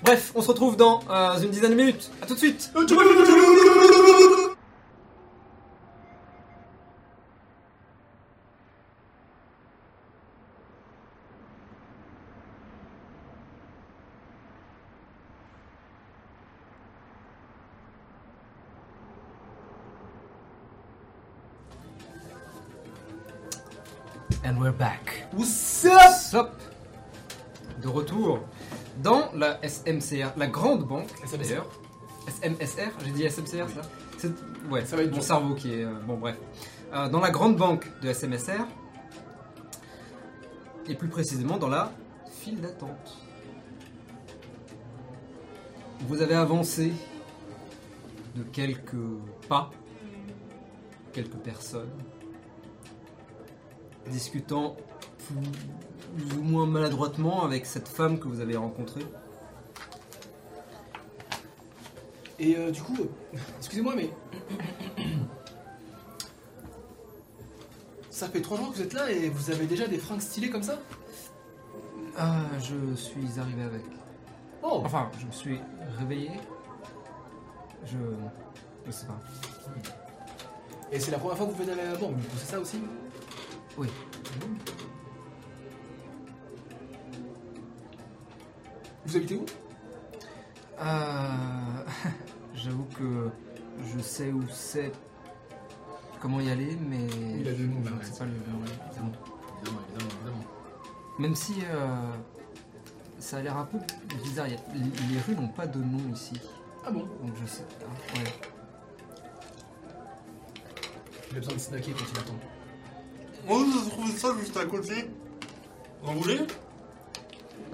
Speaker 1: Bref, on se retrouve dans euh, une dizaine de minutes. À tout de suite.
Speaker 3: Euh,
Speaker 1: And we're back.
Speaker 4: What's up
Speaker 1: Sop De retour dans la SMCR, la grande banque
Speaker 4: SMCR.
Speaker 1: d'ailleurs. SMSR, j'ai dit SMCR ça C'est- Ouais,
Speaker 4: Ça va être
Speaker 1: mon
Speaker 4: dur.
Speaker 1: cerveau qui est. euh, bon, bref. Euh, dans la grande banque de SMSR, et plus précisément dans la file d'attente. Vous avez avancé de quelques pas, quelques personnes, discutant plus ou moins maladroitement avec cette femme que vous avez rencontrée.
Speaker 2: Et euh, du coup, euh, excusez-moi, mais. Ça fait trois jours que vous êtes là et vous avez déjà des fringues stylées comme ça
Speaker 1: Ah, je suis arrivé avec.
Speaker 2: Oh
Speaker 1: Enfin, je me suis réveillé. Je. Je sais pas.
Speaker 2: Et c'est la première fois que vous venez à la bombe, du coup, c'est ça aussi
Speaker 1: Oui.
Speaker 2: Vous habitez où
Speaker 1: Euh, J'avoue que je sais où c'est, comment y aller, mais.
Speaker 2: Il a hein,
Speaker 1: je
Speaker 2: deux noms, là,
Speaker 1: ne sais
Speaker 2: ouais,
Speaker 1: pas le
Speaker 2: ouais,
Speaker 1: c'est bon.
Speaker 2: Évidemment, évidemment, évidemment.
Speaker 1: Même si euh, ça a l'air un peu bizarre, y a- les- les rues n'ont pas de nom ici,
Speaker 2: Ah bon
Speaker 1: donc je sais pas. Ouais.
Speaker 2: Il a besoin de snacker quand il attend.
Speaker 3: Moi, je trouve ça juste à côté. Vous en voulez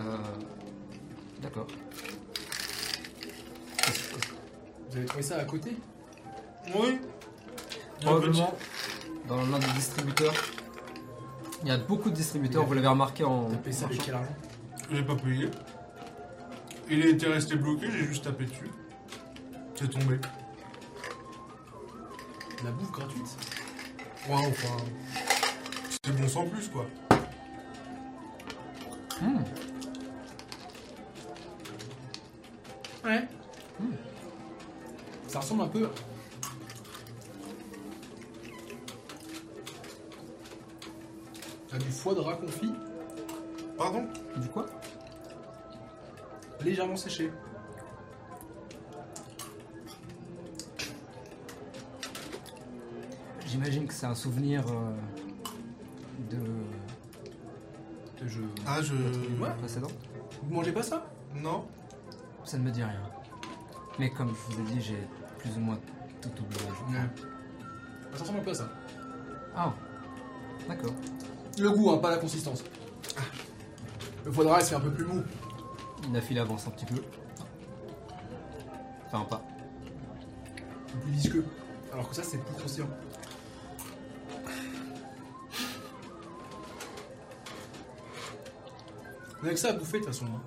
Speaker 1: Euh, D'accord.
Speaker 2: Vous avez trouvé ça à côté
Speaker 3: Oui. Il y a un
Speaker 1: Probablement dans l'un des distributeurs. Il y a beaucoup de distributeurs, vous l'avez remarqué en.
Speaker 2: T'as payé ça avec quel argent
Speaker 3: petit- J'ai pas payé. Il était resté bloqué, j'ai juste tapé dessus. C'est tombé.
Speaker 2: La bouffe gratuite
Speaker 3: Ouais, enfin. C'est bon sans plus, quoi.
Speaker 1: Hmm.
Speaker 2: Ouais. Ça ressemble un peu. à du foie de rat confit
Speaker 3: Pardon
Speaker 1: Du quoi
Speaker 2: légèrement séché.
Speaker 1: J'imagine que c'est un souvenir euh, de.
Speaker 2: Et je-
Speaker 3: Ah, je.
Speaker 2: Ouais.
Speaker 1: précédent
Speaker 2: Vous mangez pas ça
Speaker 3: Non
Speaker 1: Ça ne me dit rien. Mais comme je vous ai dit, j'ai plus ou moins tout oublié. je crois.
Speaker 2: Ça ressemble un peu à ça.
Speaker 1: Ah, d'accord.
Speaker 2: Le goût, hein, pas la consistance. Ah. Le foie de rat, c'est un peu plus mou.
Speaker 1: La file avance un petit peu. Enfin, pas.
Speaker 2: plus visqueux. Alors que ça, c'est plus conscient. On a que ça à bouffer de toute façon. hein.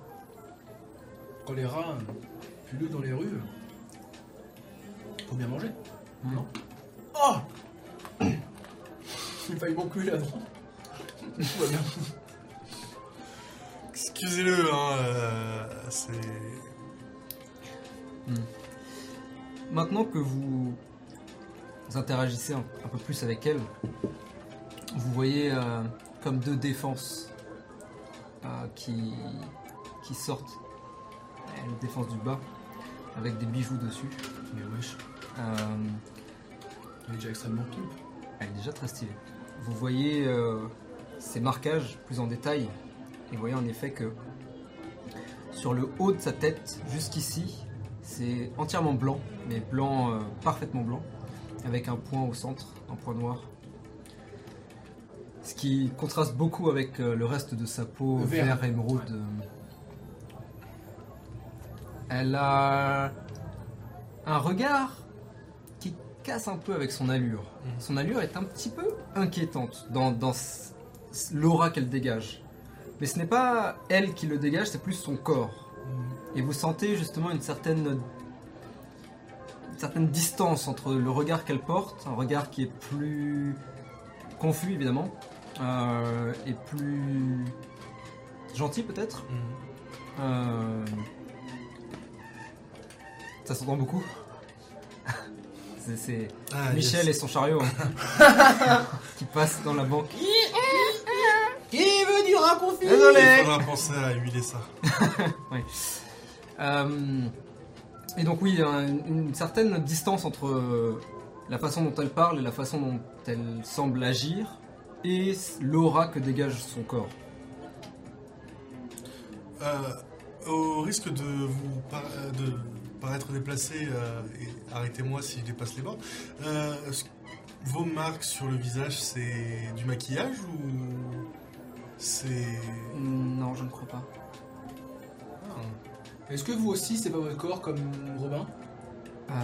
Speaker 2: Quand les rats euh, pullulent dans les rues, euh, faut bien manger.
Speaker 1: Mm.
Speaker 2: Non Oh Il me failli m'enculer là-dedans. Tout va bien.
Speaker 3: Excusez-le, hein. euh, c'est.
Speaker 1: Maintenant que vous interagissez un, un peu plus avec elle, vous voyez euh, comme deux défenses euh, qui, qui sortent. Euh, Une défense du bas, avec des bijoux dessus.
Speaker 2: Mais wesh,
Speaker 1: Euh,
Speaker 2: il est déjà extrêmement pimp.
Speaker 1: Elle est déjà très stylée. Vous voyez euh, ces marquages plus en détail et vous voyez en effet que sur le haut de sa tête, jusqu'ici, c'est entièrement blanc, mais blanc, euh, parfaitement blanc, avec un point au centre, un point noir. Ce qui contraste beaucoup avec euh, le reste de sa peau
Speaker 2: Le vert.
Speaker 1: vert, émeraude. Elle a un regard qui casse un peu avec son allure.
Speaker 2: Mhm.
Speaker 1: Son allure est un petit peu inquiétante dans, dans s- s- l'aura qu'elle dégage. Mais ce n'est pas elle qui le dégage, c'est plus son corps. Et vous sentez justement une certaine, une certaine distance entre le regard qu'elle porte, un regard qui est plus confus évidemment, euh, et plus gentil peut-être.
Speaker 3: Mhm.
Speaker 1: Euh, Ça s'entend beaucoup. C'est- c'est
Speaker 3: Ah,
Speaker 1: Michel
Speaker 3: yes.
Speaker 1: et son chariot hein, qui passe dans la banque.
Speaker 2: Qui veut du rat confit
Speaker 3: Il
Speaker 1: Désolé.
Speaker 3: faudra penser à huiler ça.
Speaker 1: Euh, et donc oui, un- une certaine distance entre euh, la façon dont elle parle et la façon dont elle semble agir et l'aura que dégage son corps.
Speaker 3: Euh, au risque de vous par- euh, de paraître déplacé, euh, et arrêtez-moi si je dépasse les bords, euh, ce- vos marques sur le visage, c'est du maquillage ou c'est...
Speaker 1: Non, je ne crois pas.
Speaker 3: Ah.
Speaker 4: Est-ce que vous aussi, c'est pas votre corps comme Robin
Speaker 1: Euh,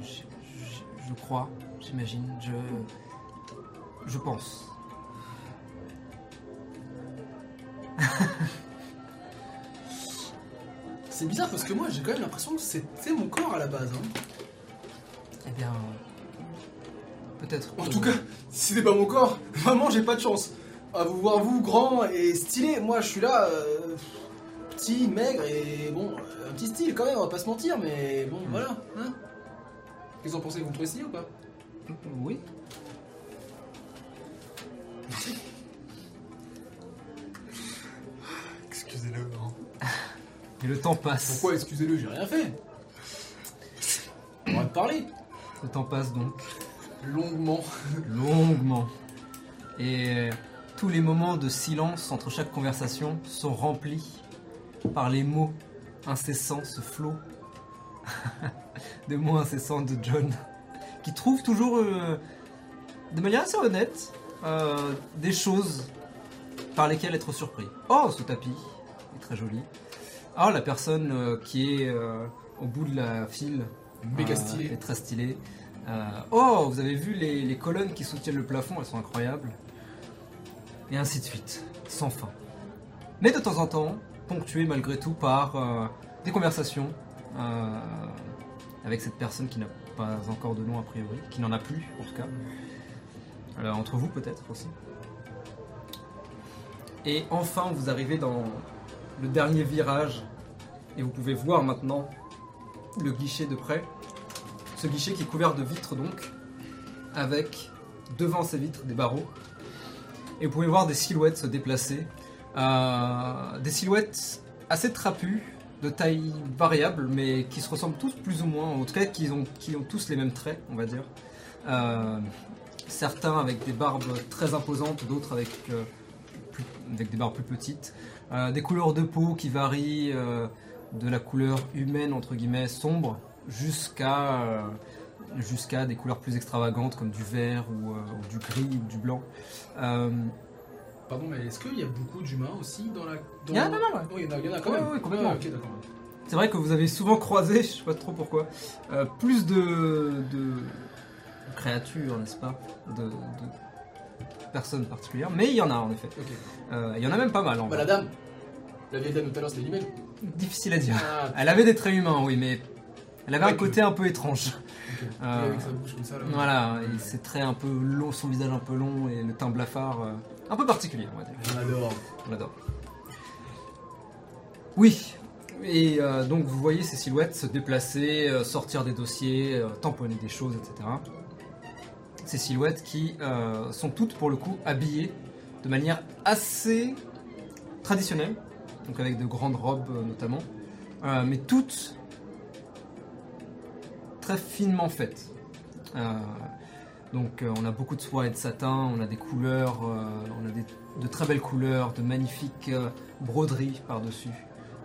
Speaker 1: je, je- je crois, j'imagine, je, je pense.
Speaker 4: C'est bizarre parce que moi, j'ai quand même l'impression que c'était mon corps à la base. hein.
Speaker 1: Eh bien, euh, peut-être.
Speaker 4: En
Speaker 1: que-
Speaker 4: tout cas, si c'était pas mon corps, vraiment, j'ai pas de chance. À vous voir, vous, grand et stylé, moi, je suis là, euh, petit, maigre et bon, euh, un petit style quand même, on va pas se mentir, mais bon, voilà. hein. Qu'est-ce que vous en pensez Vous me trouvez stylé ou pas
Speaker 1: oui.
Speaker 3: Excusez-le. hein.
Speaker 1: Et le temps passe.
Speaker 4: Pourquoi Excusez-le, j'ai rien fait. On va te parler
Speaker 1: Le temps passe donc
Speaker 4: longuement.
Speaker 1: longuement. Et euh, tous les moments de silence entre chaque conversation sont remplis par les mots incessants, ce flot de mots incessants de John, qui trouve toujours, euh, de manière assez honnête, euh, des choses par lesquelles être surpris. Oh, ce tapis est très joli. Oh, la personne euh, qui est euh, au bout de la file
Speaker 4: Méga
Speaker 1: euh,
Speaker 4: stylé.
Speaker 1: est très stylée. Euh, oh, vous avez vu les, les colonnes qui soutiennent le plafond, elles sont incroyables. Et ainsi de suite, sans fin. Mais de temps en temps, ponctué malgré tout par euh, des conversations euh, avec cette personne qui n'a pas encore de nom a priori, qui n'en a plus en tout cas. Alors, entre vous peut-être aussi. Et enfin, vous arrivez dans le dernier virage et vous pouvez voir maintenant le guichet de près. Ce guichet qui est couvert de vitres donc, avec devant ces vitres des barreaux. Et vous pouvez voir des silhouettes se déplacer. Euh, des silhouettes assez trapues, de taille variable, mais qui se ressemblent tous plus ou moins, en tout cas qui ont, qui ont tous les mêmes traits, on va dire. Euh, certains avec des barbes très imposantes, d'autres avec, euh, plus- avec des barbes plus petites. Euh, des couleurs de peau qui varient euh, de la couleur humaine, entre guillemets, sombre, jusqu'à euh, jusqu'à des couleurs plus extravagantes comme du vert ou, euh, ou du gris ou du blanc. Euh,
Speaker 4: Pardon, mais est-ce qu'il y a beaucoup d'humains aussi dans la. Dans...
Speaker 1: il y en a Ah, pas mal, ouais.
Speaker 4: Oh, il y en a, il y en a quand
Speaker 1: Ouais,
Speaker 4: même.
Speaker 1: ouais, complètement.
Speaker 4: Ah, ok, d'accord.
Speaker 1: C'est vrai que vous avez souvent croisé, je sais pas trop pourquoi, euh, plus de, de créatures, n'est-ce pas de, de personnes particulières, mais il y en a en effet.
Speaker 4: Ok.
Speaker 1: Euh, il y en a même pas mal en
Speaker 4: Bah,
Speaker 1: vrai.
Speaker 4: la dame, la vieille dame de tout à l'heure, c'était l'humaine.
Speaker 1: Difficile à dire.
Speaker 4: Ah,
Speaker 1: Elle avait des traits humains, oui, mais elle avait
Speaker 4: Ouais,
Speaker 1: un côté un peu étrange.
Speaker 4: ok.
Speaker 1: Euh,
Speaker 4: Avec sa bouche comme ça, là.
Speaker 1: Voilà, et ses traits un peu longs, son visage un peu long et le teint blafard euh, un peu particulier, on va dire.
Speaker 4: Alors,
Speaker 1: On l'adore. Oui. Et euh, donc vous voyez ces silhouettes se déplacer, euh, sortir des dossiers, euh, tamponner des choses, etc. Ces silhouettes qui euh, sont toutes pour le coup habillées de manière assez traditionnelle, donc avec de grandes robes euh, notamment, euh, mais toutes très finement faites. Euh, donc euh, on a beaucoup de soie et de satin, on a des couleurs, euh, on a des de très belles couleurs, de magnifiques euh, broderies par-dessus.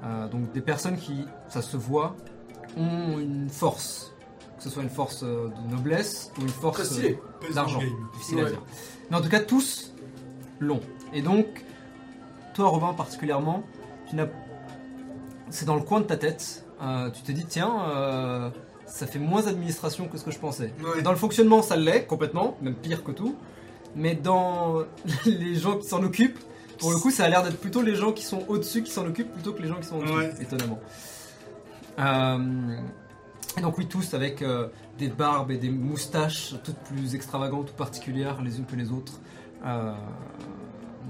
Speaker 1: Euh, donc des personnes qui, ça se voit, ont une force. Que ce soit une force euh, de noblesse ou une force
Speaker 4: très stylé.
Speaker 1: euh,
Speaker 3: Pèse
Speaker 1: d'argent.
Speaker 3: dans le game.
Speaker 1: Difficile à
Speaker 4: Ouais.
Speaker 1: dire. Mais en tout cas, tous longs. Et donc, toi Robin particulièrement, tu n'as... C'est dans le coin de ta tête. Euh, tu te dis, tiens, euh, ça fait moins administration que ce que je pensais.
Speaker 3: Ouais.
Speaker 1: Dans le fonctionnement, ça l'est complètement, même pire que tout. Mais dans les gens qui s'en occupent, pour le coup, ça a l'air d'être plutôt les gens qui sont au-dessus qui s'en occupent plutôt que les gens qui sont en dessous,
Speaker 3: Ouais.
Speaker 1: étonnamment. Euh, et donc, oui, tous avec euh, des barbes et des moustaches toutes plus extravagantes ou particulières les unes que les autres. Euh,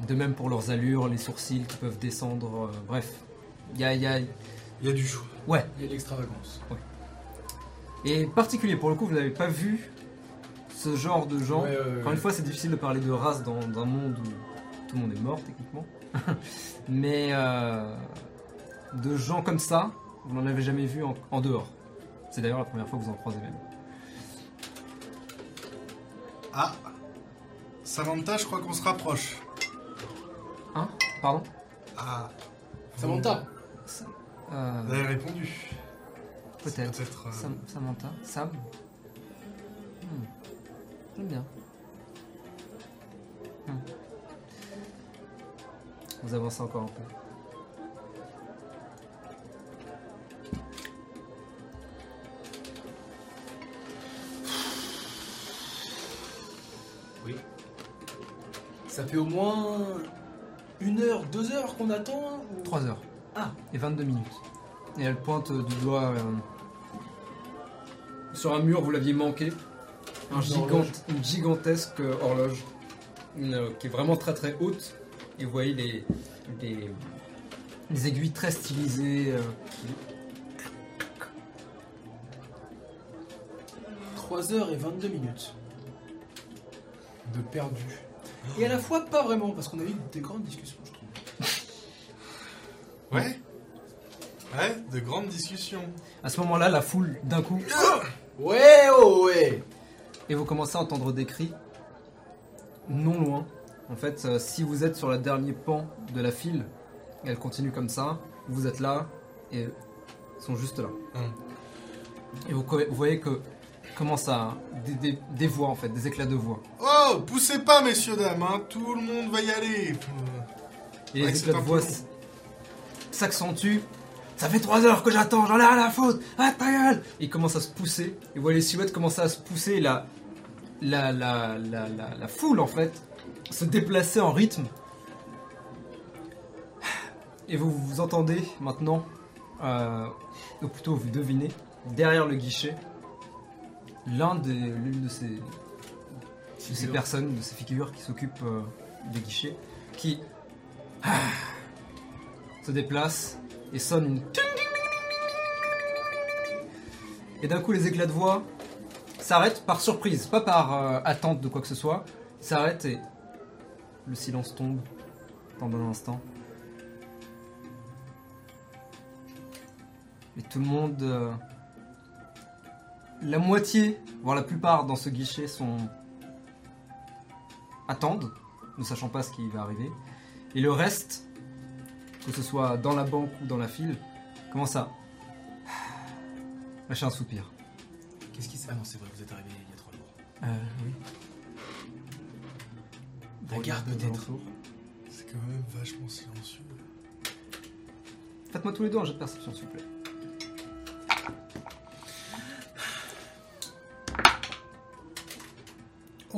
Speaker 1: de même pour leurs allures, les sourcils qui peuvent descendre. euh, bref, il y a- il y a,
Speaker 3: Il y a du choix.
Speaker 4: Il y a de l'extravagance.
Speaker 1: Et particulier, pour le coup, vous n'avez pas vu ce genre de gens.
Speaker 4: Ouais, ouais, ouais.
Speaker 1: Encore une fois, c'est difficile de parler de race dans, dans un monde où tout le monde est mort, techniquement. Mais euh, de gens comme ça, vous n'en avez jamais vu en, en dehors. C'est d'ailleurs la première fois que vous en croisez même.
Speaker 3: Ah Samantha, je crois qu'on se rapproche.
Speaker 1: Hein Pardon
Speaker 3: Ah
Speaker 4: Samantha,
Speaker 1: Euh,
Speaker 3: Vous avez répondu.
Speaker 1: Peut-être.
Speaker 3: C'est Peut-être. euh,
Speaker 1: Sam- Samantha Sam Hmm. J'aime bien. Hmm. Vous avancez encore un peu.
Speaker 4: Ça fait au moins une heure, deux heures qu'on attend. hein, ou-
Speaker 1: 3 heures.
Speaker 4: Ah.
Speaker 1: Et 22 minutes. Et elle pointe euh, du doigt euh, sur un mur, vous l'aviez manqué. Un
Speaker 4: Une
Speaker 1: gigante-
Speaker 4: horloge.
Speaker 1: une gigantesque euh, horloge Une, euh, qui est vraiment très très haute. Et vous voyez les, les, les aiguilles très stylisées. euh,
Speaker 4: Trois heures et 22 minutes. De perdu. Et à la fois pas vraiment, parce qu'on a eu des grandes discussions, je trouve.
Speaker 3: Ouais. Ouais, de grandes discussions.
Speaker 1: À ce moment-là, la foule d'un coup.
Speaker 4: Ah. Ouais, oh ouais
Speaker 1: Et vous commencez à entendre des cris non loin. En fait, euh, si vous êtes sur le dernier pan de la file, et elle continue comme ça, vous êtes là et ils sont juste là.
Speaker 3: Hum.
Speaker 1: Et vous, co- vous voyez que commence à des, des- des voix en fait, des éclats de voix.
Speaker 3: Oh, poussez pas, messieurs, dames, hein, tout le monde va y aller. Hum.
Speaker 1: Et
Speaker 3: Ouais,
Speaker 1: les
Speaker 3: c'est
Speaker 1: éclats de
Speaker 3: un peu
Speaker 1: voix
Speaker 3: long.
Speaker 1: s- s'accentuent. Ça fait trois heures que j'attends, j'en ai rien à foutre. Ah ta gueule Ils commencent à se pousser. Et vous voyez les silhouettes commencer à se pousser. Et la, la, la, la, la, la foule, en fait, se déplacer en rythme. Et vous vous entendez maintenant, euh, ou plutôt vous devinez, derrière le guichet, l'un des, l'une de ces, de ces personnes, de ces figures qui s'occupent euh, des guichets, qui se déplace et sonne une. Et d'un coup, les éclats de voix s'arrêtent par surprise, pas par euh, attente de quoi que ce soit. Ils s'arrêtent et le silence tombe pendant un instant. Et tout le monde. euh, La moitié, voire la plupart dans ce guichet sont. attendent, ne sachant pas ce qui va arriver. Et le reste que ce soit dans la banque ou dans la file, comment ça Lâcher un soupir.
Speaker 2: Qu'est-ce qui s'est. Ah non, c'est vrai, vous êtes arrivé il y a trois jours.
Speaker 1: oui.
Speaker 2: La garde peut-être.
Speaker 3: C'est quand même vachement silencieux.
Speaker 1: Faites-moi tous les deux un jet de perception, s'il vous plaît.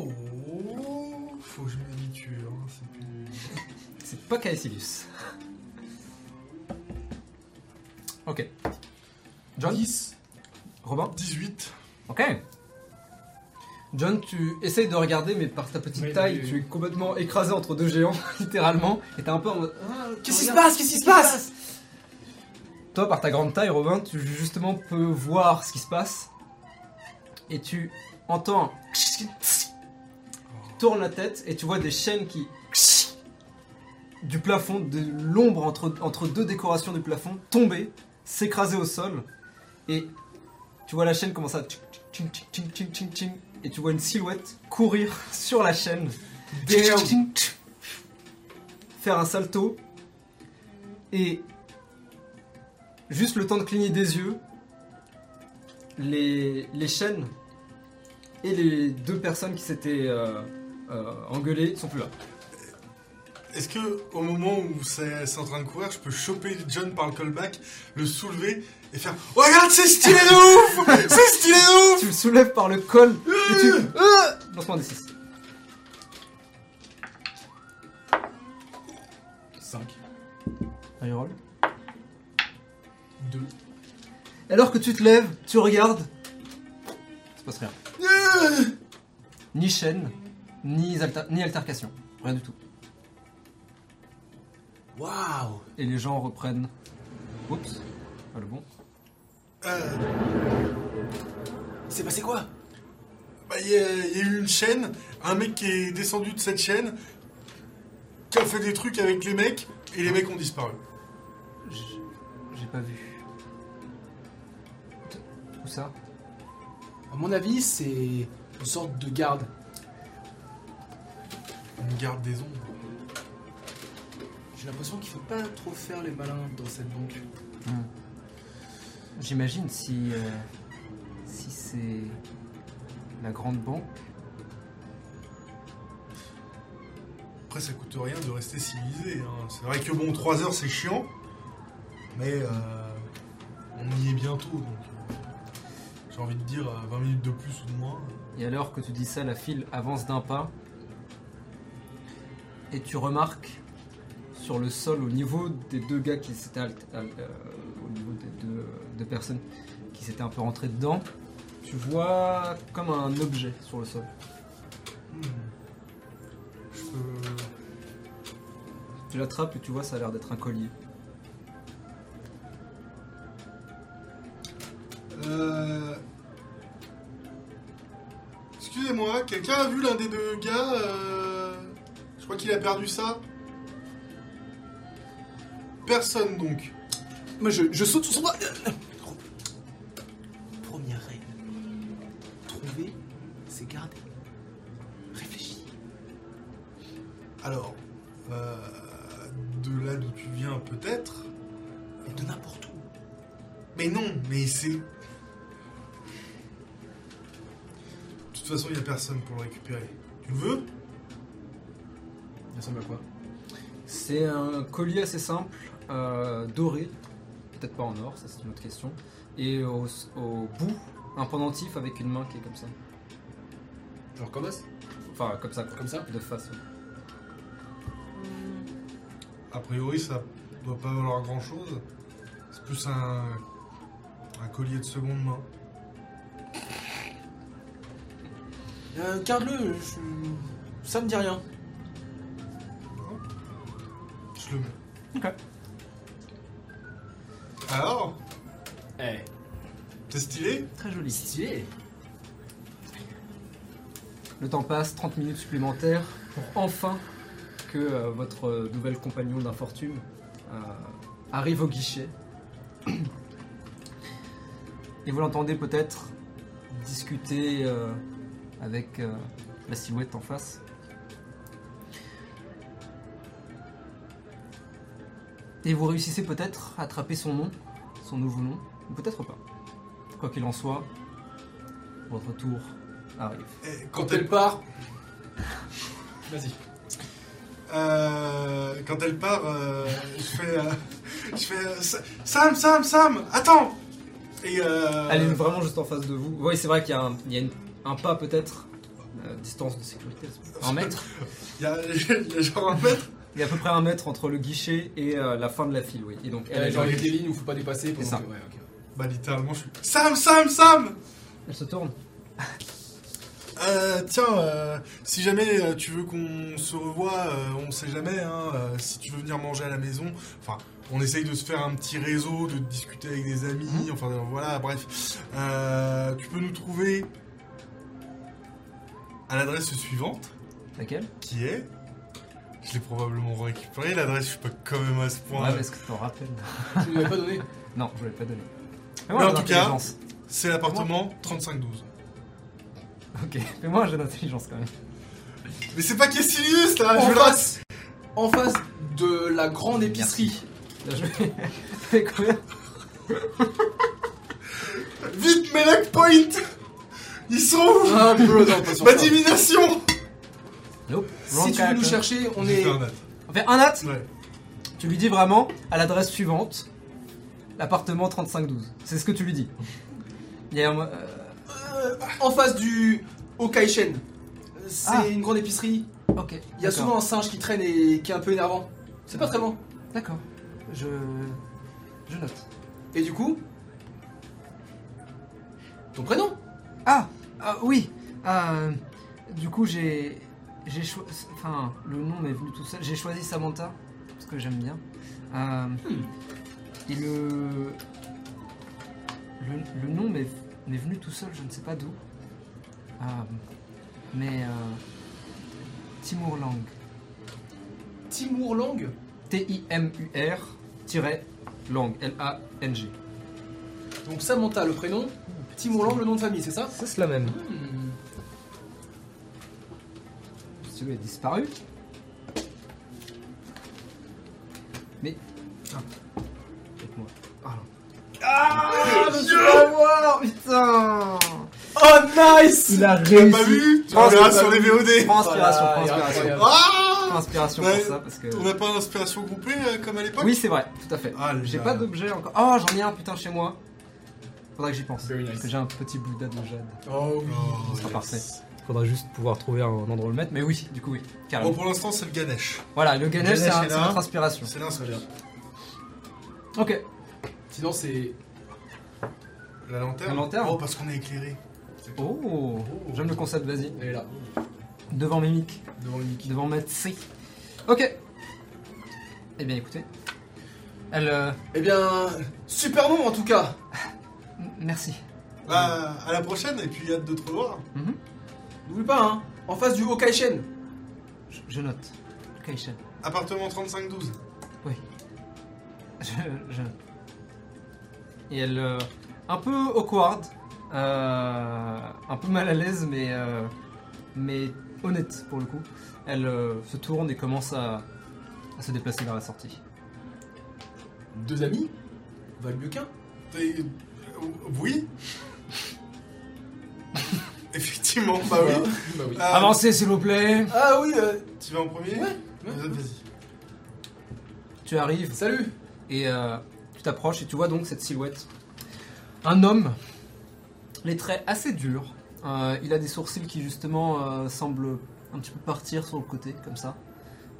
Speaker 3: Oh, faut que je m'habitue, hein, c'est plus...
Speaker 1: C'est pas Caecilius. ok. John
Speaker 3: 10,
Speaker 1: Robin
Speaker 3: 18.
Speaker 1: Ok. John, tu essayes de regarder, mais par ta petite
Speaker 2: Oui,
Speaker 1: taille,
Speaker 2: oui, oui.
Speaker 1: tu es complètement écrasé entre deux géants, littéralement, et t'es un peu en mode. Ah,
Speaker 4: Qu'est-ce qui se
Speaker 1: regarde.
Speaker 4: passe Qu'est-ce qui se passe
Speaker 1: Toi, par ta grande taille, Robin, tu justement peux voir ce qui se passe. Et tu entends. Tu tournes la tête et tu vois des chaînes qui. Du plafond, de l'ombre entre, entre deux décorations du plafond, tomber, s'écraser au sol. Et tu vois la chaîne commencer à. tching, tching, tching, tching, tching, tching, tching, Et tu vois une silhouette courir sur la chaîne. Tching, tching, Faire un salto. Et Juste le temps de cligner des yeux, les, les chaînes et les deux personnes qui s'étaient euh, euh, engueulées sont plus là.
Speaker 3: Est-ce que au moment où c'est c'est en train de courir, je peux choper John par le callback, le soulever et faire oh, Regarde, c'est stylé de ouf C'est stylé de ouf
Speaker 1: Tu le soulèves par le col et tu. Euh Lancement des 6.
Speaker 2: 5,
Speaker 1: Reroll.
Speaker 2: 2.
Speaker 1: Alors que tu te lèves, tu regardes. Ça se passe rien. Ni chaîne, ni, alter- ni altercation. Rien du tout.
Speaker 2: Waouh
Speaker 1: Et les gens reprennent. Oups. Pas le bon.
Speaker 3: Euh,
Speaker 2: Il s'est passé quoi
Speaker 3: bah, Il y, a- il y a eu une chaîne, un mec qui est descendu de cette chaîne, qui a fait des trucs avec les mecs, et les mecs ont disparu.
Speaker 1: J- J'ai pas vu. Où ça
Speaker 4: À mon avis, c'est une sorte de garde.
Speaker 3: Une garde des ombres.
Speaker 4: J'ai l'impression qu'il faut pas trop faire les malins dans cette banque.
Speaker 1: J'imagine si, euh, si c'est la grande banque.
Speaker 3: Après, ça coûte rien de rester civilisé. hein. C'est vrai que bon, 3 heures c'est chiant, mais euh, on y est bientôt donc. euh, J'ai envie de dire euh, 20 minutes de plus ou de moins.
Speaker 1: Et alors que tu dis ça, la file avance d'un pas. et tu remarques sur le sol au niveau des deux gars qui s'étaient alt- al- euh, au niveau des deux, deux personnes qui s'étaient un peu rentrées dedans, tu vois comme un objet sur le sol.
Speaker 3: Hmm. Je peux.
Speaker 1: Tu l'attrapes et tu vois ça a l'air d'être un collier.
Speaker 3: Euh... Excusez-moi, quelqu'un a vu l'un des deux gars euh, Je crois qu'il a perdu ça. Personne donc.
Speaker 2: Moi, je, je saute sur son bras. Première règle. Trouver, c'est garder. Réfléchis.
Speaker 3: Alors, euh, de là d'où tu viens peut-être.
Speaker 2: Et de n'importe où.
Speaker 3: Mais non, mais c'est... De toute façon, il n'y a personne pour le récupérer. Tu le veux
Speaker 2: Il ressemble à quoi
Speaker 1: C'est un collier assez simple, euh, doré, peut-être pas en or, ça c'est une autre question. Et au, au bout, un pendentif avec une main qui est comme ça.
Speaker 2: Genre comme ça
Speaker 1: Enfin, comme ça, quoi.
Speaker 2: Comme ça
Speaker 1: de face. ouais.
Speaker 3: A priori, ça doit pas valoir grand-chose. C'est plus un... un collier de seconde main.
Speaker 4: Euh, Garde-le, je- ça me dit rien.
Speaker 3: Je le mets.
Speaker 1: Ok.
Speaker 3: Alors,
Speaker 2: Eh,
Speaker 3: c'est stylé
Speaker 1: Très joli.
Speaker 2: stylé.
Speaker 1: Le temps passe, 30 minutes supplémentaires pour enfin que euh, votre euh, nouvelle compagnon d'infortune euh, arrive au guichet. Et vous l'entendez peut-être discuter euh, avec euh, la silhouette en face. Et vous réussissez peut-être à attraper son nom, son nouveau nom, ou peut-être pas. Quoi qu'il en soit, votre tour arrive.
Speaker 3: Eh,
Speaker 2: Quand elle part. Vas-y.
Speaker 3: euh, quand elle part, euh, je fais, euh, je fais euh, Sa- Sam, Sam, Sam, attends. Et euh,
Speaker 1: Elle est vraiment juste en face de vous. Oui, c'est vrai qu'il y a un, il y a une- un pas peut-être. euh, distance de sécurité, un mètre.
Speaker 3: il y, a- il y a genre un mètre.
Speaker 1: Il y a à peu près un mètre entre le guichet et euh, la fin de la file, oui. Et donc elle,
Speaker 3: Euh,
Speaker 2: Elle
Speaker 1: est
Speaker 2: est genre
Speaker 1: dans-
Speaker 2: avec les lignes où faut pas dépasser. pendant
Speaker 1: C'est ça.
Speaker 2: que- Ouais, ok.
Speaker 3: Bah littéralement, je suis Sam, Sam, Sam.
Speaker 1: elle se tourne.
Speaker 3: Euh, tiens, euh, si jamais euh, tu veux qu'on se revoie, euh, on sait jamais. Hein, euh, si tu veux venir manger à la maison, enfin, on essaye de se faire un petit réseau, de discuter avec des amis. Enfin, euh, voilà, bref. Euh, tu peux nous trouver à l'adresse suivante,
Speaker 1: Laquelle
Speaker 3: qui est, je l'ai probablement récupéré. L'adresse, je suis pas quand même à ce
Speaker 1: Ouais,
Speaker 3: point.
Speaker 1: Ah, parce que t'en rappelles.
Speaker 2: Tu m'avais pas donné.
Speaker 1: Non, je ne l'ai pas donné.
Speaker 3: Mais
Speaker 1: un
Speaker 3: en
Speaker 1: jeu
Speaker 3: tout cas-
Speaker 1: d'intelligence.
Speaker 3: C'est l'appartement 3512.
Speaker 1: Ok, fais-moi un jeu d'intelligence quand même.
Speaker 3: Mais c'est pas Cassilius là.
Speaker 2: En
Speaker 3: je le rate.
Speaker 2: face En face de la grande épicerie.
Speaker 1: Là, je vais. Fais combien
Speaker 3: Vite, mes luck points. Ils sont où
Speaker 2: Un peu non, pas sur
Speaker 1: Bah,
Speaker 3: Ma
Speaker 2: ça.
Speaker 3: divination.
Speaker 1: Nope.
Speaker 2: Si tu veux nous chercher, on
Speaker 3: J'ai
Speaker 2: est.
Speaker 3: fait un at.
Speaker 1: On fait un at
Speaker 3: Ouais.
Speaker 1: Tu lui dis vraiment à l'adresse suivante, l'appartement 3512. C'est ce que tu lui dis. Il y a un mo- euh,
Speaker 2: Euh, en face du Okaishen.
Speaker 4: C'est
Speaker 1: Ah.
Speaker 4: une grande épicerie.
Speaker 1: Ok.
Speaker 4: Il y a
Speaker 1: d'accord.
Speaker 4: souvent un singe qui traîne et qui est un peu énervant. C'est pas très bon.
Speaker 1: D'accord. Je. Je note.
Speaker 4: Et du coup Ton prénom
Speaker 1: Ah, ah, oui. euh, du coup, j'ai. J'ai choisi. Enfin, le nom m'est venu tout seul. J'ai choisi Samantha, parce que j'aime bien. Euh, Et le. Le, le nom m'est m'est venu tout seul, je ne sais pas d'où. Euh, mais. euh, Timur Lang.
Speaker 2: Timur Lang.
Speaker 1: T-I-M-U-R-Lang. L-A-N-G.
Speaker 2: Donc Samantha, le prénom. Timur Lang, le nom de famille, c'est ça
Speaker 1: C'est cela même.
Speaker 2: Hmm.
Speaker 1: Celui-là a disparu. Mais. Putain. Avec moi. Ah non. Ah Je peux pas voir, putain
Speaker 2: Oh nice
Speaker 1: a
Speaker 3: T'as pas vu Tu
Speaker 1: Ah,
Speaker 3: regarderas
Speaker 1: c'est
Speaker 3: sur les VOD.
Speaker 1: Prends inspiration,
Speaker 2: Voilà,
Speaker 1: prends
Speaker 2: Oh il est
Speaker 1: inspiration.
Speaker 2: incroyable.
Speaker 1: Prends
Speaker 3: Ah
Speaker 1: inspiration
Speaker 3: Ouais.
Speaker 1: pour ça parce que.
Speaker 3: On n'a pas l'inspiration groupée euh, comme à l'époque
Speaker 1: Oui, c'est vrai, tout à fait.
Speaker 3: Ah, le
Speaker 1: J'ai
Speaker 3: gars.
Speaker 1: pas d'objet encore. Oh, j'en ai un putain chez moi. Faudrait que j'y pense.
Speaker 2: Very nice.
Speaker 1: Parce que j'ai un petit Bouddha de jade.
Speaker 2: Oh oui.
Speaker 3: Oh,
Speaker 1: sera parfait. Faudra juste pouvoir trouver un endroit où le mettre. Mais oui, du coup, oui. Carrément.
Speaker 3: Bon, pour l'instant, c'est le Ganesh.
Speaker 1: Voilà, le Ganesh,
Speaker 3: Ganesh
Speaker 1: c'est un-
Speaker 3: est
Speaker 1: c'est
Speaker 3: là.
Speaker 1: notre inspiration.
Speaker 3: C'est l'inspire.
Speaker 1: Ok.
Speaker 2: Sinon, c'est.
Speaker 3: La lanterne.
Speaker 1: La lanterne.
Speaker 3: Oh, parce qu'on est éclairé.
Speaker 1: Oh, j'aime le concept, vas-y.
Speaker 2: Elle est là.
Speaker 1: Devant Mimic,
Speaker 3: Devant le Mickey.
Speaker 1: devant Matsé. Ok. Eh bien, écoutez. Elle. euh,
Speaker 2: Eh bien, super nom en tout cas
Speaker 1: m- merci.
Speaker 3: Bah, à la prochaine, et puis hâte de te revoir.
Speaker 1: Mhm.
Speaker 2: N'oublie pas, hein, en face du Hokaishen
Speaker 1: Je, je note. Kaishen.
Speaker 3: Appartement 3512.
Speaker 1: Oui. Je, je- Et elle, euh, un peu awkward, euh, un peu mal à l'aise, mais, euh, mais honnête pour le coup. Elle euh, se tourne et commence à, à se déplacer vers la sortie.
Speaker 2: Deux amis Valent mieux qu'un.
Speaker 3: T'es- euh, Oui Effectivement, bah oui.
Speaker 2: Voilà. bah oui.
Speaker 3: Euh,
Speaker 1: Avancez s'il vous plaît
Speaker 2: Ah oui, euh,
Speaker 3: Tu vas en premier
Speaker 2: Ouais.
Speaker 3: Vas-y, Vas-y.
Speaker 1: Tu arrives
Speaker 2: salut
Speaker 1: et euh, tu t'approches et tu vois donc cette silhouette. Un homme, les traits assez durs. Euh, il a des sourcils qui justement euh, semblent un petit peu partir sur le côté, comme ça.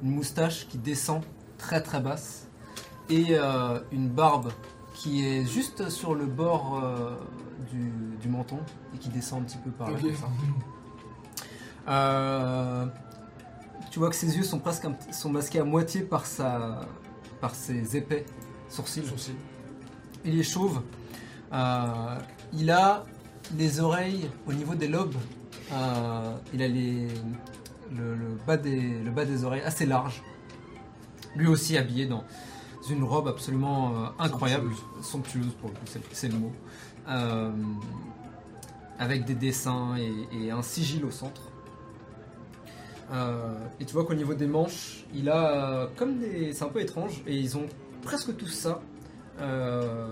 Speaker 1: Une moustache qui descend très très basse. Et euh, une barbe qui est juste sur le bord euh, du, du menton et qui descend un petit peu par là.
Speaker 2: Ok.
Speaker 1: comme ça. Euh, tu vois que ses yeux sont presque un petit- sont masqués à moitié par sa par ses épais sourcils.
Speaker 2: Sourcils.
Speaker 1: Il est chauve. Euh, il a les oreilles au niveau des lobes. Euh, il a les le, le bas des le bas des oreilles assez large. Lui aussi habillé dans une robe absolument euh, incroyable, somptueuse pour le coup, c'est- c'est le mot. Euh, avec des dessins et- et un sigil au centre. Euh, et tu vois qu'au niveau des manches, il a euh, comme des. C'est un peu étrange, et ils ont presque tous ça. Euh,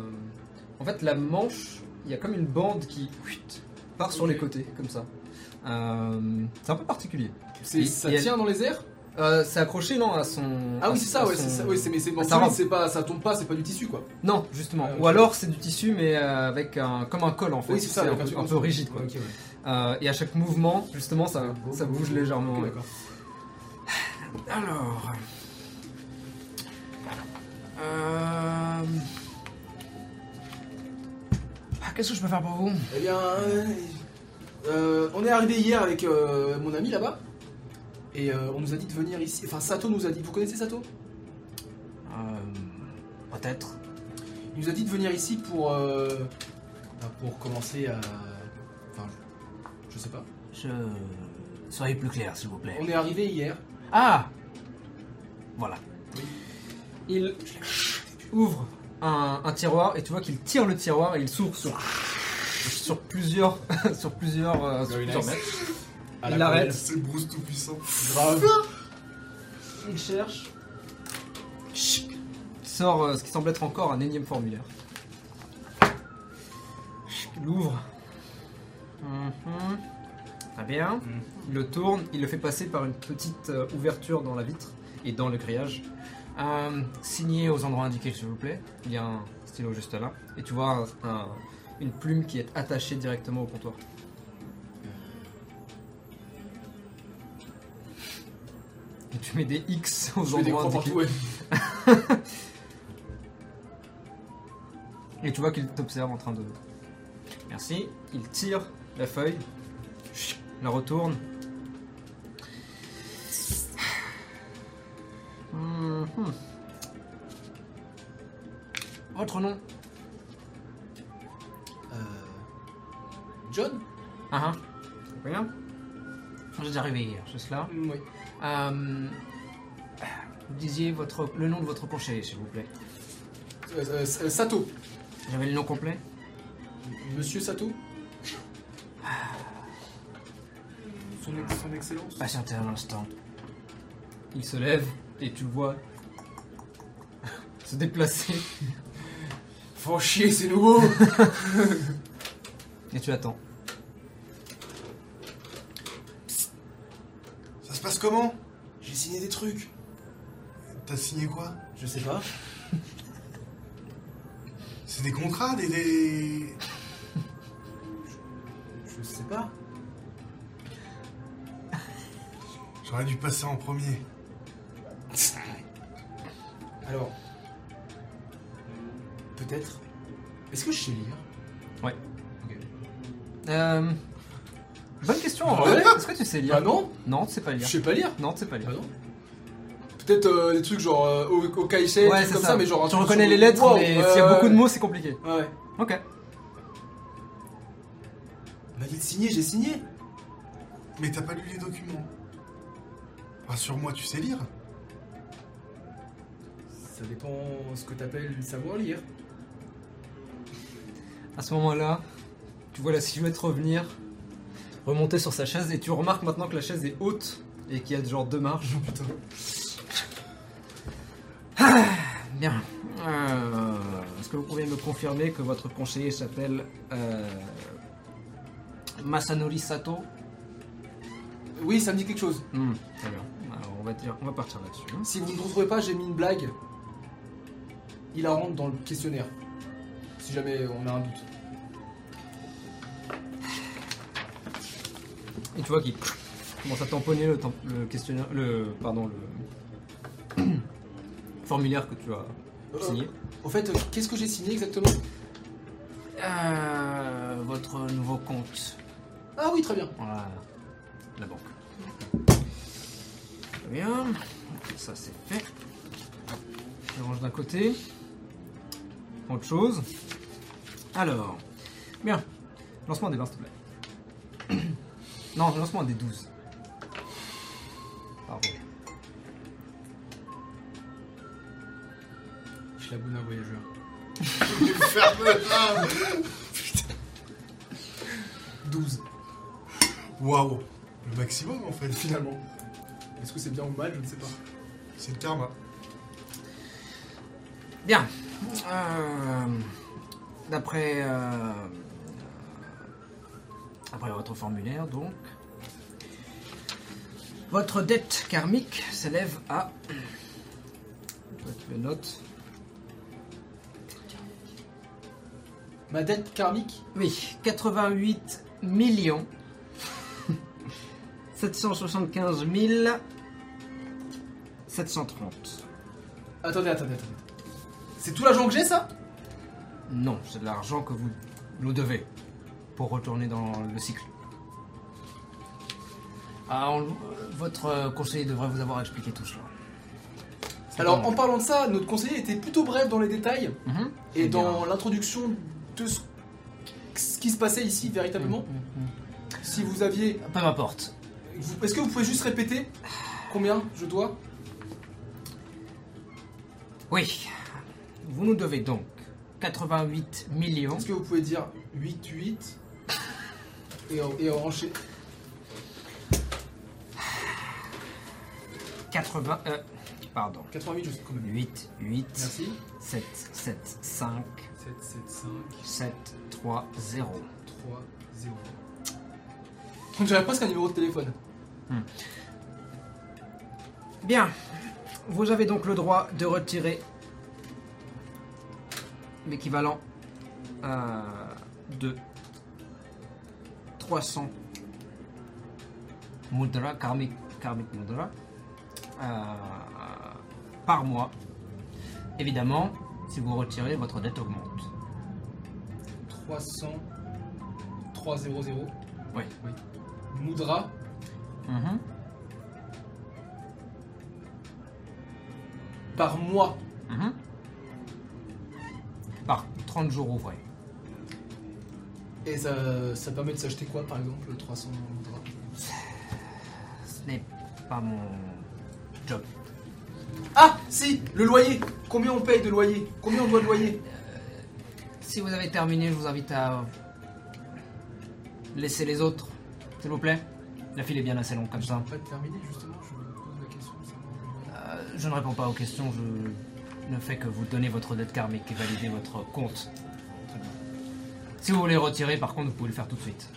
Speaker 1: en fait, la manche, il y a comme une bande qui whitt, part sur
Speaker 2: Ok.
Speaker 1: les côtés, comme ça. Euh, c'est un peu particulier.
Speaker 2: C'est-
Speaker 1: Et-
Speaker 2: Ça
Speaker 1: et elle-
Speaker 2: tient dans les airs
Speaker 1: Euh, c'est accroché, non, à son.
Speaker 2: Ah
Speaker 1: à
Speaker 2: oui,
Speaker 1: son-
Speaker 2: c'est ça,
Speaker 1: à
Speaker 2: ouais,
Speaker 1: son-
Speaker 2: c'est ça. Oui, c'est mais c'est bon,
Speaker 1: Ça
Speaker 2: solide,
Speaker 1: va.
Speaker 2: c'est pas, ça tombe pas, c'est pas du tissu quoi.
Speaker 1: Non, justement.
Speaker 2: Ah, ok.
Speaker 1: Ou alors c'est du tissu, mais euh, avec un, comme un col en fait.
Speaker 2: Oui, c'est ça,
Speaker 1: un,
Speaker 2: la
Speaker 1: peu-
Speaker 2: peinture
Speaker 1: un
Speaker 2: comme
Speaker 1: peu
Speaker 2: ça.
Speaker 1: rigide, quoi.
Speaker 2: Ok, ouais.
Speaker 1: Euh, et à chaque mouvement, justement, ça, ça bouge légèrement.
Speaker 2: Ok,
Speaker 1: ouais.
Speaker 2: d'accord.
Speaker 1: Alors. Euh... ah, Qu'est-ce que je peux faire pour vous
Speaker 2: Eh bien, euh, euh, on est arrivé hier avec euh, mon ami là-bas. Et euh, on nous a dit de venir ici. Enfin, Sato nous a dit. Vous connaissez Sato
Speaker 1: euh, Peut-être.
Speaker 2: Il nous a dit de venir ici pour. euh, bah, pour commencer à. Enfin, je, je sais pas.
Speaker 1: Je. Soyez plus clair, s'il vous plaît.
Speaker 2: On est arrivé hier.
Speaker 1: Ah Voilà. Il ouvre un, un tiroir et tu vois qu'il tire le tiroir et il s'ouvre sur, sur plusieurs. sur plusieurs. euh, sur
Speaker 2: Very
Speaker 1: plusieurs
Speaker 2: nice.
Speaker 1: mètres.
Speaker 2: À
Speaker 1: Il arrête.
Speaker 3: C'est Bruce Tout-Puissant.
Speaker 2: Grave.
Speaker 1: Il cherche. Chut. Sort euh, ce qui semble être encore un énième formulaire. Chut, Il l'ouvre. Mhm. Très bien.
Speaker 2: Mhm.
Speaker 1: Il le tourne, il le fait passer par une petite euh, ouverture dans la vitre et dans le grillage. Euh, signé aux endroits indiqués, s'il vous plaît. Il y a un stylo juste là. Et tu vois un- un- une plume qui est attachée directement au comptoir.
Speaker 2: Euh.
Speaker 1: Et tu mets des X aux
Speaker 2: Je fais des
Speaker 1: endroits
Speaker 2: croix
Speaker 1: indiqués.
Speaker 2: partout, ouais.
Speaker 1: Et tu vois qu'il t'observe en train de. Merci. Il tire la feuille, la retourne. Mhm. Votre nom
Speaker 2: Euh, John
Speaker 1: Ah ah. Rien Vous êtes arrivé hier, hein, c'est cela
Speaker 2: Mm, Oui.
Speaker 1: Euh, Vous disiez votre, le nom de votre conseiller, s'il vous plaît.
Speaker 2: Euh, euh, Sato.
Speaker 1: J'avais le nom complet
Speaker 2: Monsieur Sato
Speaker 6: Son, ex- son
Speaker 2: Bah,
Speaker 6: excellence.
Speaker 1: Patientez un instant. Il se lève et tu le vois se déplacer
Speaker 2: Faut chier, c'est nouveau
Speaker 1: et tu attends.
Speaker 3: Ça se passe comment
Speaker 2: J'ai signé des trucs.
Speaker 3: T'as signé quoi
Speaker 2: Je sais pas.
Speaker 3: C'est des contrats, des. des-
Speaker 2: Je sais pas.
Speaker 3: J'aurais dû passer en premier.
Speaker 2: Alors. Peut-être. Est-ce que je sais lire
Speaker 1: Euh, Bonne question en
Speaker 2: Ah
Speaker 1: vrai.
Speaker 2: ouais
Speaker 1: Est-ce que tu sais lire
Speaker 2: Bah non,
Speaker 1: Non, tu sais pas
Speaker 2: je
Speaker 1: lire.
Speaker 2: sais pas lire.
Speaker 1: Non, tu sais pas lire.
Speaker 2: Bah non. Peut-être euh, des trucs genre euh, au, au Kaisei, des
Speaker 1: ouais,
Speaker 2: trucs
Speaker 1: c'est
Speaker 2: comme
Speaker 1: ça.
Speaker 2: ça. mais genre. un
Speaker 1: tu
Speaker 2: truc
Speaker 1: reconnais
Speaker 2: sur-
Speaker 1: les lettres,
Speaker 2: Wow,
Speaker 1: mais
Speaker 2: ouais,
Speaker 1: s'il y a
Speaker 2: ouais,
Speaker 1: beaucoup de
Speaker 2: ouais.
Speaker 1: mots, c'est compliqué.
Speaker 2: Ouais.
Speaker 1: Ok. Bah,
Speaker 2: On m'a dit de signer, j'ai signé.
Speaker 3: Mais t'as pas lu les documents. Rassure-moi, tu sais lire
Speaker 2: Ça dépend ce que t'appelles savoir lire.
Speaker 1: À ce moment-là, tu vois la silhouette revenir, remonter sur sa chaise, et tu remarques maintenant que la chaise est haute et qu'il y a genre deux marches.
Speaker 3: Non, putain.
Speaker 1: Bien. Euh, Est-ce que vous pouvez me confirmer que votre conseiller s'appelle euh, Masanori Sato
Speaker 2: Oui, ça me dit quelque chose.
Speaker 1: Hmm, Très bien. Alors on va dire, on va partir là-dessus. hein.
Speaker 2: Si vous ne retrouvez pas, j'ai mis une blague. Il la rentre dans le questionnaire. Si jamais on a un doute.
Speaker 1: Et tu vois qu'il commence à tamponner le, tam- le questionnaire, le pardon le formulaire que tu as
Speaker 2: Euh,
Speaker 1: signé.
Speaker 2: Au fait, euh, qu'est-ce que j'ai signé exactement
Speaker 1: Euh, votre nouveau compte.
Speaker 2: Ah oui, très bien.
Speaker 1: Voilà. La banque. Très bien. Ça, c'est fait. Je range d'un côté. Autre chose. Alors. Bien. Lance-moi un des 20, s'il te plaît. non, lance-moi un des 12. Pardon.
Speaker 2: Je suis la boule d'un voyageur.
Speaker 3: Ferme-la
Speaker 2: 12.
Speaker 3: Waouh Le maximum en fait, finalement.
Speaker 2: Est-ce que c'est bien ou mal Je ne sais pas.
Speaker 3: C'est le karma.
Speaker 1: Bien. Euh, D'après. euh, après votre formulaire, donc. Votre dette karmique s'élève à. Toi, tu le notes.
Speaker 2: Ma dette karmique
Speaker 1: Oui, 88 millions. 775 000 730.
Speaker 2: Attendez, attendez, attendez. C'est tout l'argent que j'ai, ça
Speaker 1: Non, c'est de l'argent que vous nous devez pour retourner dans le cycle. Ah, on- votre conseiller devrait vous avoir expliqué tout cela.
Speaker 2: Alors, en parlant de ça, notre conseiller était plutôt bref dans les détails
Speaker 1: Mhm.
Speaker 2: et
Speaker 1: C'est bien.
Speaker 2: dans l'introduction de ce... ce qui se passait ici,
Speaker 1: Hum,
Speaker 2: véritablement. Si vous aviez...
Speaker 1: Peu m'importe.
Speaker 2: vous- Est-ce que vous pouvez juste répéter combien je dois
Speaker 1: Oui, vous nous devez donc 88 millions.
Speaker 2: Est-ce que vous pouvez dire 8-8 et, en- et enchaîner
Speaker 1: 80. euh, pardon.
Speaker 2: 88, je sais quand même.
Speaker 1: 8, 8,
Speaker 2: Merci.
Speaker 1: 7, 7, 5,
Speaker 2: 7, 7, 5,
Speaker 1: 7, 3, 0.
Speaker 2: 3, 0. On dirait presque un numéro de téléphone.
Speaker 1: Bien. Vous avez donc le droit de retirer l'équivalent euh, de 300 mudra, karmic, karmic mudra, euh, par mois. Évidemment, si vous retirez, votre dette augmente.
Speaker 2: 300 300
Speaker 1: Oui.
Speaker 2: oui. Moudra
Speaker 1: Mhm.
Speaker 2: par mois.
Speaker 1: Mhm. Par 30 jours ouvrés.
Speaker 2: Et ça, ça permet de s'acheter quoi par exemple 300 moudra
Speaker 1: Ce n'est pas mon job.
Speaker 2: Ah si Le loyer Combien on paye de loyer Combien on doit de loyer
Speaker 1: Si vous avez terminé, je vous invite à laisser les autres, s'il vous plaît. La file est bien assez longue comme ça.
Speaker 2: Pas terminé justement, je me pose la question. ça me-
Speaker 1: Euh, je ne réponds pas aux questions, je ne fais que vous donner votre dette karmique et valider votre compte. Si vous voulez retirer, par contre, vous pouvez le faire tout de suite.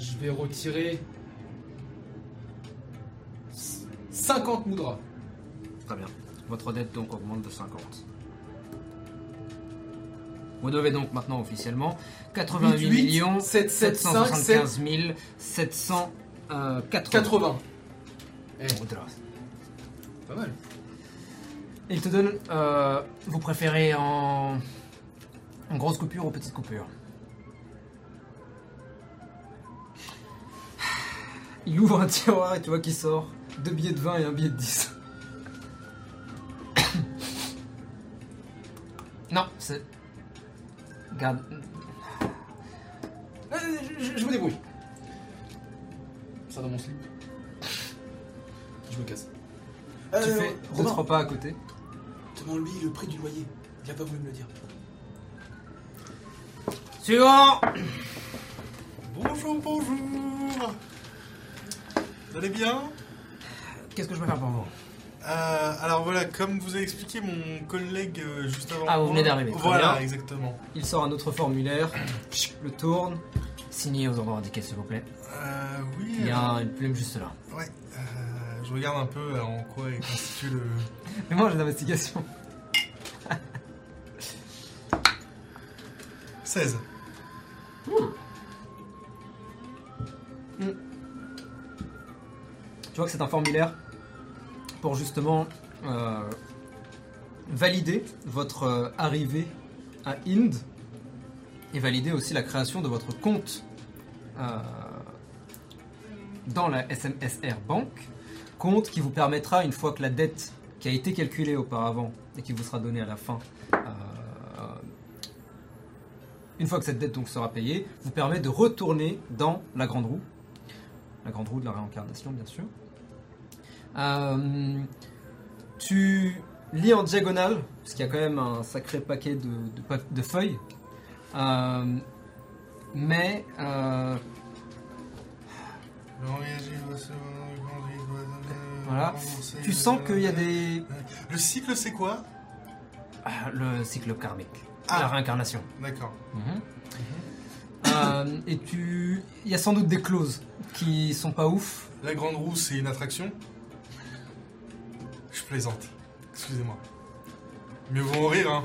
Speaker 2: Je vais retirer 50 moudras.
Speaker 1: Très bien. Votre dette donc augmente de 50. Vous devez donc maintenant officiellement 88 millions
Speaker 2: 775
Speaker 1: euh, 775 780.
Speaker 2: 80. Pas mal.
Speaker 1: Il te donne. euh, vous préférez en. en grosse coupure ou petite coupure Il ouvre un tiroir et tu vois qu'il sort deux billets de 20 et un billet de 10. non, c'est. Garde.
Speaker 2: Euh, Je, je- je me débrouille. Ça dans mon slip. Je me casse.
Speaker 1: Tu fais deux, trois pas à côté.
Speaker 2: Euh, Demande-lui le prix du loyer. Il a pas voulu me le dire.
Speaker 1: Suivant
Speaker 3: Bonjour, bonjour Vous allez bien
Speaker 1: Qu'est-ce que je peux faire pour vous
Speaker 3: Euh, Alors voilà, comme vous a expliqué mon collègue euh, juste avant.
Speaker 1: Ah, vous
Speaker 3: moi-
Speaker 1: venez d'arriver, très
Speaker 3: Voilà,
Speaker 1: bien.
Speaker 3: exactement.
Speaker 1: Il sort un autre formulaire, le tourne. Signé aux endroits indiqués, s'il vous plaît.
Speaker 3: Euh, oui.
Speaker 1: Il y
Speaker 3: euh,
Speaker 1: a une plume juste là.
Speaker 3: Ouais. euh, je regarde un peu euh, en quoi est constitué le.
Speaker 1: Mais moi j'ai d'investigation.
Speaker 3: 16.
Speaker 1: Tu vois que c'est un formulaire pour justement euh, valider votre euh, arrivée à Inde et valider aussi la création de votre compte euh, dans la SMSR Bank. Compte qui vous permettra, une fois que la dette qui a été calculée auparavant et qui vous sera donnée à la fin, euh, une fois que cette dette donc sera payée, vous permet de retourner dans la grande roue. La grande roue de la réincarnation, bien sûr. Euh, tu lis en diagonale, parce qu'il y a quand même un sacré paquet de, de pa- de feuilles. Euh, mais euh, voilà, tu sens qu'il y a des
Speaker 3: Le cycle, c'est quoi
Speaker 1: ah, le cycle karmique,
Speaker 3: Ah.
Speaker 1: la réincarnation.
Speaker 3: D'accord.
Speaker 1: Euh, et tu, il y a sans doute des clauses qui sont pas ouf.
Speaker 3: La grande roue, c'est une attraction Je plaisante. Excusez-moi. Mieux vaut en rire, hein.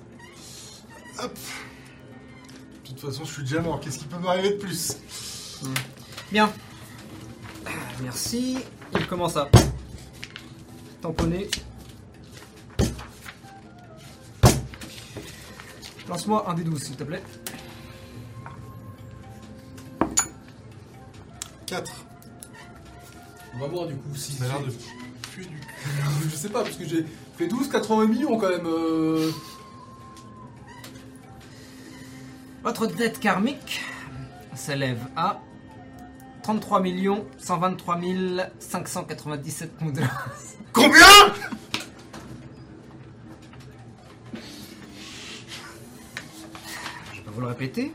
Speaker 3: Euh. Hop. De toute façon, je suis déjà mort. Qu'est-ce qui peut m'arriver de plus
Speaker 1: Bien. Ah, Merci. Il commence à tamponner. Lance-moi un des 12, s'il te plaît.
Speaker 3: 4.
Speaker 2: On va voir du coup si.
Speaker 3: Ça a l'air de
Speaker 2: puer du cul. je sais pas, parce que j'ai fait 12, 80 millions quand même. euh.
Speaker 1: Votre dette karmique s'élève à 33 123 597 moudras.
Speaker 3: Combien
Speaker 1: Je vais vous le répéter.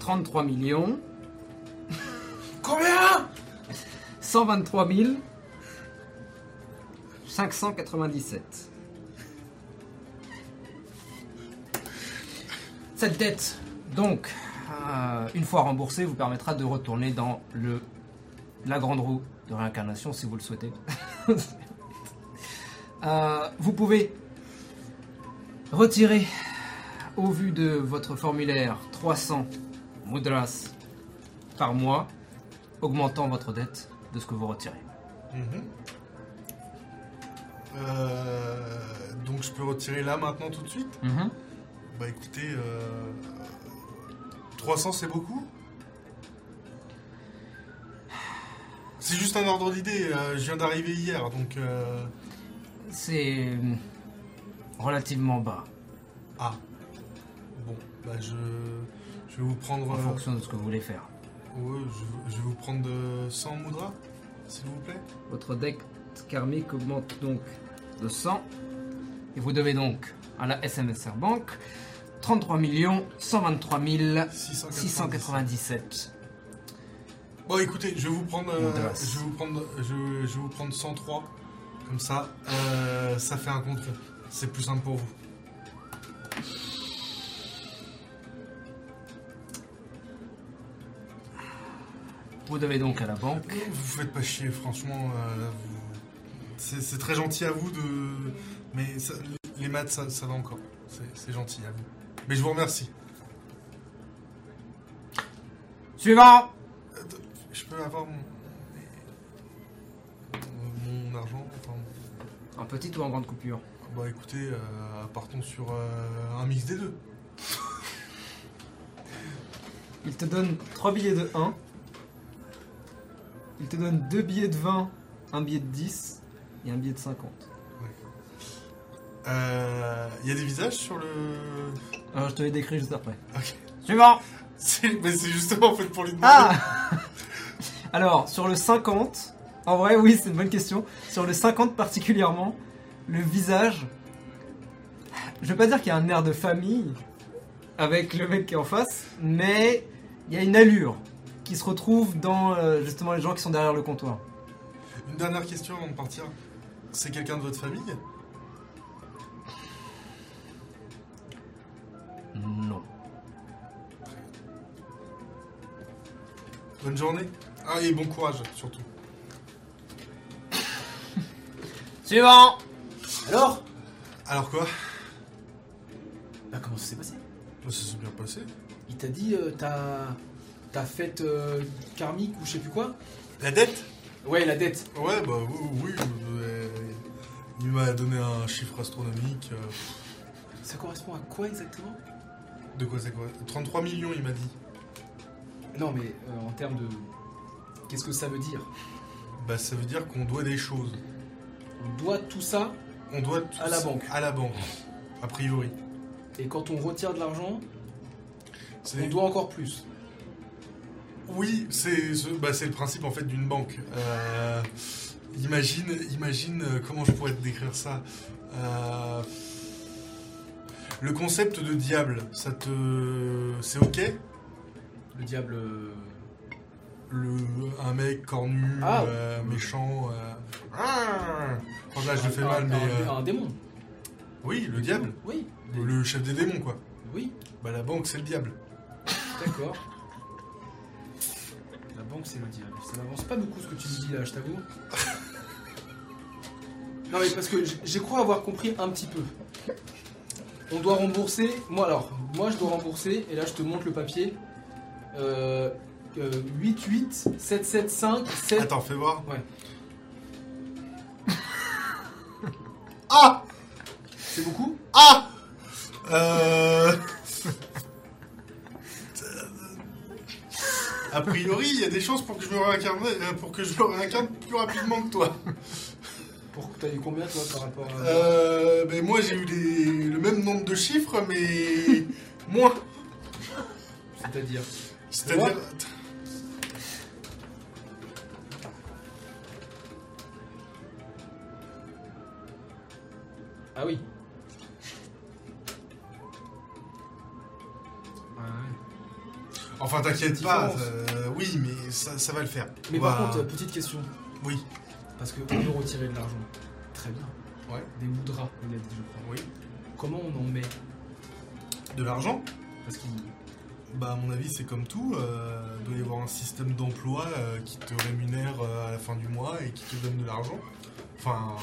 Speaker 1: 33 millions
Speaker 2: Combien
Speaker 1: 123 597. Cette dette, donc, euh, une fois remboursée, vous permettra de retourner dans le la grande roue de réincarnation si vous le souhaitez. Euh, vous pouvez retirer, au vu de votre formulaire, 300 mudras par mois, augmentant votre dette de ce que vous retirez.
Speaker 3: Mhm. Euh, donc je peux retirer là maintenant tout de suite
Speaker 1: Mhm.
Speaker 3: Bah écoutez, euh, 300 c'est beaucoup C'est juste un ordre d'idée, euh, je viens d'arriver hier, donc... euh,
Speaker 1: C'est euh, relativement bas
Speaker 3: Ah. Bon, bah je... Je vais vous prendre...
Speaker 1: en
Speaker 3: euh,
Speaker 1: fonction de ce que vous voulez faire.
Speaker 3: ouais, je, je vais vous prendre de 100 moudras, s'il vous plaît.
Speaker 1: Votre deck karmique augmente donc de 100 et vous devez donc à la SMSR Bank 33 123
Speaker 3: 690.
Speaker 1: 697.
Speaker 3: Bon écoutez, je vais vous prendre, euh,
Speaker 1: Moudras.
Speaker 3: je vais vous prendre, je, je vais vous prendre 103, comme ça, euh, ça fait un compte rond. C'est plus simple pour vous.
Speaker 1: Vous devez donc à la banque
Speaker 3: Vous faites pas chier, franchement. euh, vous- c'est c'est très gentil à vous de. Mais ça- les maths, ça, ça va encore. C'est- C'est gentil à vous. Mais je vous remercie.
Speaker 1: Suivant
Speaker 3: Je peux avoir mon. Mon argent enfin,
Speaker 1: En petite ou en grande coupure
Speaker 3: Bah écoutez, euh, partons sur euh, un mix des deux.
Speaker 1: Il te donne 3 billets de 1. Il te donne 2 billets de 20, un billet de 10 et un billet de 50.
Speaker 3: Euh, Il y a des visages sur le.
Speaker 1: Alors Euh, je te les décris juste après.
Speaker 3: Ok.
Speaker 1: Suivant
Speaker 3: C'est- Mais c'est justement en fait pour lui demander.
Speaker 1: Ah Alors, sur le 50, en vrai, oui, c'est une bonne question. Sur le 50 particulièrement, le visage. Je vais pas dire qu'il y a un air de famille avec le mec qui est en face, mais il y a une allure qui se retrouve dans euh, justement les gens qui sont derrière le comptoir.
Speaker 3: Une dernière question avant de partir. C'est quelqu'un de votre famille
Speaker 1: Non.
Speaker 3: Bonne journée. Ah, et bon courage surtout.
Speaker 1: Suivant
Speaker 2: Alors
Speaker 3: Alors quoi
Speaker 2: Bah, comment ça s'est passé
Speaker 3: Bah, Ça s'est bien passé.
Speaker 2: Il t'a dit euh, ta... ta fête euh, karmique ou je sais plus quoi
Speaker 3: La dette
Speaker 2: Ouais, la dette.
Speaker 3: Ouais, bah oui. oui, euh, il m'a donné un chiffre astronomique. euh,
Speaker 2: Ça correspond à quoi exactement
Speaker 3: De quoi c'est quoi 33 millions, il m'a dit.
Speaker 2: Non, mais euh, en termes de. Qu'est-ce que ça veut dire
Speaker 3: Bah ça veut dire qu'on doit des choses.
Speaker 2: On doit tout ça,
Speaker 3: On doit tout
Speaker 2: À la
Speaker 3: ça-
Speaker 2: banque.
Speaker 3: À la banque. A priori.
Speaker 2: et quand on retire de l'argent,
Speaker 3: C'est-
Speaker 2: on doit encore plus.
Speaker 3: Oui, c'est ce- bah, c'est le principe en fait d'une banque. Euh, imagine, imagine euh, comment je pourrais te décrire ça. Euh, le concept de diable, ça te, c'est ok
Speaker 2: Le diable. euh,
Speaker 3: le, un mec cornu,
Speaker 2: Ah.
Speaker 3: euh, méchant. euh, ah Enfin, là, je le fais
Speaker 2: un-
Speaker 3: mal,
Speaker 2: un-
Speaker 3: mais. euh,
Speaker 2: Un, démon.
Speaker 3: oui, le diable.
Speaker 2: Oui,
Speaker 3: Le chef des démons, quoi.
Speaker 2: oui,
Speaker 3: Bah, la banque, c'est le diable.
Speaker 2: d'accord. La banque, c'est le diable. Ça n'avance pas beaucoup ce que tu me dis là, je t'avoue. Non, mais parce que j- j'ai cru avoir compris un petit peu. On doit rembourser. Moi, alors, moi, je dois rembourser, et là, je te montre le papier. Euh, euh, 8, 8, 7, 7, 5, 7.
Speaker 3: Attends, fais voir.
Speaker 2: Ouais.
Speaker 3: ah
Speaker 2: C'est beaucoup
Speaker 3: Ah Euh. A priori, il y a des chances pour que je me réincarne, euh, pour que je me réincarne plus rapidement que toi.
Speaker 2: Pour t'as eu combien toi par rapport à.
Speaker 3: Euh, ben moi, j'ai eu des- le même nombre de chiffres, mais moins.
Speaker 2: C'est-à-dire.
Speaker 3: C'est-à-dire.
Speaker 2: Ah oui.
Speaker 3: Enfin, t'inquiète
Speaker 2: C'est
Speaker 3: pas.
Speaker 2: différent.
Speaker 3: euh, oui, mais ça, ça va le faire.
Speaker 2: Mais
Speaker 3: On va-
Speaker 2: par contre, euh, petite question,
Speaker 3: Oui.
Speaker 2: parce qu'on veut retirer de l'argent. Très bien.
Speaker 3: Ouais.
Speaker 2: Des moudras, il a dit, je crois.
Speaker 3: Oui.
Speaker 2: Comment on en met
Speaker 3: De l'argent
Speaker 2: Parce qu'il.
Speaker 3: Bah, à mon avis, c'est comme tout. euh, il doit y avoir un système d'emploi euh, qui te rémunère euh, à la fin du mois et qui te donne de l'argent. Enfin,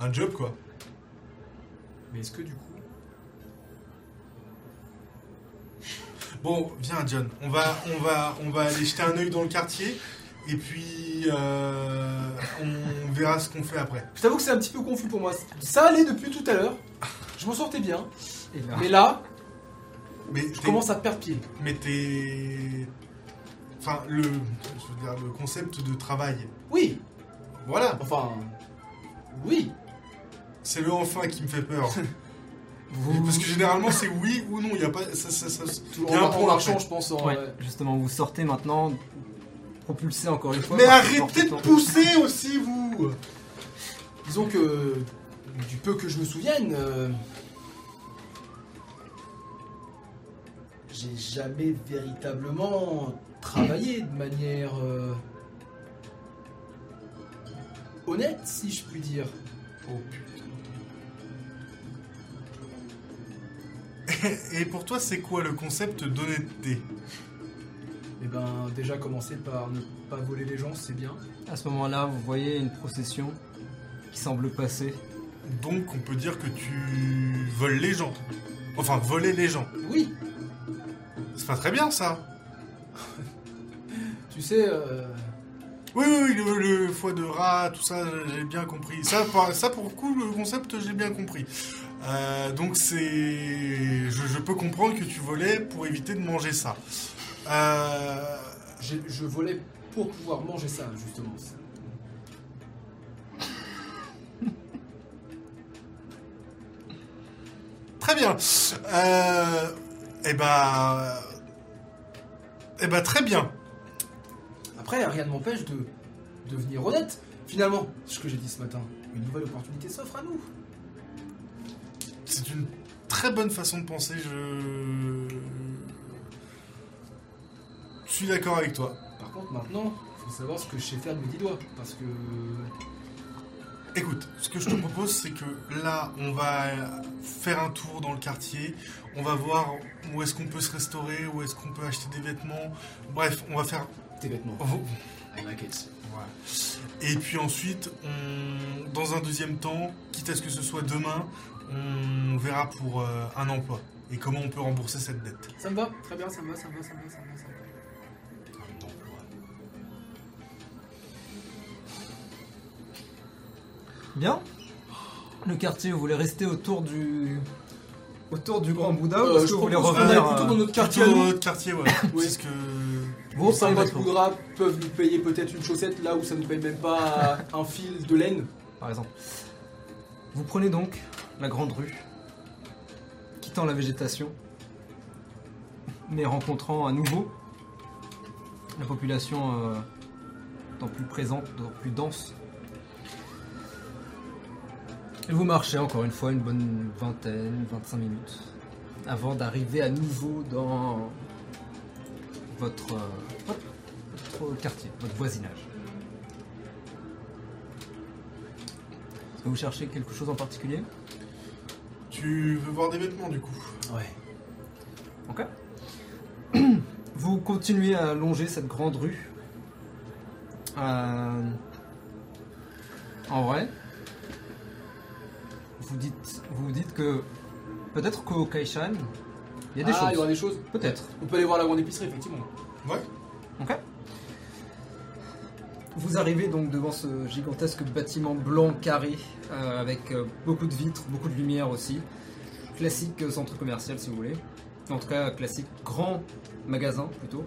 Speaker 3: un job quoi.
Speaker 2: Mais est-ce que du coup.
Speaker 3: Bon, viens, John. On va, on va, on va aller jeter un œil dans le quartier et puis euh, on verra ce qu'on fait après.
Speaker 2: Je t'avoue que c'est un petit peu confus pour moi. Ça allait depuis tout à l'heure. Je m'en sortais bien.
Speaker 1: Et là.
Speaker 2: Mais là,
Speaker 3: Mais
Speaker 2: je
Speaker 3: t'es-
Speaker 2: commence à perdre pied.
Speaker 3: mais t'es, enfin le, je veux dire le concept de travail.
Speaker 2: Oui
Speaker 3: Voilà,
Speaker 2: Enfin. Oui
Speaker 3: c'est le enfin qui me fait peur.
Speaker 1: Vous-
Speaker 3: Parce que généralement c'est oui ou non. Il y a pas, ça, ça, ça-
Speaker 2: Toujours
Speaker 3: Il y a un
Speaker 2: en, en
Speaker 3: point
Speaker 2: marchant,
Speaker 3: après.
Speaker 2: je pense. En,
Speaker 1: Ouais,
Speaker 2: euh,
Speaker 1: justement, vous sortez maintenant, propulsé encore une fois.
Speaker 3: Mais
Speaker 1: par-
Speaker 3: arrêtez de
Speaker 1: par-
Speaker 3: pousser aussi, vous
Speaker 2: Disons que. Du peu que je me souvienne. euh, J'ai jamais véritablement travaillé de manière. euh, honnête, si je puis dire.
Speaker 3: Et pour toi, c'est quoi le concept d'honnêteté
Speaker 2: Eh ben, déjà commencer par ne pas voler les gens, c'est bien.
Speaker 1: À ce moment-là, vous voyez une procession qui semble passer.
Speaker 3: Donc on peut dire que tu voles les gens. Enfin, voler les gens.
Speaker 4: Euh, Oui,
Speaker 3: C'est pas très bien ça.
Speaker 4: tu sais, euh,
Speaker 3: Oui, oui, oui, le, le foie de rat, tout ça, j'ai bien compris. Ça, par- ça pour le coup, le concept, j'ai bien compris. Euh, donc c'est, je, je peux comprendre que tu volais pour éviter de manger ça. Euh,
Speaker 4: j'ai- je volais pour pouvoir manger ça, justement.
Speaker 3: très bien. Euh, eh ben, eh ben très bien.
Speaker 4: Après, rien ne m'empêche de devenir honnête. Finalement, ce que j'ai dit ce matin, une nouvelle opportunité s'offre à nous.
Speaker 3: C'est une très bonne façon de penser. Je suis d'accord avec toi.
Speaker 4: Par contre, maintenant, faut savoir ce que je sais faire de mes dix doigts, parce que euh,
Speaker 3: Écoute, ce que je te propose, c'est que là, on va faire un tour dans le quartier. On va voir où est-ce qu'on peut se restaurer, où est-ce qu'on peut acheter des vêtements. Bref, on va faire.
Speaker 4: tes vêtements,
Speaker 3: Voilà.
Speaker 4: I like it.
Speaker 3: Et puis ensuite, on... dans un deuxième temps, quitte à ce que ce soit demain, on verra pour euh, un emploi et comment on peut rembourser cette dette.
Speaker 4: Ça me va, très bien, ça me va, ça me va, ça me va, ça me va. Ça me va.
Speaker 1: Bien. Le quartier, vous voulez rester autour du autour du Grand Bouddha ou
Speaker 2: Euh,
Speaker 1: est-ce
Speaker 2: je
Speaker 1: que vous voulez
Speaker 2: propose qu'on
Speaker 1: revenir
Speaker 2: aille plutôt
Speaker 1: euh,
Speaker 2: dans notre quartier à
Speaker 3: Plutôt dans
Speaker 2: nous.
Speaker 3: notre quartier, ouais.
Speaker 2: Oui.
Speaker 3: Parce que
Speaker 1: vous
Speaker 2: Les
Speaker 1: reprenez
Speaker 2: symboles
Speaker 1: votre
Speaker 2: de
Speaker 1: tour,
Speaker 2: Poudra peuvent nous payer peut-être une chaussette là où ça nous paye même pas un fil de laine.
Speaker 1: par exemple. Vous prenez donc la grande rue, quittant la végétation, mais rencontrant à nouveau la population euh, tant plus présente, tant plus dense. Et vous marchez encore une fois une bonne vingtaine, 25 minutes, avant d'arriver à nouveau dans votre, euh, hop, votre quartier, votre voisinage. Est-ce que vous cherchez quelque chose en particulier
Speaker 3: tu veux voir des vêtements du coup.
Speaker 4: Ouais.
Speaker 1: Ok. Vous continuez à longer cette grande rue. Euh, En vrai, vous dites, vous vous dites que peut-être qu'au Kaishan, il y a des
Speaker 4: ah, il y aura
Speaker 1: choses.
Speaker 4: des choses.
Speaker 1: Peut-être.
Speaker 4: On peut aller voir la grande épicerie, effectivement.
Speaker 3: Ouais.
Speaker 1: Ok. Vous arrivez donc devant ce gigantesque bâtiment blanc carré euh, avec euh, beaucoup de vitres, beaucoup de lumière aussi. Classique euh, centre commercial si vous voulez. En tout cas, classique grand magasin plutôt.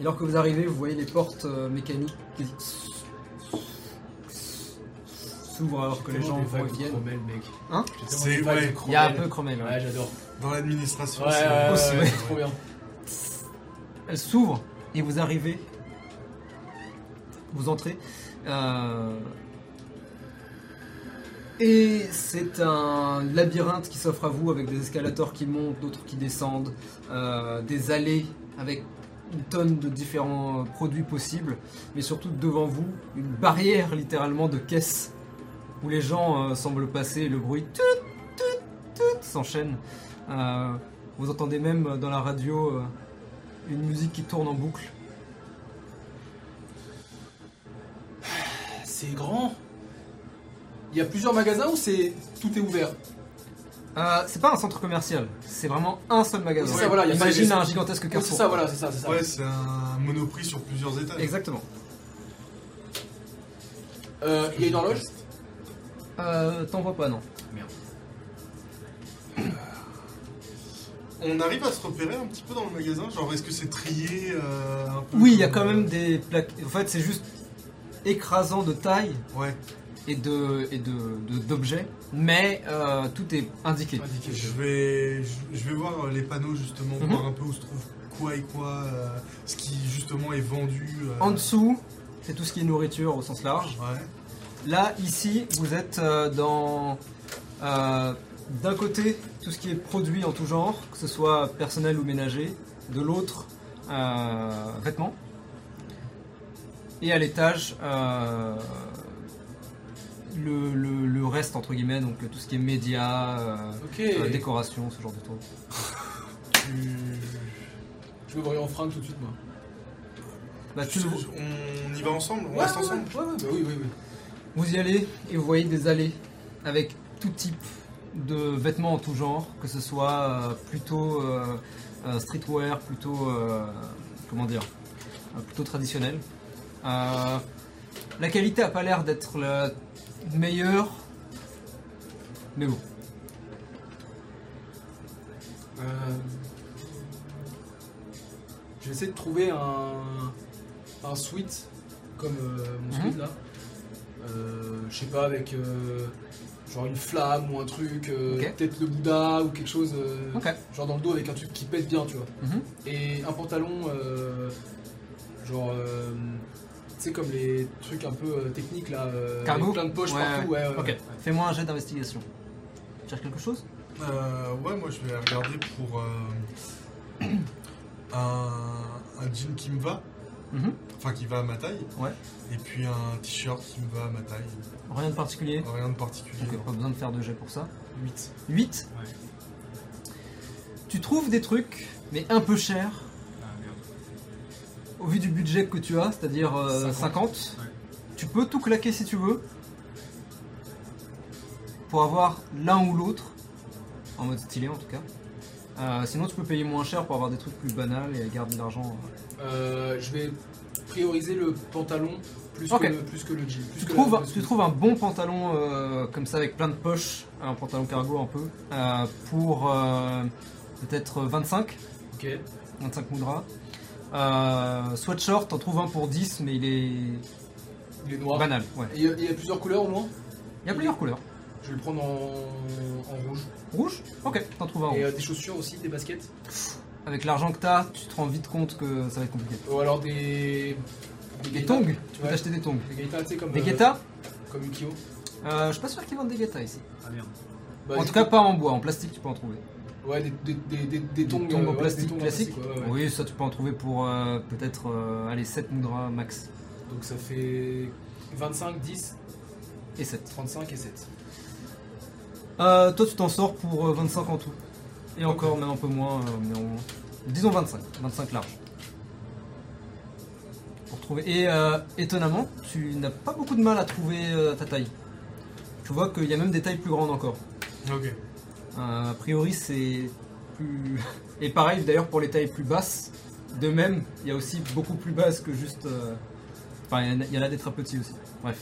Speaker 1: Et alors que vous arrivez, vous voyez les portes euh, mécaniques qui s'ouvrent alors que les gens vont et viennent.
Speaker 4: mec.
Speaker 1: Hein
Speaker 3: C'est- ouais.
Speaker 1: Il y a un peu Cromwell. ouais.
Speaker 4: Ouais, j'adore.
Speaker 3: Dans l'administration.
Speaker 4: Ouais, ouais,
Speaker 3: c'est-
Speaker 4: ouais,
Speaker 1: possible.
Speaker 4: ouais, c'est trop bien.
Speaker 1: Elle s'ouvre et vous arrivez. Vous entrez. euh, et c'est un labyrinthe qui s'offre à vous avec des escalators qui montent, d'autres qui descendent, euh, des allées avec une tonne de différents euh, produits possibles, mais surtout devant vous, une barrière littéralement de caisses où les gens euh, semblent passer et le bruit tout, tout, tout s'enchaîne. Euh, vous entendez même euh, dans la radio euh, une musique qui tourne en boucle.
Speaker 4: C'est grand. Il y a plusieurs magasins ou c'est tout est ouvert
Speaker 1: Euh, c'est pas un centre commercial, c'est vraiment un seul magasin.
Speaker 4: Oui, c'est ça, voilà, il y a pas
Speaker 1: Imagine
Speaker 4: des-
Speaker 1: un gigantesque
Speaker 4: Oui, C'est
Speaker 1: carrefour.
Speaker 4: ça, voilà, c'est ça, c'est ça.
Speaker 3: Ouais, c'est un monoprix sur plusieurs étages.
Speaker 1: Exactement.
Speaker 4: Euh, il y a une horloge
Speaker 1: Euh, T'en vois pas, non.
Speaker 3: On arrive à se repérer un petit peu dans le magasin, genre est-ce que c'est trié euh, un peu
Speaker 1: Oui, il y a
Speaker 3: comme-
Speaker 1: quand même des plaques. En fait, c'est juste écrasant de taille
Speaker 3: euh, Ouais.
Speaker 1: et de et de de- d'objets, mais euh, tout est indiqué.
Speaker 3: Je vais, je, je vais voir euh, les panneaux justement,
Speaker 1: Mhm.
Speaker 3: voir un peu où se trouve quoi et quoi, euh, ce qui justement est vendu. euh,
Speaker 1: En dessous, c'est tout ce qui est nourriture au sens large.
Speaker 3: Ouais.
Speaker 1: Là, ici, vous êtes euh, dans. euh, D'un côté, tout ce qui est produit en tout genre, que ce soit personnel ou ménager. De l'autre, euh, vêtements. Et à l'étage, euh, le, le- le reste, entre guillemets, donc tout ce qui est médias, euh,
Speaker 4: Ok.
Speaker 1: euh, décoration, ce genre de trucs.
Speaker 3: Tu-
Speaker 4: Je vais voir en fringue tout de suite, moi.
Speaker 1: Là, Bah, tu le vois.
Speaker 3: on y va ensemble On reste ensemble
Speaker 4: ouais, ouais, bah oui, oui, oui.
Speaker 1: Vous y allez et vous voyez des allées avec tout type de vêtements en tout genre, que ce soit euh, plutôt euh, euh, streetwear, plutôt euh, comment dire, euh, plutôt traditionnel. Euh, la qualité a pas l'air d'être la meilleure, mais bon.
Speaker 7: Euh,
Speaker 2: Je vais essayer de trouver un, un sweat comme euh,
Speaker 1: Mhm.
Speaker 2: mon sweat là. Euh, je sais pas, avec euh, genre une flamme ou un truc, euh,
Speaker 1: Ok.
Speaker 2: peut-être le Bouddha ou quelque chose, euh,
Speaker 1: Ok.
Speaker 2: genre dans le dos avec un truc qui pète bien, tu vois.
Speaker 1: Mhm.
Speaker 2: Et un pantalon, euh, genre, euh, tu sais, comme les trucs un peu euh, techniques là, euh,
Speaker 1: Cargo
Speaker 2: avec plein de poches
Speaker 1: Ouais,
Speaker 2: partout, ouais, ouais,
Speaker 1: Ok.
Speaker 2: ouais.
Speaker 1: Fais-moi un jet d'investigation. Tu cherches quelque chose
Speaker 3: Euh, ouais, moi je vais regarder pour euh, un, un jean qui me va,
Speaker 1: Mhm.
Speaker 3: enfin qui va à ma taille.
Speaker 1: Ouais.
Speaker 3: Et puis un t-shirt qui me va à ma taille.
Speaker 1: Rien de particulier.
Speaker 3: Rien de particulier.
Speaker 1: Ok, pas
Speaker 3: non.
Speaker 1: besoin de faire de jet pour ça.
Speaker 2: 8.
Speaker 1: 8.
Speaker 7: Ouais.
Speaker 1: Tu trouves des trucs, mais un peu chers,
Speaker 7: ah, merde.
Speaker 1: au vu du budget que tu as, c'est-à-dire euh, 50.
Speaker 7: 50. Ouais.
Speaker 1: Tu peux tout claquer si tu veux, pour avoir l'un ou l'autre, en mode stylé en tout cas. Euh, sinon, tu peux payer moins cher pour avoir des trucs plus banals et garder de l'argent.
Speaker 2: Euh, je vais prioriser le pantalon plus,
Speaker 1: Ok.
Speaker 2: que, le, plus que le jean. Plus
Speaker 1: Tu
Speaker 2: que
Speaker 1: trouves,
Speaker 2: la- plus
Speaker 1: tu
Speaker 2: que-
Speaker 1: trouves un bon pantalon euh, comme ça avec plein de poches, un pantalon cargo un peu, euh, pour euh, peut-être 25,
Speaker 2: Ok.
Speaker 1: 25 moudras. Euh, sweatshirt, t'en trouves un pour 10, mais il est
Speaker 2: Il est noir.
Speaker 1: banal. Ouais.
Speaker 2: Et Il y, a- il y a plusieurs couleurs au moins.
Speaker 1: Il y a plusieurs couleurs.
Speaker 2: Je vais le prendre en, en rouge.
Speaker 1: Rouge Ok, t'en trouves un
Speaker 2: Et
Speaker 1: rouge.
Speaker 2: euh, des chaussures aussi, des baskets.
Speaker 1: Avec l'argent que t'as, tu te rends vite compte que ça va être compliqué.
Speaker 2: Ou alors des.
Speaker 1: Des
Speaker 2: guettas.
Speaker 1: tongs Tu peux
Speaker 2: Ouais.
Speaker 1: t'acheter des tongs.
Speaker 2: Des guettas, tu sais, comme.
Speaker 1: Des
Speaker 2: euh,
Speaker 1: guettas
Speaker 2: Comme Bah, Ukio.
Speaker 1: Euh, Je suis pas sûr qu'ils vendent des guettas ici.
Speaker 7: Ah merde.
Speaker 2: Bah,
Speaker 1: en
Speaker 2: je-
Speaker 1: tout cas, pas en bois, en plastique tu peux en trouver.
Speaker 2: Ouais, des, des, des, des, des
Speaker 1: Des
Speaker 2: tongs,
Speaker 1: tongs
Speaker 2: euh,
Speaker 1: en
Speaker 2: ouais,
Speaker 1: plastique
Speaker 2: des tongs en
Speaker 1: classique
Speaker 2: ouais, ouais.
Speaker 1: Oui, ça tu peux en trouver pour euh, peut-être euh, allez, 7 moudras max.
Speaker 2: Donc ça fait 25, 10,
Speaker 1: Et 7.
Speaker 2: 35 et 7.
Speaker 1: Euh, toi, tu t'en sors pour euh, 25 en tout. Et encore, même un peu moins, euh, mais on- disons 25, 25 large. Pour trouver. Et euh, étonnamment, tu n'as pas beaucoup de mal à trouver euh, ta taille. Tu vois qu'il y a même des tailles plus grandes encore.
Speaker 3: hein. Ok.
Speaker 1: Euh, a priori, c'est plus. Et pareil d'ailleurs pour les tailles plus basses. De même, il y a aussi beaucoup plus basses que juste. euh, Enfin, il y en a- il y en a des très petits aussi. Bref.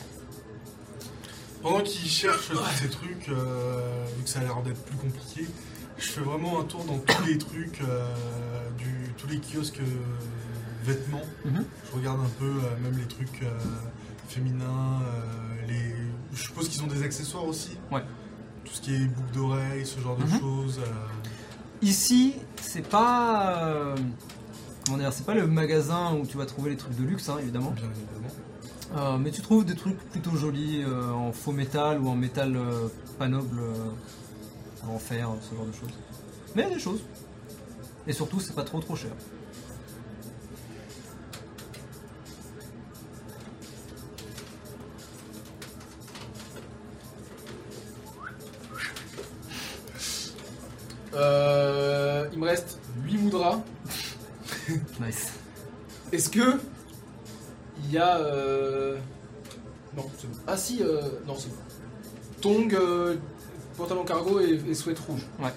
Speaker 3: Pendant qu'ils cherchent tous ces trucs, euh, vu que ça a l'air d'être plus compliqué, je fais vraiment un tour dans tous les trucs, euh, du, tous les kiosques euh, vêtements.
Speaker 1: Mhm.
Speaker 3: Je regarde un peu euh, même les trucs euh, féminins, euh, les... je suppose qu'ils ont des accessoires aussi.
Speaker 1: Ouais.
Speaker 3: Tout ce qui est boucles d'oreilles, ce genre
Speaker 1: Mhm.
Speaker 3: de choses. euh,
Speaker 1: Ici, c'est pas. euh, comment dire C'est pas le magasin où tu vas trouver les trucs de luxe, hein, évidemment.
Speaker 3: Bien évidemment.
Speaker 1: Euh, mais tu trouves des trucs plutôt jolis euh, en faux métal ou en métal euh, pas noble, euh, en fer, ce genre de choses. Mais il y a des choses. Et surtout, c'est pas trop trop cher.
Speaker 2: Euh, il me reste 8 moudras.
Speaker 1: Nice.
Speaker 2: Est-ce que il y a euh... non c'est bon. Ah si euh... non c'est bon. Tong, euh, pantalon cargo et, et sweat rouge.
Speaker 1: Ouais.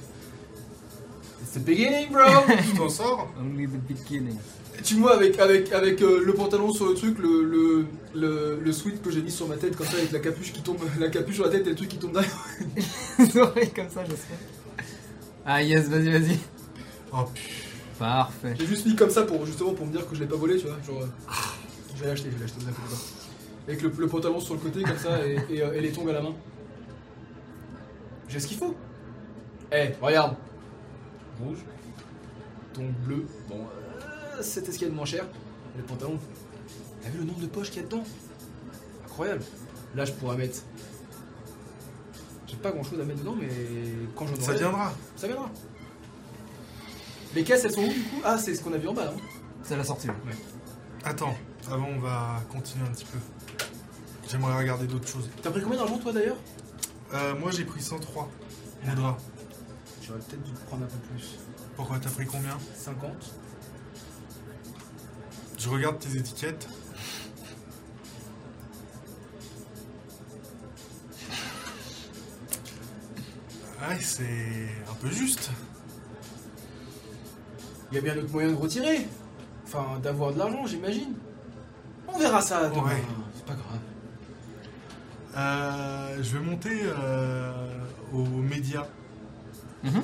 Speaker 2: It's the beginning bro.
Speaker 3: Tu t'en sors
Speaker 1: Only the beginning.
Speaker 2: tu me vois avec avec avec euh, le pantalon sur le truc, le le le, le sweat que j'ai mis sur ma tête comme ça avec la capuche qui tombe, la capuche sur la tête et le truc qui tombe derrière.
Speaker 1: oreilles comme ça, j'espère. Ah yes, vas-y, vas-y.
Speaker 3: Oh putain.
Speaker 1: Parfait.
Speaker 2: J'ai juste mis comme ça pour justement pour me dire que je l'ai pas volé, tu vois. Genre, euh, je vais l'acheter, je vais l'acheter. vous inquiétez pas. Avec le, le pantalon sur le côté comme ça et, et, euh, et les tongs à la main. J'ai ce qu'il faut. Eh, regarde. Rouge. Tong bleu. Bon, euh, c'était ce qu'il y a de moins cher. Le pantalon. T'as vu le nombre de poches qu'il y a dedans Incroyable. Là, je pourrais mettre. J'ai pas grand chose à mettre dedans, mais quand j'en aurai.
Speaker 3: Ça viendra.
Speaker 2: Ça viendra. Les caisses, elles sont où du coup Ah, c'est ce qu'on a vu en bas. hein.
Speaker 1: C'est la sortie.
Speaker 3: Attends, avant on va continuer un petit peu. J'aimerais regarder d'autres choses.
Speaker 2: T'as pris combien d'argent toi d'ailleurs
Speaker 3: Euh, moi j'ai pris 103 moudras.
Speaker 2: J'aurais peut-être dû prendre un peu plus.
Speaker 3: Pourquoi t'as pris combien
Speaker 2: 50
Speaker 3: Je regarde tes étiquettes. ouais, c'est un peu juste.
Speaker 2: Il y a bien d'autres moyens de retirer. Enfin, d'avoir de l'argent, j'imagine. On verra ça demain.
Speaker 3: Ouais.
Speaker 2: C'est pas grave.
Speaker 3: Euh, je vais monter euh, aux médias.
Speaker 1: Mhm.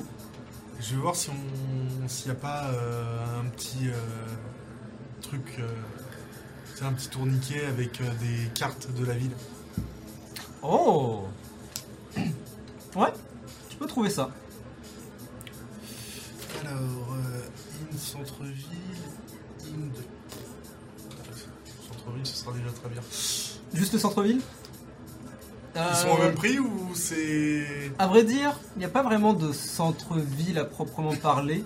Speaker 3: Je vais voir si on s'il n'y a pas euh, un petit euh, truc, euh, c'est un petit tourniquet avec euh, des cartes de la ville.
Speaker 1: Oh Ouais, tu peux trouver ça.
Speaker 3: Alors, euh, in centre-ville, in de- Centre-ville, ce sera déjà très bien.
Speaker 1: Juste le centre-ville Euh,
Speaker 3: Ils sont au même prix ou c'est.
Speaker 1: À vrai dire, il n'y a pas vraiment de centre-ville à proprement parler.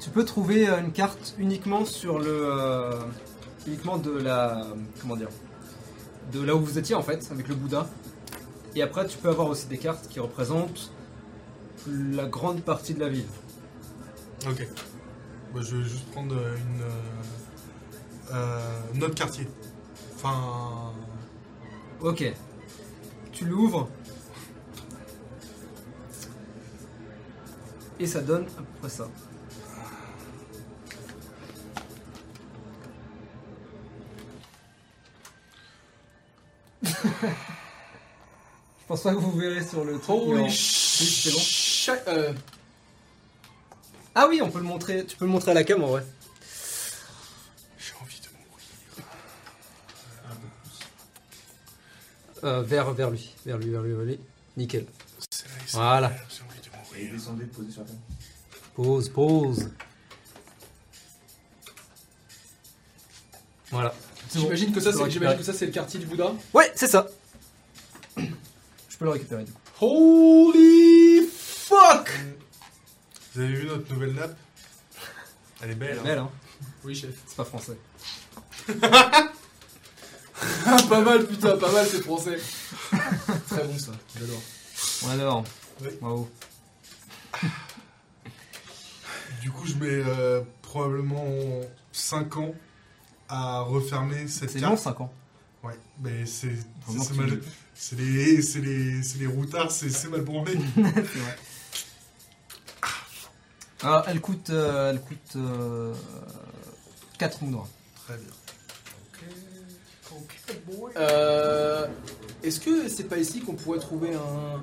Speaker 1: Tu peux trouver euh, une carte uniquement sur le. euh, uniquement de la. comment dire De là où vous étiez en fait, avec le Bouddha. Et après, tu peux avoir aussi des cartes qui représentent la grande partie de la ville.
Speaker 3: Ok. Bah, je vais juste prendre euh, une. euh, euh, notre quartier. Enfin.
Speaker 1: Ok. Tu l'ouvres. Et ça donne à peu près ça. Je pense pas que vous verrez sur le truc. mais en-
Speaker 2: Holy
Speaker 1: c'est bon.
Speaker 2: shit euh,
Speaker 1: Ah oui, on peut le montrer. Tu peux le montrer à la cam en vrai.
Speaker 3: J'ai envie de mourir.
Speaker 1: Euh, vers, vers lui, vers lui, vers lui, vers lui. Nickel.
Speaker 3: C'est là, ici.
Speaker 1: Voilà.
Speaker 3: J'ai envie de
Speaker 8: Et
Speaker 3: mourir.
Speaker 8: descendez, posez sur la table.
Speaker 1: Pause, pause. Voilà. C'est bon.
Speaker 2: J'imagine que ça,
Speaker 1: Tu peux
Speaker 2: c'est
Speaker 1: récupérer.
Speaker 2: j'imagine que ça, c'est le quartier du Bouddha.
Speaker 1: Ouais, c'est ça. Je peux le récupérer du coup.
Speaker 2: Holy fuck
Speaker 3: Vous avez vu notre nouvelle nappe Elle est belle. hein.
Speaker 1: Belle, hein
Speaker 2: Oui, chef.
Speaker 1: C'est pas français.
Speaker 2: Ah, pas mal, putain, pas mal, c'est français. Très bon, ça. J'adore.
Speaker 1: On adore.
Speaker 3: Oui.
Speaker 1: Bravo.
Speaker 3: Du coup, je mets euh, probablement 5 ans à refermer cette
Speaker 1: C'est
Speaker 3: carte.
Speaker 1: long 5 ans.
Speaker 3: Ouais, mais c'est
Speaker 1: Faut
Speaker 3: c'est-
Speaker 1: voir
Speaker 3: c'est
Speaker 1: qui-
Speaker 3: mal. C'est les, c'est les, c'est les routards, c'est c'est mal branlé.
Speaker 1: Alors, elle coûte, euh, elle coûte 4 moudres.
Speaker 3: Très bien. Ok. Ok, boy.
Speaker 2: Euh, Est-ce que c'est pas ici qu'on pourrait trouver un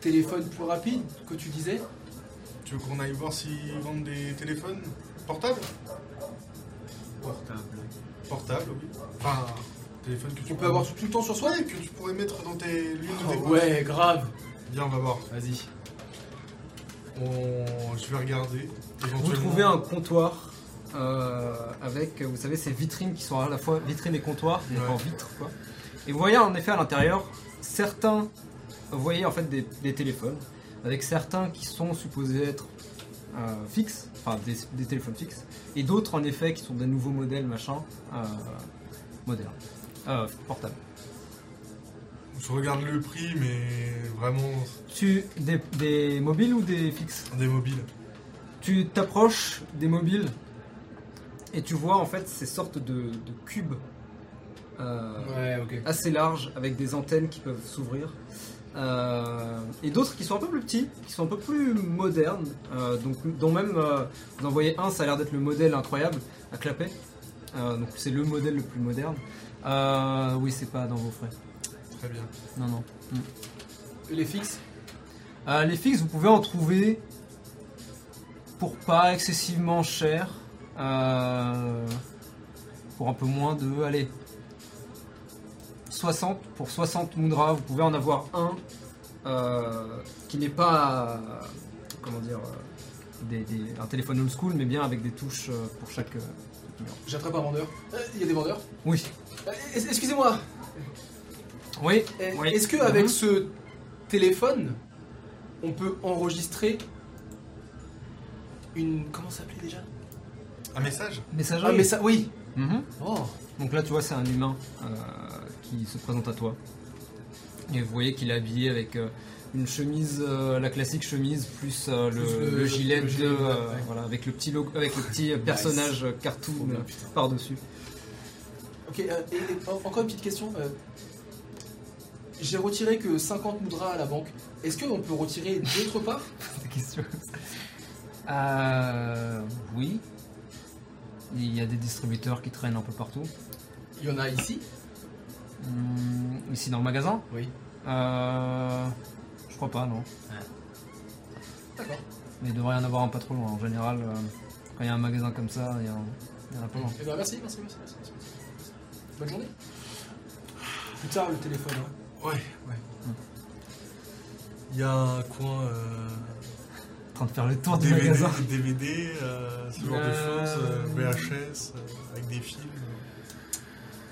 Speaker 2: téléphone plus rapide que tu disais
Speaker 3: Tu veux qu'on aille voir s'ils vendent des téléphones portables
Speaker 8: Portable.
Speaker 3: Portables, oui. Enfin, téléphone que tu Ah
Speaker 2: On peut avoir tout tout le temps sur soi
Speaker 3: Ouais, que tu pourrais mettre dans tes lunettes de tes
Speaker 2: Oh, Ouais, grave.
Speaker 3: poches. Viens, on va voir.
Speaker 2: Vas-y.
Speaker 3: On- Je vais regarder.
Speaker 1: Vous
Speaker 3: éventuellement.
Speaker 1: trouvez un comptoir euh, avec, vous savez, ces vitrines qui sont à la fois vitrines et comptoirs, donc
Speaker 3: Ouais.
Speaker 1: en vitre, quoi. Et vous voyez en effet à l'intérieur, certains, vous voyez en fait des, des téléphones, avec certains qui sont supposés être euh, fixes, enfin des, des téléphones fixes, et d'autres en effet qui sont des nouveaux modèles, machin, euh, modernes, euh, portables.
Speaker 3: Je regarde le prix, mais vraiment
Speaker 1: Tu, des, des mobiles ou des fixes
Speaker 3: des mobiles.
Speaker 1: Tu t'approches des mobiles et tu vois en fait ces sortes de, de cubes euh,
Speaker 2: Ouais, ok.
Speaker 1: assez larges avec des antennes qui peuvent s'ouvrir Euh, et d'autres qui sont un peu plus petits, qui sont un peu plus modernes, euh, donc dont même euh, vous en voyez un, ça a l'air d'être le modèle incroyable à clapet. Euh, donc c'est le modèle le plus moderne. Euh, oui, c'est pas dans vos frais.
Speaker 3: Très bien.
Speaker 1: Non, non.
Speaker 2: Les fixes
Speaker 1: Euh, les fixes, vous pouvez en trouver pour pas excessivement cher. euh, pour un peu moins de. Allez. 60, pour 60 Mundra, vous pouvez en avoir un euh, qui n'est pas. euh, comment dire. euh, des- des- un téléphone old school, mais bien avec des touches euh, pour chaque. euh, numéro.
Speaker 2: J'attrape un vendeur. Euh, Il y a des vendeurs.
Speaker 1: oui.
Speaker 2: Euh, es- Excusez-moi.
Speaker 1: Oui.
Speaker 2: Euh,
Speaker 1: Oui.
Speaker 2: Est-ce que avec
Speaker 1: Mhm.
Speaker 2: ce téléphone, on peut enregistrer une comment ça s'appelait déjà
Speaker 3: Un message
Speaker 1: Messagerie.
Speaker 2: Ah mais ça oui.
Speaker 1: Mhm.
Speaker 2: Oh.
Speaker 1: Donc là, tu vois, c'est un humain euh, qui se présente à toi. Et vous voyez qu'il est habillé avec euh, une chemise, euh, la classique chemise, plus euh, le,
Speaker 2: Plus le-
Speaker 1: le gilet
Speaker 2: le
Speaker 1: de,
Speaker 2: gilet, ouais,
Speaker 1: euh,
Speaker 2: ouais.
Speaker 1: voilà, avec le petit logo, avec le petit euh, personnage euh,
Speaker 2: Trop
Speaker 1: cartoon
Speaker 2: bien,
Speaker 1: euh,
Speaker 2: Oh, bah, putain.
Speaker 1: par dessus.
Speaker 2: Ok. euh, et- et en- encore une petite question. euh,
Speaker 4: j'ai retiré que 50 moudras à la banque. Est-ce qu'on peut retirer d'autre part
Speaker 1: Cette question. Euh, oui. Il y a des distributeurs qui traînent un peu partout.
Speaker 4: Il y en a ici.
Speaker 1: Hum, ici dans le magasin
Speaker 4: Oui.
Speaker 1: Euh, je crois pas, non.
Speaker 4: D'accord.
Speaker 1: Mais il devrait y en avoir un pas trop loin. En général, euh, quand il y a un magasin comme ça, il y, en- il y en a pas loin.
Speaker 4: Eh ben, merci, merci, merci, merci, merci. Bonne journée. Plus tard, le téléphone. hein.
Speaker 2: Ouais, ouais. Il y a un coin euh,
Speaker 1: En train de faire le tour du
Speaker 2: DVD,
Speaker 1: magasin.
Speaker 2: DVD, euh, ce genre de
Speaker 1: Euh,
Speaker 2: choses, euh, VHS, euh, avec des films.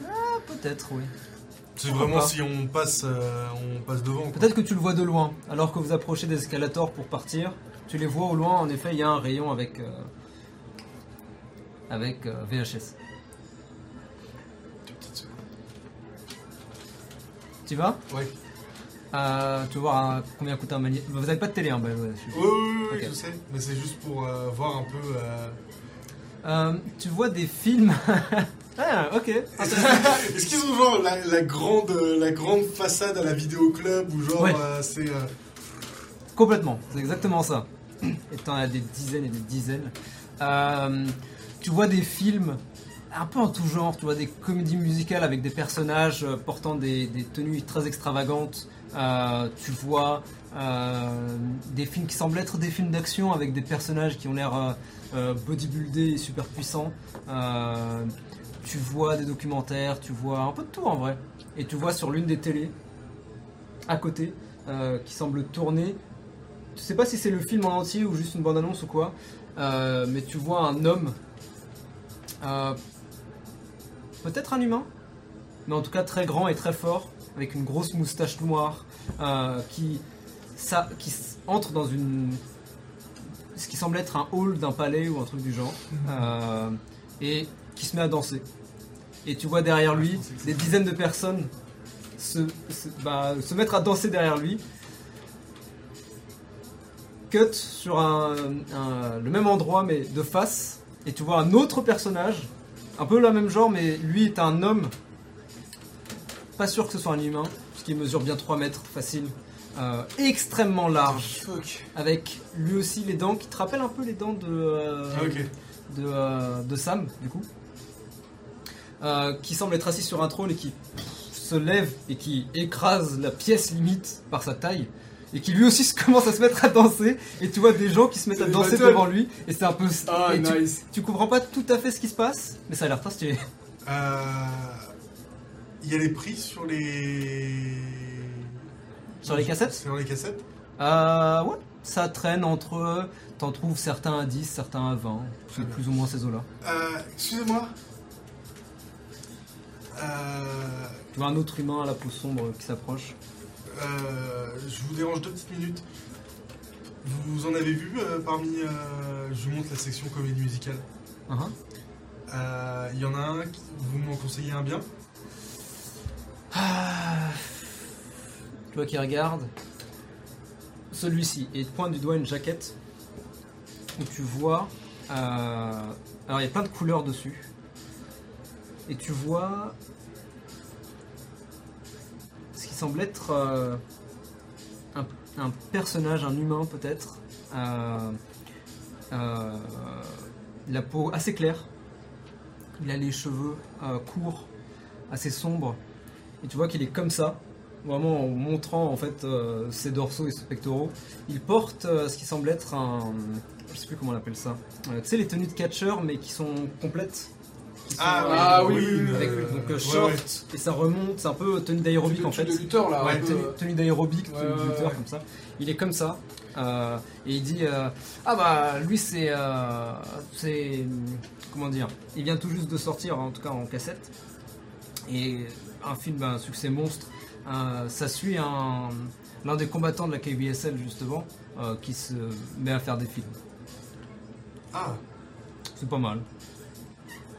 Speaker 1: Ah, peut-être, oui.
Speaker 2: C'est
Speaker 1: Pourquoi
Speaker 2: vraiment
Speaker 1: pas
Speaker 2: si on passe, euh, on passe devant. quoi.
Speaker 1: Peut-être que tu le vois de loin. Alors que vous approchez des escalators pour partir, tu les vois au loin. En effet, il y a un rayon avec. euh, avec euh, VHS.
Speaker 2: Deux petites secondes.
Speaker 1: Tu vas
Speaker 2: Ouais.
Speaker 1: Euh, tu vas voir hein, combien coûte un magnéto. Vous n'avez pas de télé, hein, bah, ouais, je suis-
Speaker 2: Oui, oui, oui,
Speaker 1: Ok.
Speaker 2: je sais. Mais c'est juste pour euh, voir un peu. euh,
Speaker 1: Euh, tu vois des films. ah, ok.
Speaker 3: Est-ce qu'ils ont genre la, la grande, euh, la grande façade à la vidéoclub ou genre
Speaker 1: Ouais.
Speaker 3: euh, c'est. euh,
Speaker 1: Complètement, c'est exactement ça. Et t'en as des dizaines et des dizaines. Euh, tu vois des films un peu en tout genre, tu vois des comédies musicales avec des personnages euh, portant des, des tenues très extravagantes. Euh, tu vois euh, des films qui semblent être des films d'action avec des personnages qui ont l'air euh, euh, bodybuildés et super puissants. Euh, tu vois des documentaires, tu vois un peu de tout en vrai. Et tu vois sur l'une des télés, à côté, euh, qui semble tourner. Tu sais pas si c'est le film en entier ou juste une bande-annonce ou quoi, euh, mais tu vois un homme, euh, peut-être un humain, mais en tout cas très grand et très fort, avec une grosse moustache noire, euh, qui, ça, qui s- entre dans une ce qui semble être un hall d'un palais ou un truc du genre, euh, et qui se met à danser. Et tu vois derrière lui des dizaines de personnes se, se- bah, se mettre à danser derrière lui. Cut sur un, un- le même endroit mais de face. Et tu vois un autre personnage, un peu le même genre, mais lui est un homme. Pas sûr que ce soit un humain, puisqu'il mesure bien 3 mètres, facile. Euh, extrêmement large,
Speaker 4: Fuck.
Speaker 1: avec lui aussi les dents qui te rappellent un peu les dents de, euh,
Speaker 3: Ah, ok.
Speaker 1: de, euh, de Sam, du coup, euh, qui semble être assis sur un trône et qui pff, se lève et qui écrase la pièce limite par sa taille. Et qui lui aussi se commence à se mettre à danser, et tu vois des gens qui se mettent à
Speaker 2: C'est
Speaker 1: danser
Speaker 2: battle.
Speaker 1: devant lui, et c'est un peu.
Speaker 2: Ah,
Speaker 1: et tu,
Speaker 2: nice.
Speaker 1: tu comprends pas tout à fait ce qui se passe, mais ça a l'air très stylé.
Speaker 3: Euh, Il y a les prix sur les.
Speaker 1: Sur les cassettes
Speaker 3: Sur les cassettes
Speaker 1: Euh, ouais, ça traîne entre. T'en trouves certains à 10, certains à 20, c'est plus ou moins ces eaux-là.
Speaker 3: Euh, Excusez-moi. Euh,
Speaker 1: Tu vois un autre humain à la peau sombre qui s'approche.
Speaker 3: euh, je vous dérange deux petites minutes. Vous en avez vu euh, parmi. euh, je vous montre la section comédie musicale.
Speaker 1: Uhum.
Speaker 3: Euh, Il y en a un, qui- vous m'en conseillez un bien
Speaker 1: Ah. Tu vois qu'il regarde celui-ci et il te pointe du doigt une jaquette où tu vois. euh, alors il y a plein de couleurs dessus. Et tu vois ce qui semble être euh, un, un personnage, un humain peut-être. euh, euh, la peau assez claire. Il a les cheveux euh, courts, assez sombres. Et tu vois qu'il est comme ça, vraiment en montrant en fait euh, ses dorsaux et ses pectoraux. Il porte euh, ce qui semble être un. Je sais plus comment on appelle ça. Euh, tu sais, les tenues de catcheur, mais qui sont complètes. Qui sont,
Speaker 3: Ah,
Speaker 1: euh,
Speaker 4: ah oui,
Speaker 3: oui, oui,
Speaker 1: avec-
Speaker 3: euh,
Speaker 1: donc euh,
Speaker 3: ouais,
Speaker 1: short,
Speaker 3: ouais.
Speaker 1: et ça remonte, c'est un peu euh, tenue d'aérobic en fait.
Speaker 4: de lutteur là.
Speaker 1: Ah Ouais,
Speaker 4: un peu,
Speaker 1: tenue,
Speaker 4: euh,
Speaker 1: tenue d'aérobic, tenue
Speaker 4: Ouais,
Speaker 1: de
Speaker 4: ouais,
Speaker 1: lutteur,
Speaker 4: ouais.
Speaker 1: comme ça. Il est comme ça. euh, et il dit euh, Ah bah lui c'est. euh, c'est. Comment dire Il vient tout juste de sortir, en tout cas en cassette. Et un film à un succès monstre. Euh, ça suit un l'un des combattants de la KBSL justement euh, qui se met à faire des films.
Speaker 3: Ah,
Speaker 1: C'est pas mal.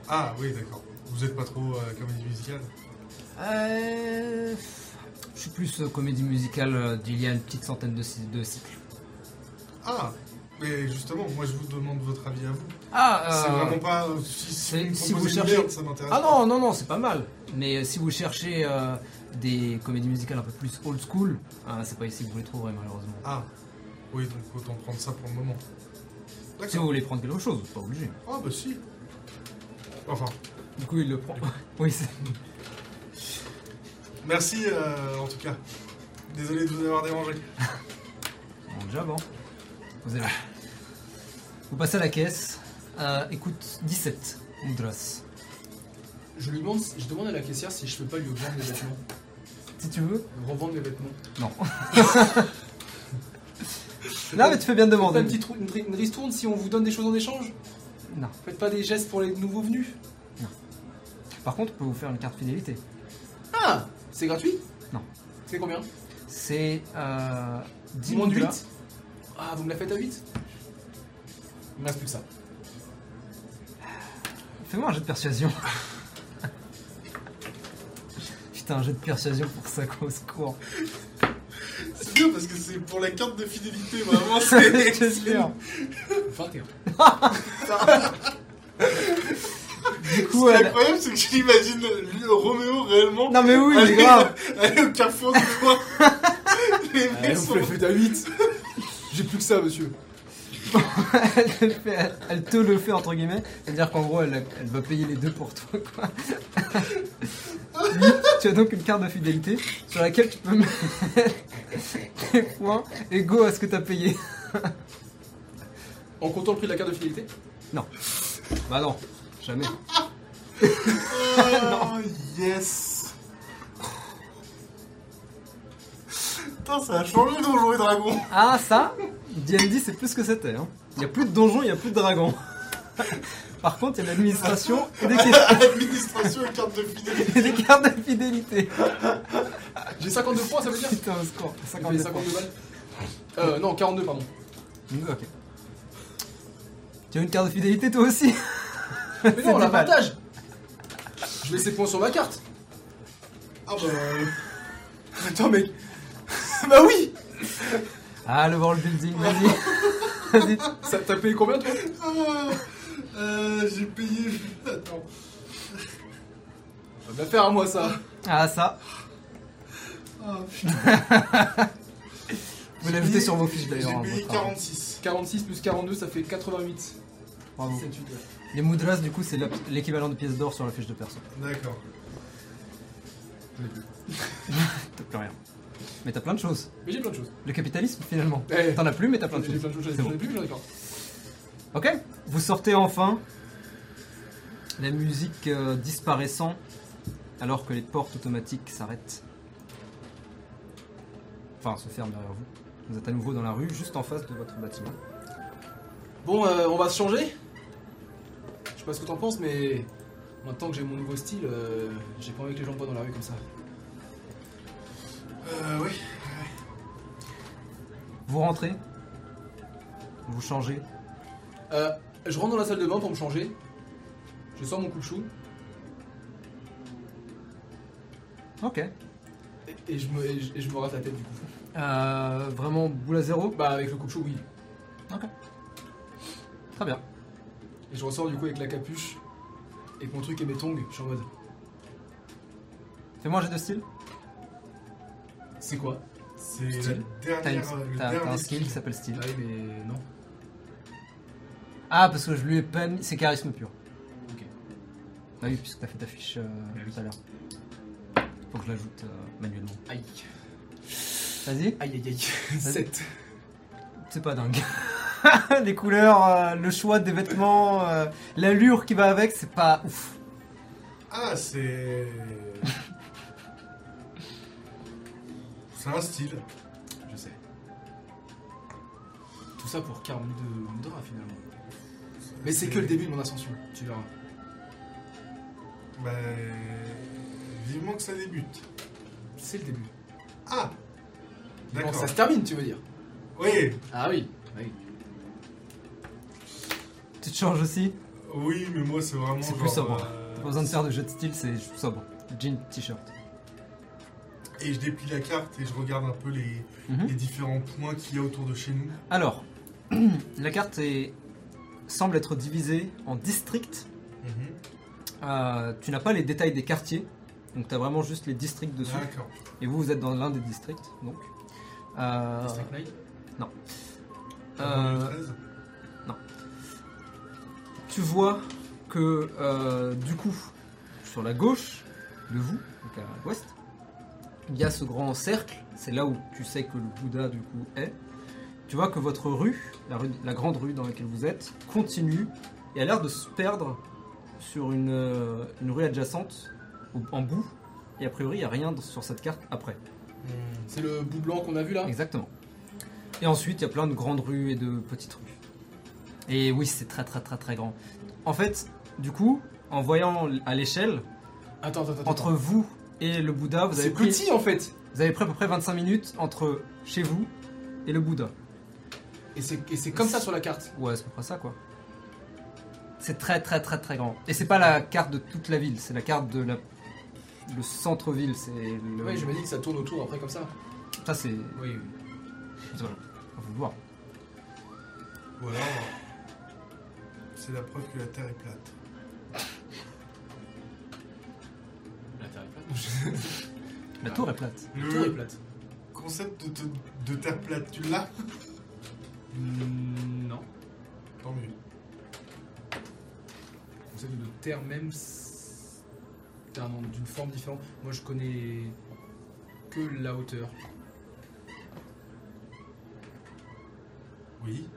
Speaker 3: ah oui, d'accord. Vous êtes pas trop euh, comédie musicale
Speaker 1: Euh, je suis plus euh, comédie musicale euh, d'il y a une petite centaine de, cy- de cycles.
Speaker 3: Ah, mais justement, moi je vous demande votre avis à vous.
Speaker 1: Ah,
Speaker 3: C'est
Speaker 1: euh,
Speaker 3: vraiment pas. Si, si
Speaker 1: c'est-
Speaker 3: vous, me
Speaker 1: si
Speaker 3: proposez
Speaker 1: vous
Speaker 3: une
Speaker 1: cherchez-
Speaker 3: merde, ça m'intéresse.
Speaker 1: Ah
Speaker 3: pas.
Speaker 1: non, non, non, c'est pas mal. Mais euh, si vous cherchez euh, des comédies musicales un peu plus old school, hein, c'est pas ici que vous les trouverez malheureusement.
Speaker 3: Ah, oui, donc autant prendre ça pour le moment.
Speaker 1: Si
Speaker 3: D'accord.
Speaker 1: vous voulez prendre quelque chose, vous êtes pas obligé.
Speaker 3: Ah, bah si. Enfin,
Speaker 1: Du coup, il le prend. oui, c'est-
Speaker 3: merci euh, en tout cas. Désolé de vous avoir dérangé.
Speaker 1: Bon job, hein. Vous, avez- vous passez à la caisse. Euh, écoute, 17, Mudras.
Speaker 2: Je lui demande, je demande à la caissière si je peux pas lui vendre les vêtements,
Speaker 1: Si tu veux.
Speaker 2: revendre les vêtements.
Speaker 1: Non. non, mais tu fais bien de
Speaker 2: Faites pas
Speaker 1: demander.
Speaker 2: une, petite, rou- une, ri- une ristourne si on vous donne des choses en échange
Speaker 1: Non.
Speaker 2: Faites pas des gestes pour les nouveaux venus
Speaker 1: Par contre, on peut vous faire une carte fidélité.
Speaker 2: Ah C'est gratuit
Speaker 1: Non.
Speaker 2: C'est combien
Speaker 1: C'est euh, 10
Speaker 2: Moins de
Speaker 1: mudras.
Speaker 2: 8 Ah, vous me la faites à 8 Il me reste plus que ça.
Speaker 1: Fais-moi un jet de persuasion. Putain, un jet de persuasion pour ça, quoi, au secours.
Speaker 3: C'est bien parce que c'est pour la carte de fidélité, vraiment, c'est.
Speaker 1: C'est sûr.
Speaker 2: 21.
Speaker 1: Du
Speaker 3: Ce
Speaker 1: coup,
Speaker 3: qui est
Speaker 1: elle...
Speaker 3: incroyable, c'est que je l'imagine le Roméo réellement.
Speaker 1: Non, mais oui,
Speaker 3: aller,
Speaker 1: c'est grave.
Speaker 3: aller au carrefour du coin. Les
Speaker 2: Eh,
Speaker 3: mecs
Speaker 2: vous
Speaker 3: sont.
Speaker 2: me la faites à 8 J'ai plus que ça, monsieur.
Speaker 1: elle, te le fait- elle te le fait entre guillemets, c'est-à-dire qu'en gros elle, elle va payer les deux pour toi quoi. Oui, tu as donc une carte de fidélité sur laquelle tu peux mettre tes points et go à ce que t'as payé.
Speaker 2: En comptant le prix de la carte de fidélité
Speaker 1: Bah non, jamais.
Speaker 3: Oh, yes. Putain, ça a changé Donjons et Dragons.
Speaker 1: Ah ça, D&D c'est plus ce que c'était. Hein. Il y a plus de donjons, il y a plus de dragons. Par contre, il y a l'administration et des, questions-
Speaker 3: Administration et carte de fidélité.
Speaker 1: et des cartes de fidélité.
Speaker 2: J'ai 52 points, ça veut dire
Speaker 1: Putain, au secours.
Speaker 2: J'ai payé
Speaker 1: 52 points.
Speaker 2: 52 balles Euh, non, 42, pardon.
Speaker 1: Mm, Ok. Tu as une carte de fidélité toi aussi
Speaker 2: Mais non, on la
Speaker 1: des balles.
Speaker 2: partage Je mets ces points sur ma carte
Speaker 3: Ah bah. euh,
Speaker 2: Attends, mec Bah oui
Speaker 1: Ah, le world building, vas-y. vas-y.
Speaker 2: Ça T'as payé combien, toi
Speaker 3: ah, euh, J'ai payé. Attends.
Speaker 2: Ça va bah, faire à moi, ça
Speaker 1: Ah, ça.
Speaker 2: Oh,
Speaker 3: Ah, putain,
Speaker 1: Vous l'ajoutez sur vos fiches d'ailleurs.
Speaker 3: J'ai
Speaker 1: hein,
Speaker 3: payé
Speaker 1: votre argent.
Speaker 3: 46.
Speaker 2: 46 plus 42, ça fait 88.
Speaker 1: Bravo.
Speaker 2: 7, 8, ouais.
Speaker 1: Les mudras, du coup, c'est la- l'équivalent de pièces d'or sur la fiche de perso.
Speaker 3: D'accord.
Speaker 1: T'as plus rien. Mais t'as plein de choses.
Speaker 2: Mais j'ai plein de choses.
Speaker 1: Le capitalisme, finalement.
Speaker 2: Eh.
Speaker 1: T'en as plus, mais t'as plein de
Speaker 2: J'ai
Speaker 1: choses.
Speaker 2: plein de choses,
Speaker 1: C'est
Speaker 2: j'en ai
Speaker 1: bon.
Speaker 2: plus, j'en ai pas.
Speaker 1: Ok. Vous sortez enfin. La musique euh, disparaissant. Alors que les portes automatiques s'arrêtent. Enfin, se ferment derrière vous. Vous êtes à nouveau dans la rue, juste en face de votre bâtiment.
Speaker 2: Bon, euh, on va se changer Je sais pas ce que t'en penses, mais maintenant que j'ai mon nouveau style, euh, j'ai pas envie que les gens me voient dans la rue comme ça.
Speaker 3: Euh, oui.
Speaker 1: Vous rentrez. Vous changez.
Speaker 2: Euh, je rentre dans la salle de bain pour me changer. Je sors mon coupe-chou
Speaker 1: Ok.
Speaker 2: et, et je me, et je, et je me rase la tête du coup.
Speaker 1: Euh, vraiment boule à zéro
Speaker 2: Bah, avec le coupe-chou, oui.
Speaker 1: Très bien.
Speaker 2: Et je ressors du coup avec la capuche et mon truc et mes tongs. Je suis en mode,
Speaker 1: Fais-moi un jet de style.
Speaker 2: c'est quoi
Speaker 3: C'est la
Speaker 1: Style. T'as une-
Speaker 3: dernière. euh, le
Speaker 1: t'as- t'as un
Speaker 3: dernier
Speaker 1: skill qui s'appelle style.
Speaker 2: Ah oui, mais non.
Speaker 1: Ah, parce que je lui ai pas mis. C'est charisme pur.
Speaker 2: Ok.
Speaker 1: Ah oui, puisque t'as fait ta fiche euh, tout à l'heure. Faut que je l'ajoute euh, manuellement.
Speaker 2: Aïe.
Speaker 1: Vas-y.
Speaker 2: Aïe, aïe, aïe. 7.
Speaker 1: C'est pas dingue. Les couleurs, euh, le choix des vêtements, euh, l'allure qui va avec, c'est pas ouf.
Speaker 3: Ah, c'est. c'est un style.
Speaker 2: Je sais. Tout ça pour 42 moudras finalement. Mais c'est que le début de mon ascension, tu verras.
Speaker 3: Bah. Vivement que ça débute.
Speaker 2: C'est le début.
Speaker 3: Ah
Speaker 2: Quand
Speaker 3: D'accord.
Speaker 2: ça se termine, tu veux dire
Speaker 3: Oui,
Speaker 2: Ah oui. oui.
Speaker 1: Tu te changes aussi
Speaker 3: oui, mais moi c'est vraiment.
Speaker 1: C'est plus
Speaker 3: genre,
Speaker 1: sobre.
Speaker 3: euh,
Speaker 1: T'as pas besoin de faire de jet de style, c'est sobre. Jean, t-shirt.
Speaker 3: Et je déplie la carte et je regarde un peu les,
Speaker 1: Mhm.
Speaker 3: les différents points qu'il y a autour de chez nous.
Speaker 1: Alors, la carte est- semble être divisée en districts.
Speaker 3: Mhm.
Speaker 1: Euh, tu n'as pas les détails des quartiers, Donc t'as vraiment juste les districts dessus.
Speaker 3: D'accord.
Speaker 1: Et vous, vous êtes dans l'un des districts, donc. Euh,
Speaker 4: Ah.
Speaker 2: District Nine.
Speaker 1: euh,
Speaker 3: 13.
Speaker 1: tu vois que euh, du coup, sur la gauche de vous, donc à l'ouest, il y a ce grand cercle, c'est là où tu sais que le Bouddha du coup est. Tu vois que votre rue, la, rue- la grande rue dans laquelle vous êtes, continue et a l'air de se perdre sur une, euh, une rue adjacente, au- en bout, et a priori il n'y a rien sur cette carte après.
Speaker 4: C'est le bout blanc qu'on a vu là
Speaker 1: Exactement. Et ensuite, il y a plein de grandes rues et de petites rues. Et oui, c'est très très très très grand. En fait, du coup, en voyant l- à l'échelle,
Speaker 4: Attends, attends, attends.
Speaker 1: entre vous et le Bouddha, vous avez,
Speaker 4: C'est
Speaker 1: pris,
Speaker 4: petit hein. en fait
Speaker 1: vous avez pris à peu près 25 minutes entre chez vous et le Bouddha.
Speaker 4: Et c'est et c'est comme ça sur la carte.
Speaker 1: Ouais, c'est à peu près ça quoi. C'est très très très très grand. Et c'est pas la carte de toute la ville, c'est la carte de la... le centre-ville. C'est le...
Speaker 4: Ouais, je me dis que ça tourne autour après comme ça.
Speaker 1: Ça, c'est.
Speaker 4: Oui,
Speaker 1: Voilà. On va voir.
Speaker 3: Ou alors, c'est la preuve que la Terre est plate.
Speaker 2: La Terre est plate.
Speaker 1: La tour est plate.
Speaker 4: La tour est
Speaker 3: Le
Speaker 4: plate.
Speaker 3: concept de, te- de Terre plate, tu l'as
Speaker 2: Mm, Non.
Speaker 3: Tant mieux.
Speaker 2: Le concept de terre même, c'est un nom d'une forme différente. Moi, je connais que la hauteur.
Speaker 3: Oui.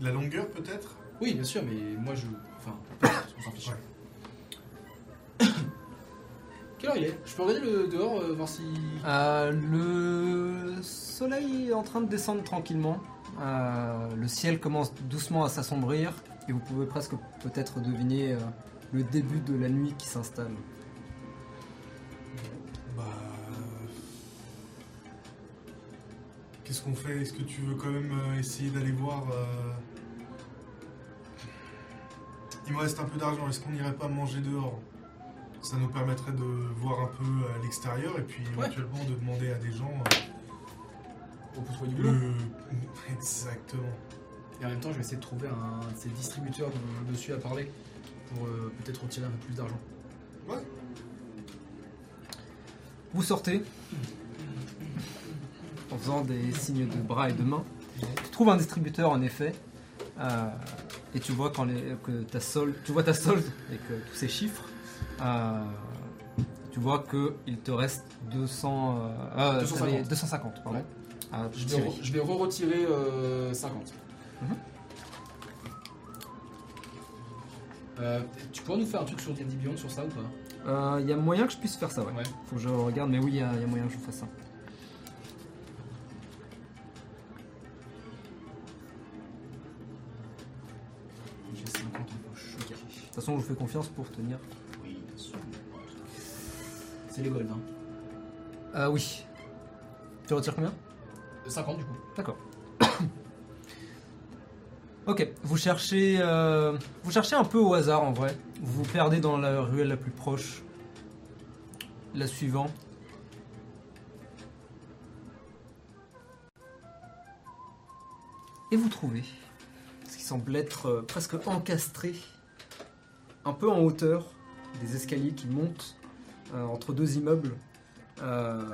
Speaker 3: La longueur peut-être
Speaker 2: Oui, bien sûr, mais moi, je. Enfin, on s'en fiche.
Speaker 3: Ouais.
Speaker 4: Quelle heure il est Je peux regarder le dehors, euh, voir si.
Speaker 1: Euh, le soleil est en train de descendre tranquillement. Euh, le ciel commence doucement à s'assombrir et vous pouvez presque peut-être deviner euh, le début de la nuit qui s'installe.
Speaker 3: Bah. Qu'est-ce qu'on fait Est-ce que tu veux quand même euh, essayer d'aller voir euh, Il me reste un peu d'argent, est-ce qu'on n'irait pas manger dehors Ça nous permettrait de voir un peu à l'extérieur et puis
Speaker 4: Ouais.
Speaker 3: éventuellement de demander à des gens
Speaker 2: Au pouce du
Speaker 3: euh,
Speaker 2: boulot.
Speaker 3: le- Exactement.
Speaker 2: Et en même temps, je vais essayer de trouver un de ces distributeurs dont je suis à parler pour euh, peut-être retirer un peu plus d'argent.
Speaker 1: Vous sortez en faisant des signes de bras et de mains. Tu trouves un distributeur en effet euh, et tu vois quand les- que ta solde, tu vois ta solde et que tous ces chiffres. euh, tu vois que il te reste 200, euh, euh,
Speaker 4: 250.
Speaker 1: t'avais 250 pardon.
Speaker 4: Ouais.
Speaker 1: à
Speaker 4: Je vais,
Speaker 1: tirer.
Speaker 4: re- je vais re-retirer euh, 50.
Speaker 1: Mhm.
Speaker 2: Euh, tu pourrais nous faire un truc sur D&D Beyond sur ça ou pas
Speaker 1: Il euh, y a moyen que je puisse faire ça, ouais.
Speaker 2: Ouais.
Speaker 1: Faut que je regarde, mais oui, il y, a y a moyen que je fasse ça.
Speaker 2: J'ai 50 en poche.
Speaker 1: Ok. De toute façon, je vous fais confiance pour tenir.
Speaker 2: Oui, C'est les gold, hein.
Speaker 1: Ah oui. Tu retires combien
Speaker 2: 50 Euh, du coup.
Speaker 1: D'accord. ok, vous cherchez, euh, vous cherchez un peu au hasard en vrai. Vous vous perdez dans la ruelle la plus proche. La suivante. Et vous trouvez ce qui semble être euh, presque encastré, un peu en hauteur, des escaliers qui montent euh, entre deux immeubles. euh,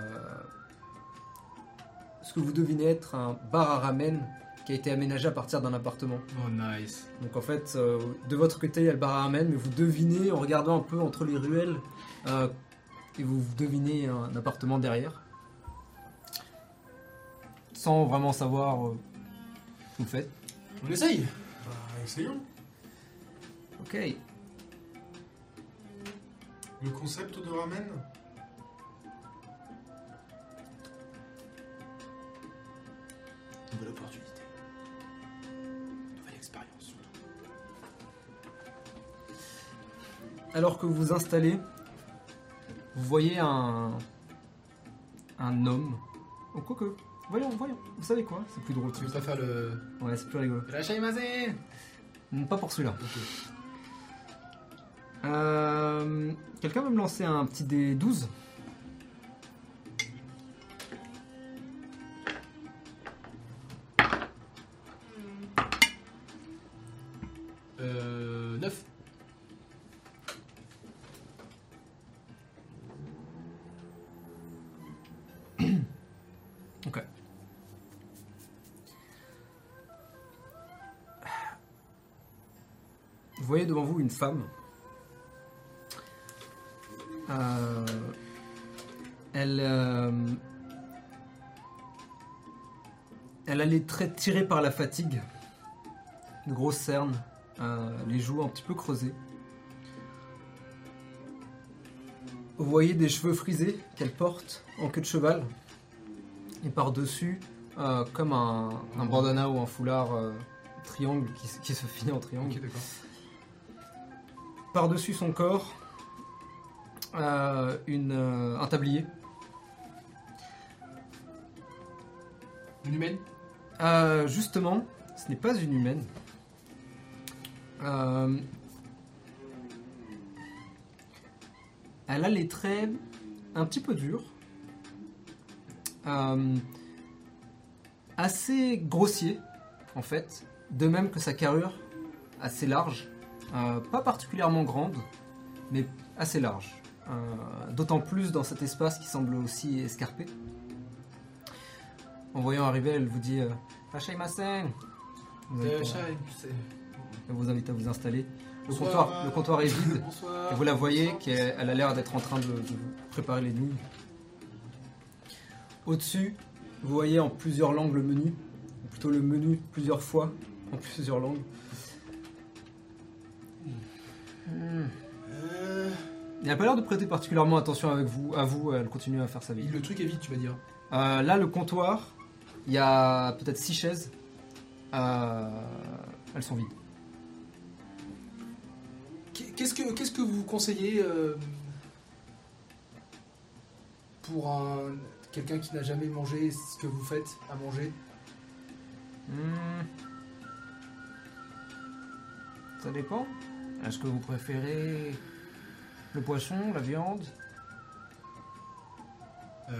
Speaker 1: ce que vous devinez être un bar à ramen qui a été aménagé à partir d'un appartement.
Speaker 2: Oh nice.
Speaker 1: Donc en fait, euh, de votre côté, il y a le bar à ramen, mais vous devinez en regardant un peu entre les ruelles, euh, et vous vous devinez un appartement derrière, sans vraiment savoir euh, ce que vous faites.
Speaker 4: On essaye
Speaker 3: Bah, essayons.
Speaker 1: Ok.
Speaker 3: Le concept de ramen
Speaker 2: Nouvelle opportunité. Nouvelle expérience.
Speaker 1: Alors que vous vous installez, vous voyez un un homme. Oh quoique, voyons, voyons. Vous savez quoi C'est plus drôle.
Speaker 2: Tu veux pas faire le.
Speaker 1: Ouais, c'est plus rigolo.
Speaker 2: Rachaymazen
Speaker 1: Mm, Pas pour celui-là. Euh, Quelqu'un veut me lancer un petit dé 12
Speaker 2: Euh. 9.
Speaker 1: Vous voyez devant vous une femme. Euh, elle, euh, elle a les traits tirés par la fatigue, une grosse cerne, euh, les joues un petit peu creusées. Vous voyez des cheveux frisés qu'elle porte en queue de cheval, et par-dessus, euh, comme un, un bandana ou un foulard euh, triangle qui, se- qui se finit en triangle.
Speaker 2: Ok, d'accord.
Speaker 1: Par-dessus son corps, euh, une, euh, un tablier.
Speaker 2: Une humaine
Speaker 1: Euh, justement, ce n'est pas une humaine. Euh, elle a les traits un petit peu durs, Euh, assez grossiers en fait, de même que sa carrure assez large, Euh, pas particulièrement grande, mais assez large. Euh, D'autant plus dans cet espace qui semble aussi escarpé. En voyant arriver, elle vous dit euh, Rachel Massen vous
Speaker 2: Euh,
Speaker 1: invite à- Elle vous invite à vous installer. Le
Speaker 3: Bonsoir.
Speaker 1: comptoir, le comptoir est vide.
Speaker 2: Bonsoir.
Speaker 1: Et vous la voyez qu'elle elle a l'air d'être en train de, de préparer les nouilles. Au-dessus, vous voyez en plusieurs langues le menu, ou plutôt le menu plusieurs fois en plusieurs langues.
Speaker 3: Euh,
Speaker 1: Il n'a pas l'air de prêter particulièrement attention avec vous, à vous, elle continue à faire sa vie.
Speaker 2: Le truc est vide, tu vas dire.
Speaker 1: Euh, là, le comptoir, il y a peut-être six chaises. Euh, elles sont vides.
Speaker 2: Qu- Qu'est-ce que, qu'est-ce que vous conseillez euh, pour un, quelqu'un qui n'a jamais mangé ce que vous faites à manger
Speaker 1: Hmm. Ça dépend. Est-ce que vous préférez le poisson, la viande
Speaker 2: Euh,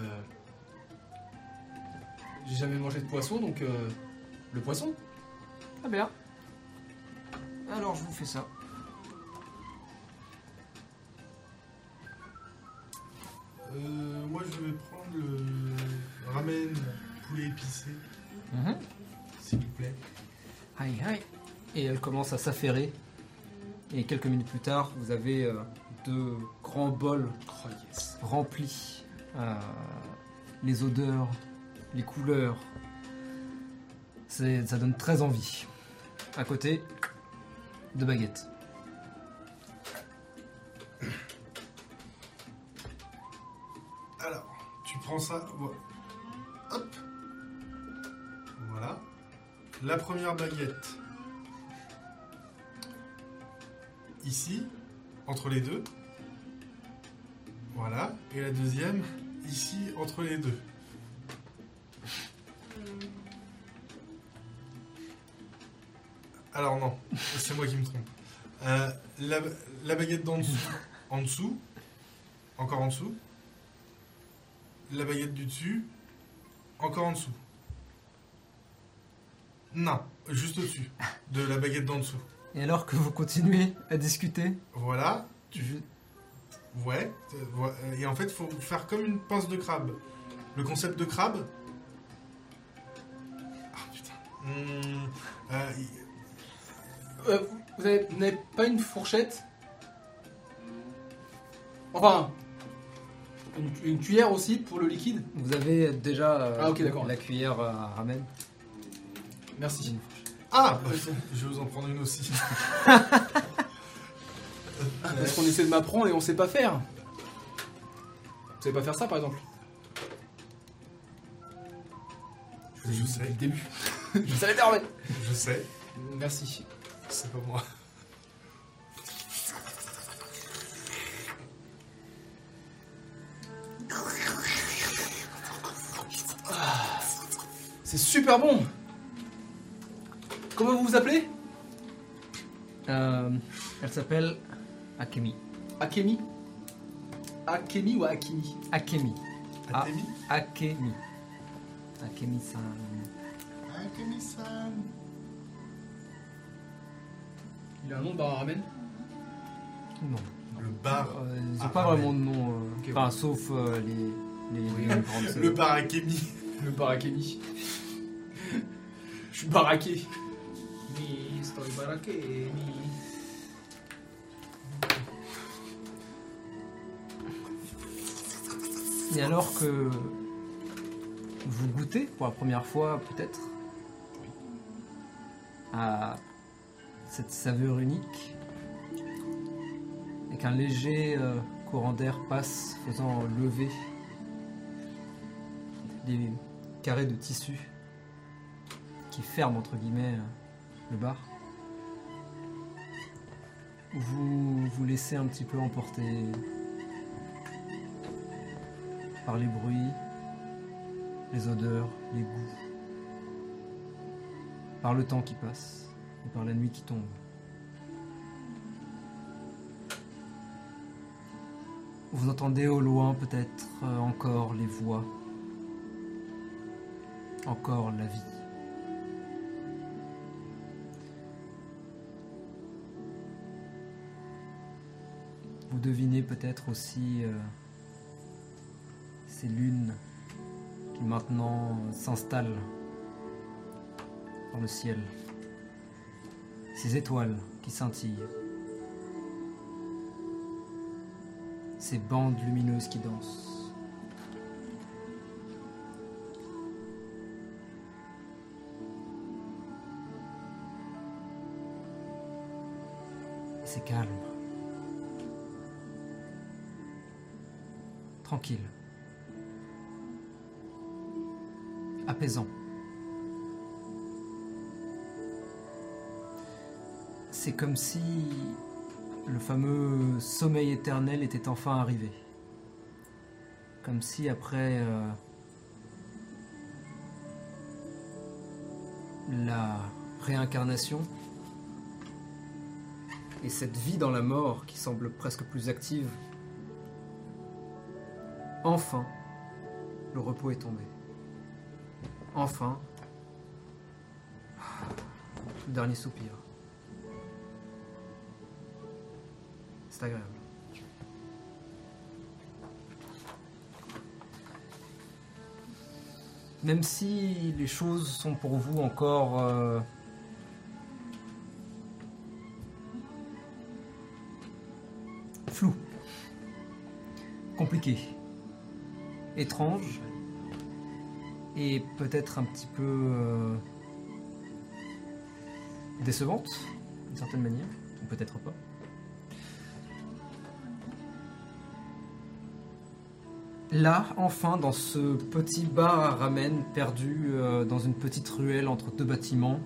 Speaker 2: J'ai jamais mangé de poisson, donc euh, le poisson.
Speaker 1: Très bien. Alors je vous fais ça.
Speaker 3: euh, moi, je vais prendre le ramen poulet épicé,
Speaker 1: Mhm.
Speaker 3: s'il vous plaît.
Speaker 1: Aïe aïe. Et elle commence à s'affairer. Et quelques minutes plus tard, vous avez euh, deux grands bols remplis. Euh, les odeurs, les couleurs. C'est- Ça donne très envie. À côté, deux baguettes.
Speaker 3: Alors, tu prends ça. vo- Hop. Voilà. La première baguette. Ici, entre les deux. Voilà. Et la deuxième, ici, entre les deux. Alors non, c'est moi qui me trompe. Euh, la, la baguette d'en dessous, en dessous, encore en dessous la baguette du dessus, encore en dessous. Non, juste au-dessus de la baguette d'en dessous.
Speaker 1: Et alors que vous continuez à discuter,
Speaker 3: Voilà,
Speaker 1: je-
Speaker 3: ouais. euh, voi- euh, Et en fait, faut faire comme une pince de crabe. Le concept de crabe. Ah putain. Hum, euh, y-
Speaker 2: Euh, vous- vous n'avez- vous n'avez pas une fourchette Enfin, une, une cuillère aussi pour le liquide
Speaker 1: vous avez déjà euh,
Speaker 2: Ah, ok, d'accord.
Speaker 1: la cuillère euh, à ramen.
Speaker 2: Merci.
Speaker 3: Ah bah, Je vais vous en prendre une aussi.
Speaker 2: Parce qu'on essaie de m'apprendre et on sait pas faire. Vous savez pas faire ça par exemple
Speaker 3: Je sais,
Speaker 2: début. Je savais faire, ouais.
Speaker 3: je sais.
Speaker 2: Merci.
Speaker 3: C'est pas moi.
Speaker 2: C'est super bon Comment vous vous appelez
Speaker 1: Euh, elle s'appelle Akemi.
Speaker 2: Akemi Akemi ou Akimi
Speaker 1: Akemi. Ah.
Speaker 3: Athémi
Speaker 1: Akemi. Akemi-san.
Speaker 3: Athémi-san.
Speaker 2: Il a un nom de bar à ramen
Speaker 1: Non.
Speaker 3: Le bar.
Speaker 1: Euh, ils ont
Speaker 3: Ah,
Speaker 1: pas
Speaker 3: ramen.
Speaker 1: vraiment de nom. euh,
Speaker 2: Ok,
Speaker 1: enfin, sauf euh, les, les,
Speaker 2: Oui.
Speaker 1: les grandes sœurs.
Speaker 3: Le bar Akemi.
Speaker 2: Le bar Akemi. Je suis baraqué.
Speaker 1: Et alors que vous goûtez pour la première fois, peut-être, à cette saveur unique, et qu'un léger euh, courant d'air passe, faisant lever les carrés de tissu qui ferment, entre guillemets, euh, le bar, vous vous laissez un petit peu emporter par les bruits, les odeurs, les goûts, par le temps qui passe et par la nuit qui tombe. Vous entendez au loin peut-être euh, encore les voix, encore la vie. Vous devinez peut-être aussi euh, ces lunes qui maintenant euh, s'installent dans le ciel. Ces étoiles qui scintillent. Ces bandes lumineuses qui dansent. C'est calme. Tranquille. apaisant. C'est comme si le fameux sommeil éternel était enfin arrivé. Comme si après euh, la réincarnation et cette vie dans la mort qui semble presque plus active, enfin le repos est tombé. Enfin. Le dernier soupir. C'est agréable. Même si les choses sont pour vous encore euh, floues, compliquées, étranges, et peut-être un petit peu euh, décevante, d'une certaine manière, ou peut-être pas. Là, enfin, dans ce petit bar à ramen perdu euh, dans une petite ruelle entre deux bâtiments,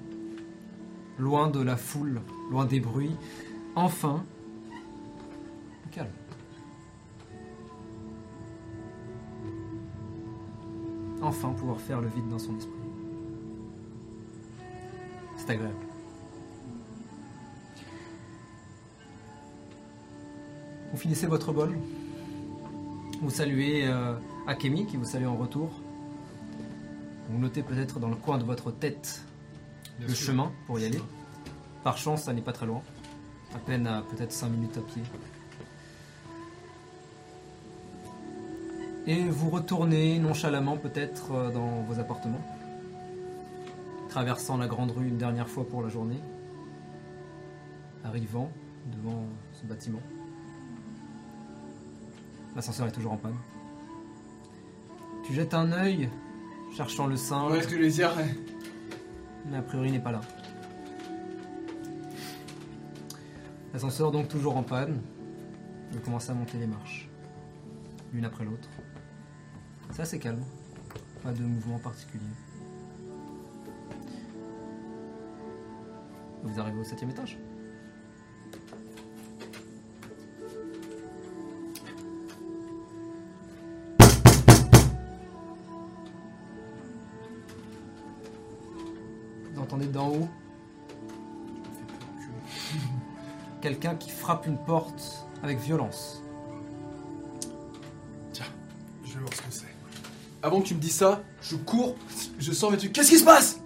Speaker 1: loin de la foule, loin des bruits, enfin, le calme. enfin pouvoir faire le vide dans son esprit. C'est agréable. Vous finissez votre bol. Vous saluez euh, Akemi qui vous salue en retour. Vous notez peut-être dans le coin de votre tête
Speaker 3: Bien
Speaker 1: le
Speaker 3: sûr.
Speaker 1: chemin pour y aller. Par chance, ça n'est pas très loin. À peine à peut-être 5 minutes à pied. Et vous retournez nonchalamment peut-être euh, dans vos appartements, traversant la grande rue une dernière fois pour la journée, arrivant devant ce bâtiment. L'ascenseur est toujours en panne. Tu jettes un œil, cherchant le singe.
Speaker 4: Ouais, ce que je voulais dire.
Speaker 1: Mais a priori, il n'est pas là. L'ascenseur donc toujours en panne. Vous commencez à monter les marches, l'une après l'autre. C'est assez calme, pas de mouvement particulier. Vous arrivez au septième étage. Vous entendez d'en haut quelqu'un qui frappe une porte avec violence.
Speaker 3: Je vais voir ce que c'est.
Speaker 4: Avant que tu me dises ça, je cours, je sors mes trucs. Qu'est-ce qui se passe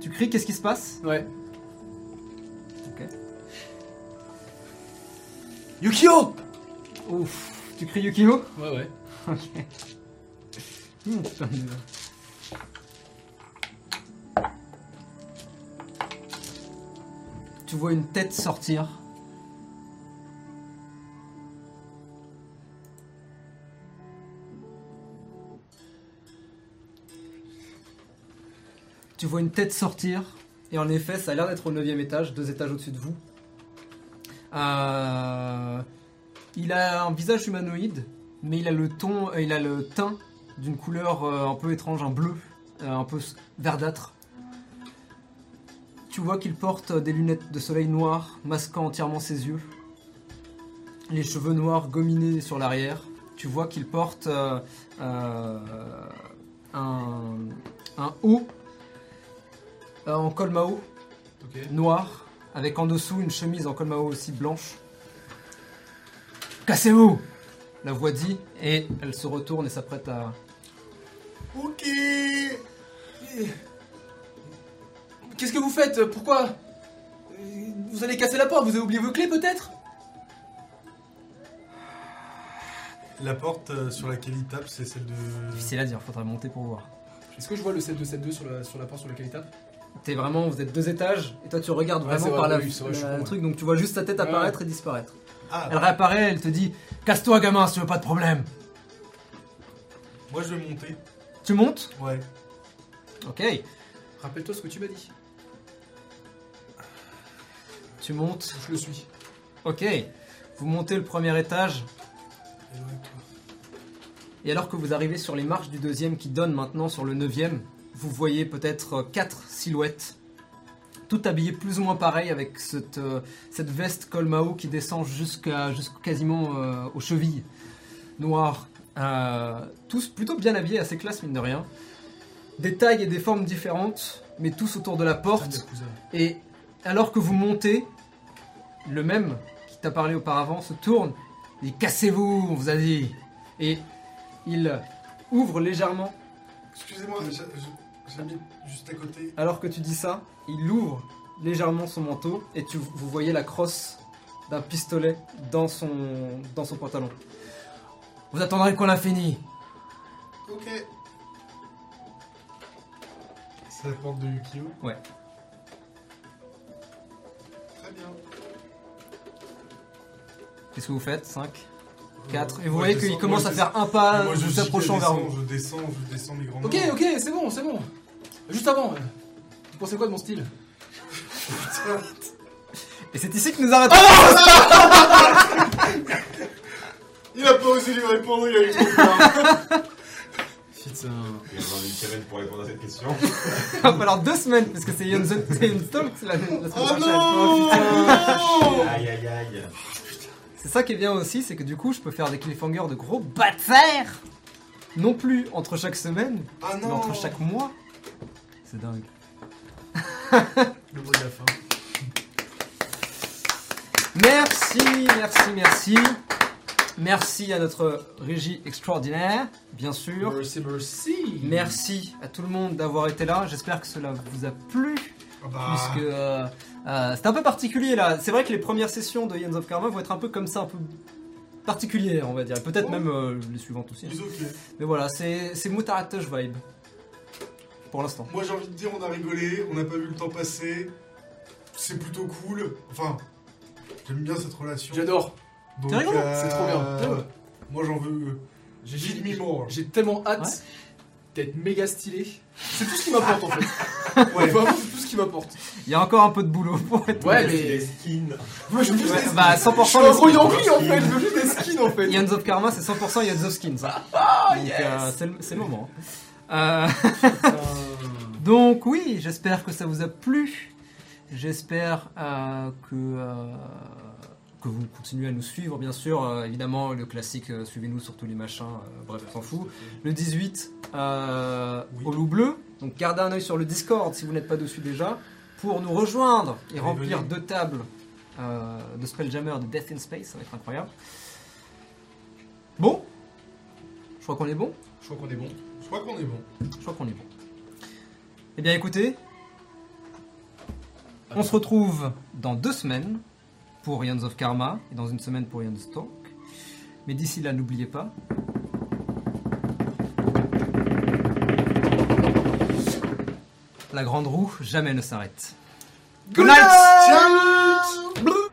Speaker 1: Tu cries, qu'est-ce qui se passe
Speaker 4: Ouais.
Speaker 1: Ok.
Speaker 4: Yukio
Speaker 1: Ouf, tu cries Yukio
Speaker 4: Ouais, ouais.
Speaker 1: Ok. Hmm, putain de- Tu vois une tête sortir. Tu vois une tête sortir, et en effet, ça a l'air d'être au 9 étage, deux étages au-dessus de vous. Euh, il a un visage humanoïde, mais il a le ton, euh, il a le teint d'une couleur euh, un peu étrange, un bleu, euh, un peu s- verdâtre. Tu vois qu'il porte euh, des lunettes de soleil noires, masquant entièrement ses yeux. Les cheveux noirs gominés sur l'arrière. Tu vois qu'il porte euh, euh, un, un haut euh, en col Mao
Speaker 2: Ok.
Speaker 1: noir, avec en dessous une chemise en col Mao aussi blanche. Cassez-vous La voix dit, et elle se retourne et s'apprête à.
Speaker 3: Ok
Speaker 4: Eh, Qu'est-ce que vous faites Pourquoi Euh, Vous allez casser la porte Vous avez oublié vos clés peut-être
Speaker 3: La porte euh, sur laquelle il tape, c'est celle de.
Speaker 1: Difficile à dire, faudrait monter pour voir.
Speaker 2: Est-ce que je vois le 7-2-7-2 sur la, sur la porte sur laquelle il tape
Speaker 1: T'es vraiment, vous êtes deux étages, et toi tu regardes
Speaker 2: Ouais,
Speaker 1: vraiment
Speaker 2: c'est vrai,
Speaker 1: par la,
Speaker 2: oui, c'est vrai, je suis
Speaker 1: la-
Speaker 2: con,
Speaker 1: le
Speaker 2: ouais.
Speaker 1: truc, donc tu vois juste sa tête apparaître et disparaître.
Speaker 3: Ah,
Speaker 1: Elle réapparaît, elle te dit Casse-toi, gamin, si tu veux pas de problème
Speaker 3: moi je vais monter.
Speaker 1: Tu montes
Speaker 3: Ouais.
Speaker 1: Ok.
Speaker 2: Rappelle-toi ce que tu m'as dit.
Speaker 1: Tu montes.
Speaker 2: Je le suis.
Speaker 1: Ok. Vous montez le premier étage,
Speaker 3: Éloigne-toi.
Speaker 1: Et alors que vous arrivez sur les marches du deuxième qui donne maintenant sur le neuvième, vous voyez peut-être euh, quatre silhouettes, toutes habillées plus ou moins pareil avec cette, euh, cette veste col Mao qui descend jusqu'à jusqu'à quasiment euh, aux chevilles, noires, Euh, tous plutôt bien habillés, assez classe mine de rien. Des tailles et des formes différentes, mais tous autour de la porte. Et alors que vous montez, le même qui t'a parlé auparavant se tourne et dit cassez-vous, on vous a dit. Et il ouvre légèrement.
Speaker 3: Excusez-moi, j'ha- j'ha- j'habite juste à côté.
Speaker 1: Alors que tu dis ça, il ouvre légèrement son manteau et tu, vous voyez la crosse d'un pistolet dans son, dans son pantalon. Vous attendrez qu'on a fini.
Speaker 3: Ok. C'est la porte de Yukio
Speaker 1: Ouais.
Speaker 3: Très bien.
Speaker 1: Qu'est-ce que vous faites 5, 4. Et vous
Speaker 3: Moi,
Speaker 1: voyez
Speaker 3: je
Speaker 1: qu'il
Speaker 3: descends-
Speaker 1: commence
Speaker 3: moi,
Speaker 1: à
Speaker 3: je-
Speaker 1: faire un pas,
Speaker 3: moi, je
Speaker 1: Ah, vous
Speaker 3: gicle,
Speaker 1: approchant vers
Speaker 3: descends,
Speaker 1: vous.
Speaker 3: Je descends, je descends mes grands
Speaker 4: Ok, ok, c'est bon, c'est bon. Juste avant, euh, tu pensais quoi de mon style
Speaker 1: Et c'est ici que nous arrêtons.
Speaker 3: Il a pas osé lui répondre, il a eu trop peur.
Speaker 2: Putain.
Speaker 9: Il y a besoin d'une semaine pour répondre à cette question.
Speaker 1: Il va falloir deux semaines parce que c'est Ian Stalk la, la semaine
Speaker 3: Oh
Speaker 1: prochaine.
Speaker 3: non
Speaker 9: aïe aïe aïe.
Speaker 1: C'est ça qui est bien aussi, c'est que du coup, je peux faire des cliffhangers de gros bâtards Non plus entre chaque semaine,
Speaker 3: Ah
Speaker 1: mais
Speaker 3: non
Speaker 1: entre chaque mois. C'est dingue.
Speaker 2: Le bruit de la fin.
Speaker 1: Merci, merci, merci. Merci à notre régie extraordinaire, bien sûr.
Speaker 2: Merci, merci.
Speaker 1: Merci à tout le monde d'avoir été là. J'espère que cela vous a plu.
Speaker 3: Ah bah,
Speaker 1: Puisque euh, euh, c'est un peu particulier là. C'est vrai que les premières sessions de Yens of Karma vont être un peu comme ça, un peu particulières, on va dire. Et Peut-être
Speaker 3: Oh.
Speaker 1: même euh, les suivantes aussi.
Speaker 3: ils ok.
Speaker 1: Mais voilà, c'est c'est Mutaratouch vibe. Pour l'instant.
Speaker 3: Moi j'ai envie de dire, on a rigolé, on n'a pas vu le temps passer. C'est plutôt cool. Enfin, j'aime bien cette relation.
Speaker 2: J'adore.
Speaker 3: Donc,
Speaker 1: T'es rigolo,
Speaker 2: c'est trop bien.
Speaker 3: euh, Moi j'en veux. euh,
Speaker 2: J'ai-
Speaker 3: Give me
Speaker 2: J'ai
Speaker 3: more.
Speaker 2: j'ai tellement hâte
Speaker 1: Ouais.
Speaker 2: d'être méga stylé. C'est tout ce qui m'apporte en fait.
Speaker 3: Ouais.
Speaker 2: Vraiment, c'est tout ce qui m'apporte.
Speaker 1: Il y a encore un peu de boulot pour être.
Speaker 2: Ouais,
Speaker 9: Les
Speaker 2: mais.
Speaker 9: skins.
Speaker 2: Moi, je veux juste
Speaker 1: Ouais,
Speaker 2: des skins.
Speaker 1: bah
Speaker 2: Je suis un gros
Speaker 1: 100%
Speaker 2: Yankee en fait. Je veux juste des skins en fait.
Speaker 1: les Yens of Karma, c'est 100% Yens of Skins. hein. Donc, euh, c'est le- c'est le moment. Euh, donc, oui, j'espère que ça vous a plu. J'espère euh, que, euh, que vous continuez à nous suivre, bien sûr. Euh, évidemment, le classique, euh, suivez-nous sur tous les machins, euh, bref, on s'en fout. le 18 euh,
Speaker 3: Oui.
Speaker 1: au loup bleu. Donc gardez un œil sur le Discord si vous n'êtes pas dessus déjà pour nous rejoindre et
Speaker 3: Allez,
Speaker 1: remplir
Speaker 3: venez.
Speaker 1: deux tables euh, de Spelljammer de Death in Space, ça va être incroyable. Bon, je crois qu'on est bon.
Speaker 2: Je crois qu'on est bon.
Speaker 3: Je crois qu'on est bon.
Speaker 1: Je crois qu'on est bon. Eh bien écoutez, on se retrouve dans deux semaines pour Ions of Karma et dans une semaine pour Ions Talk. Mais d'ici là, n'oubliez pas, la grande roue jamais ne s'arrête. Good night! Ciao.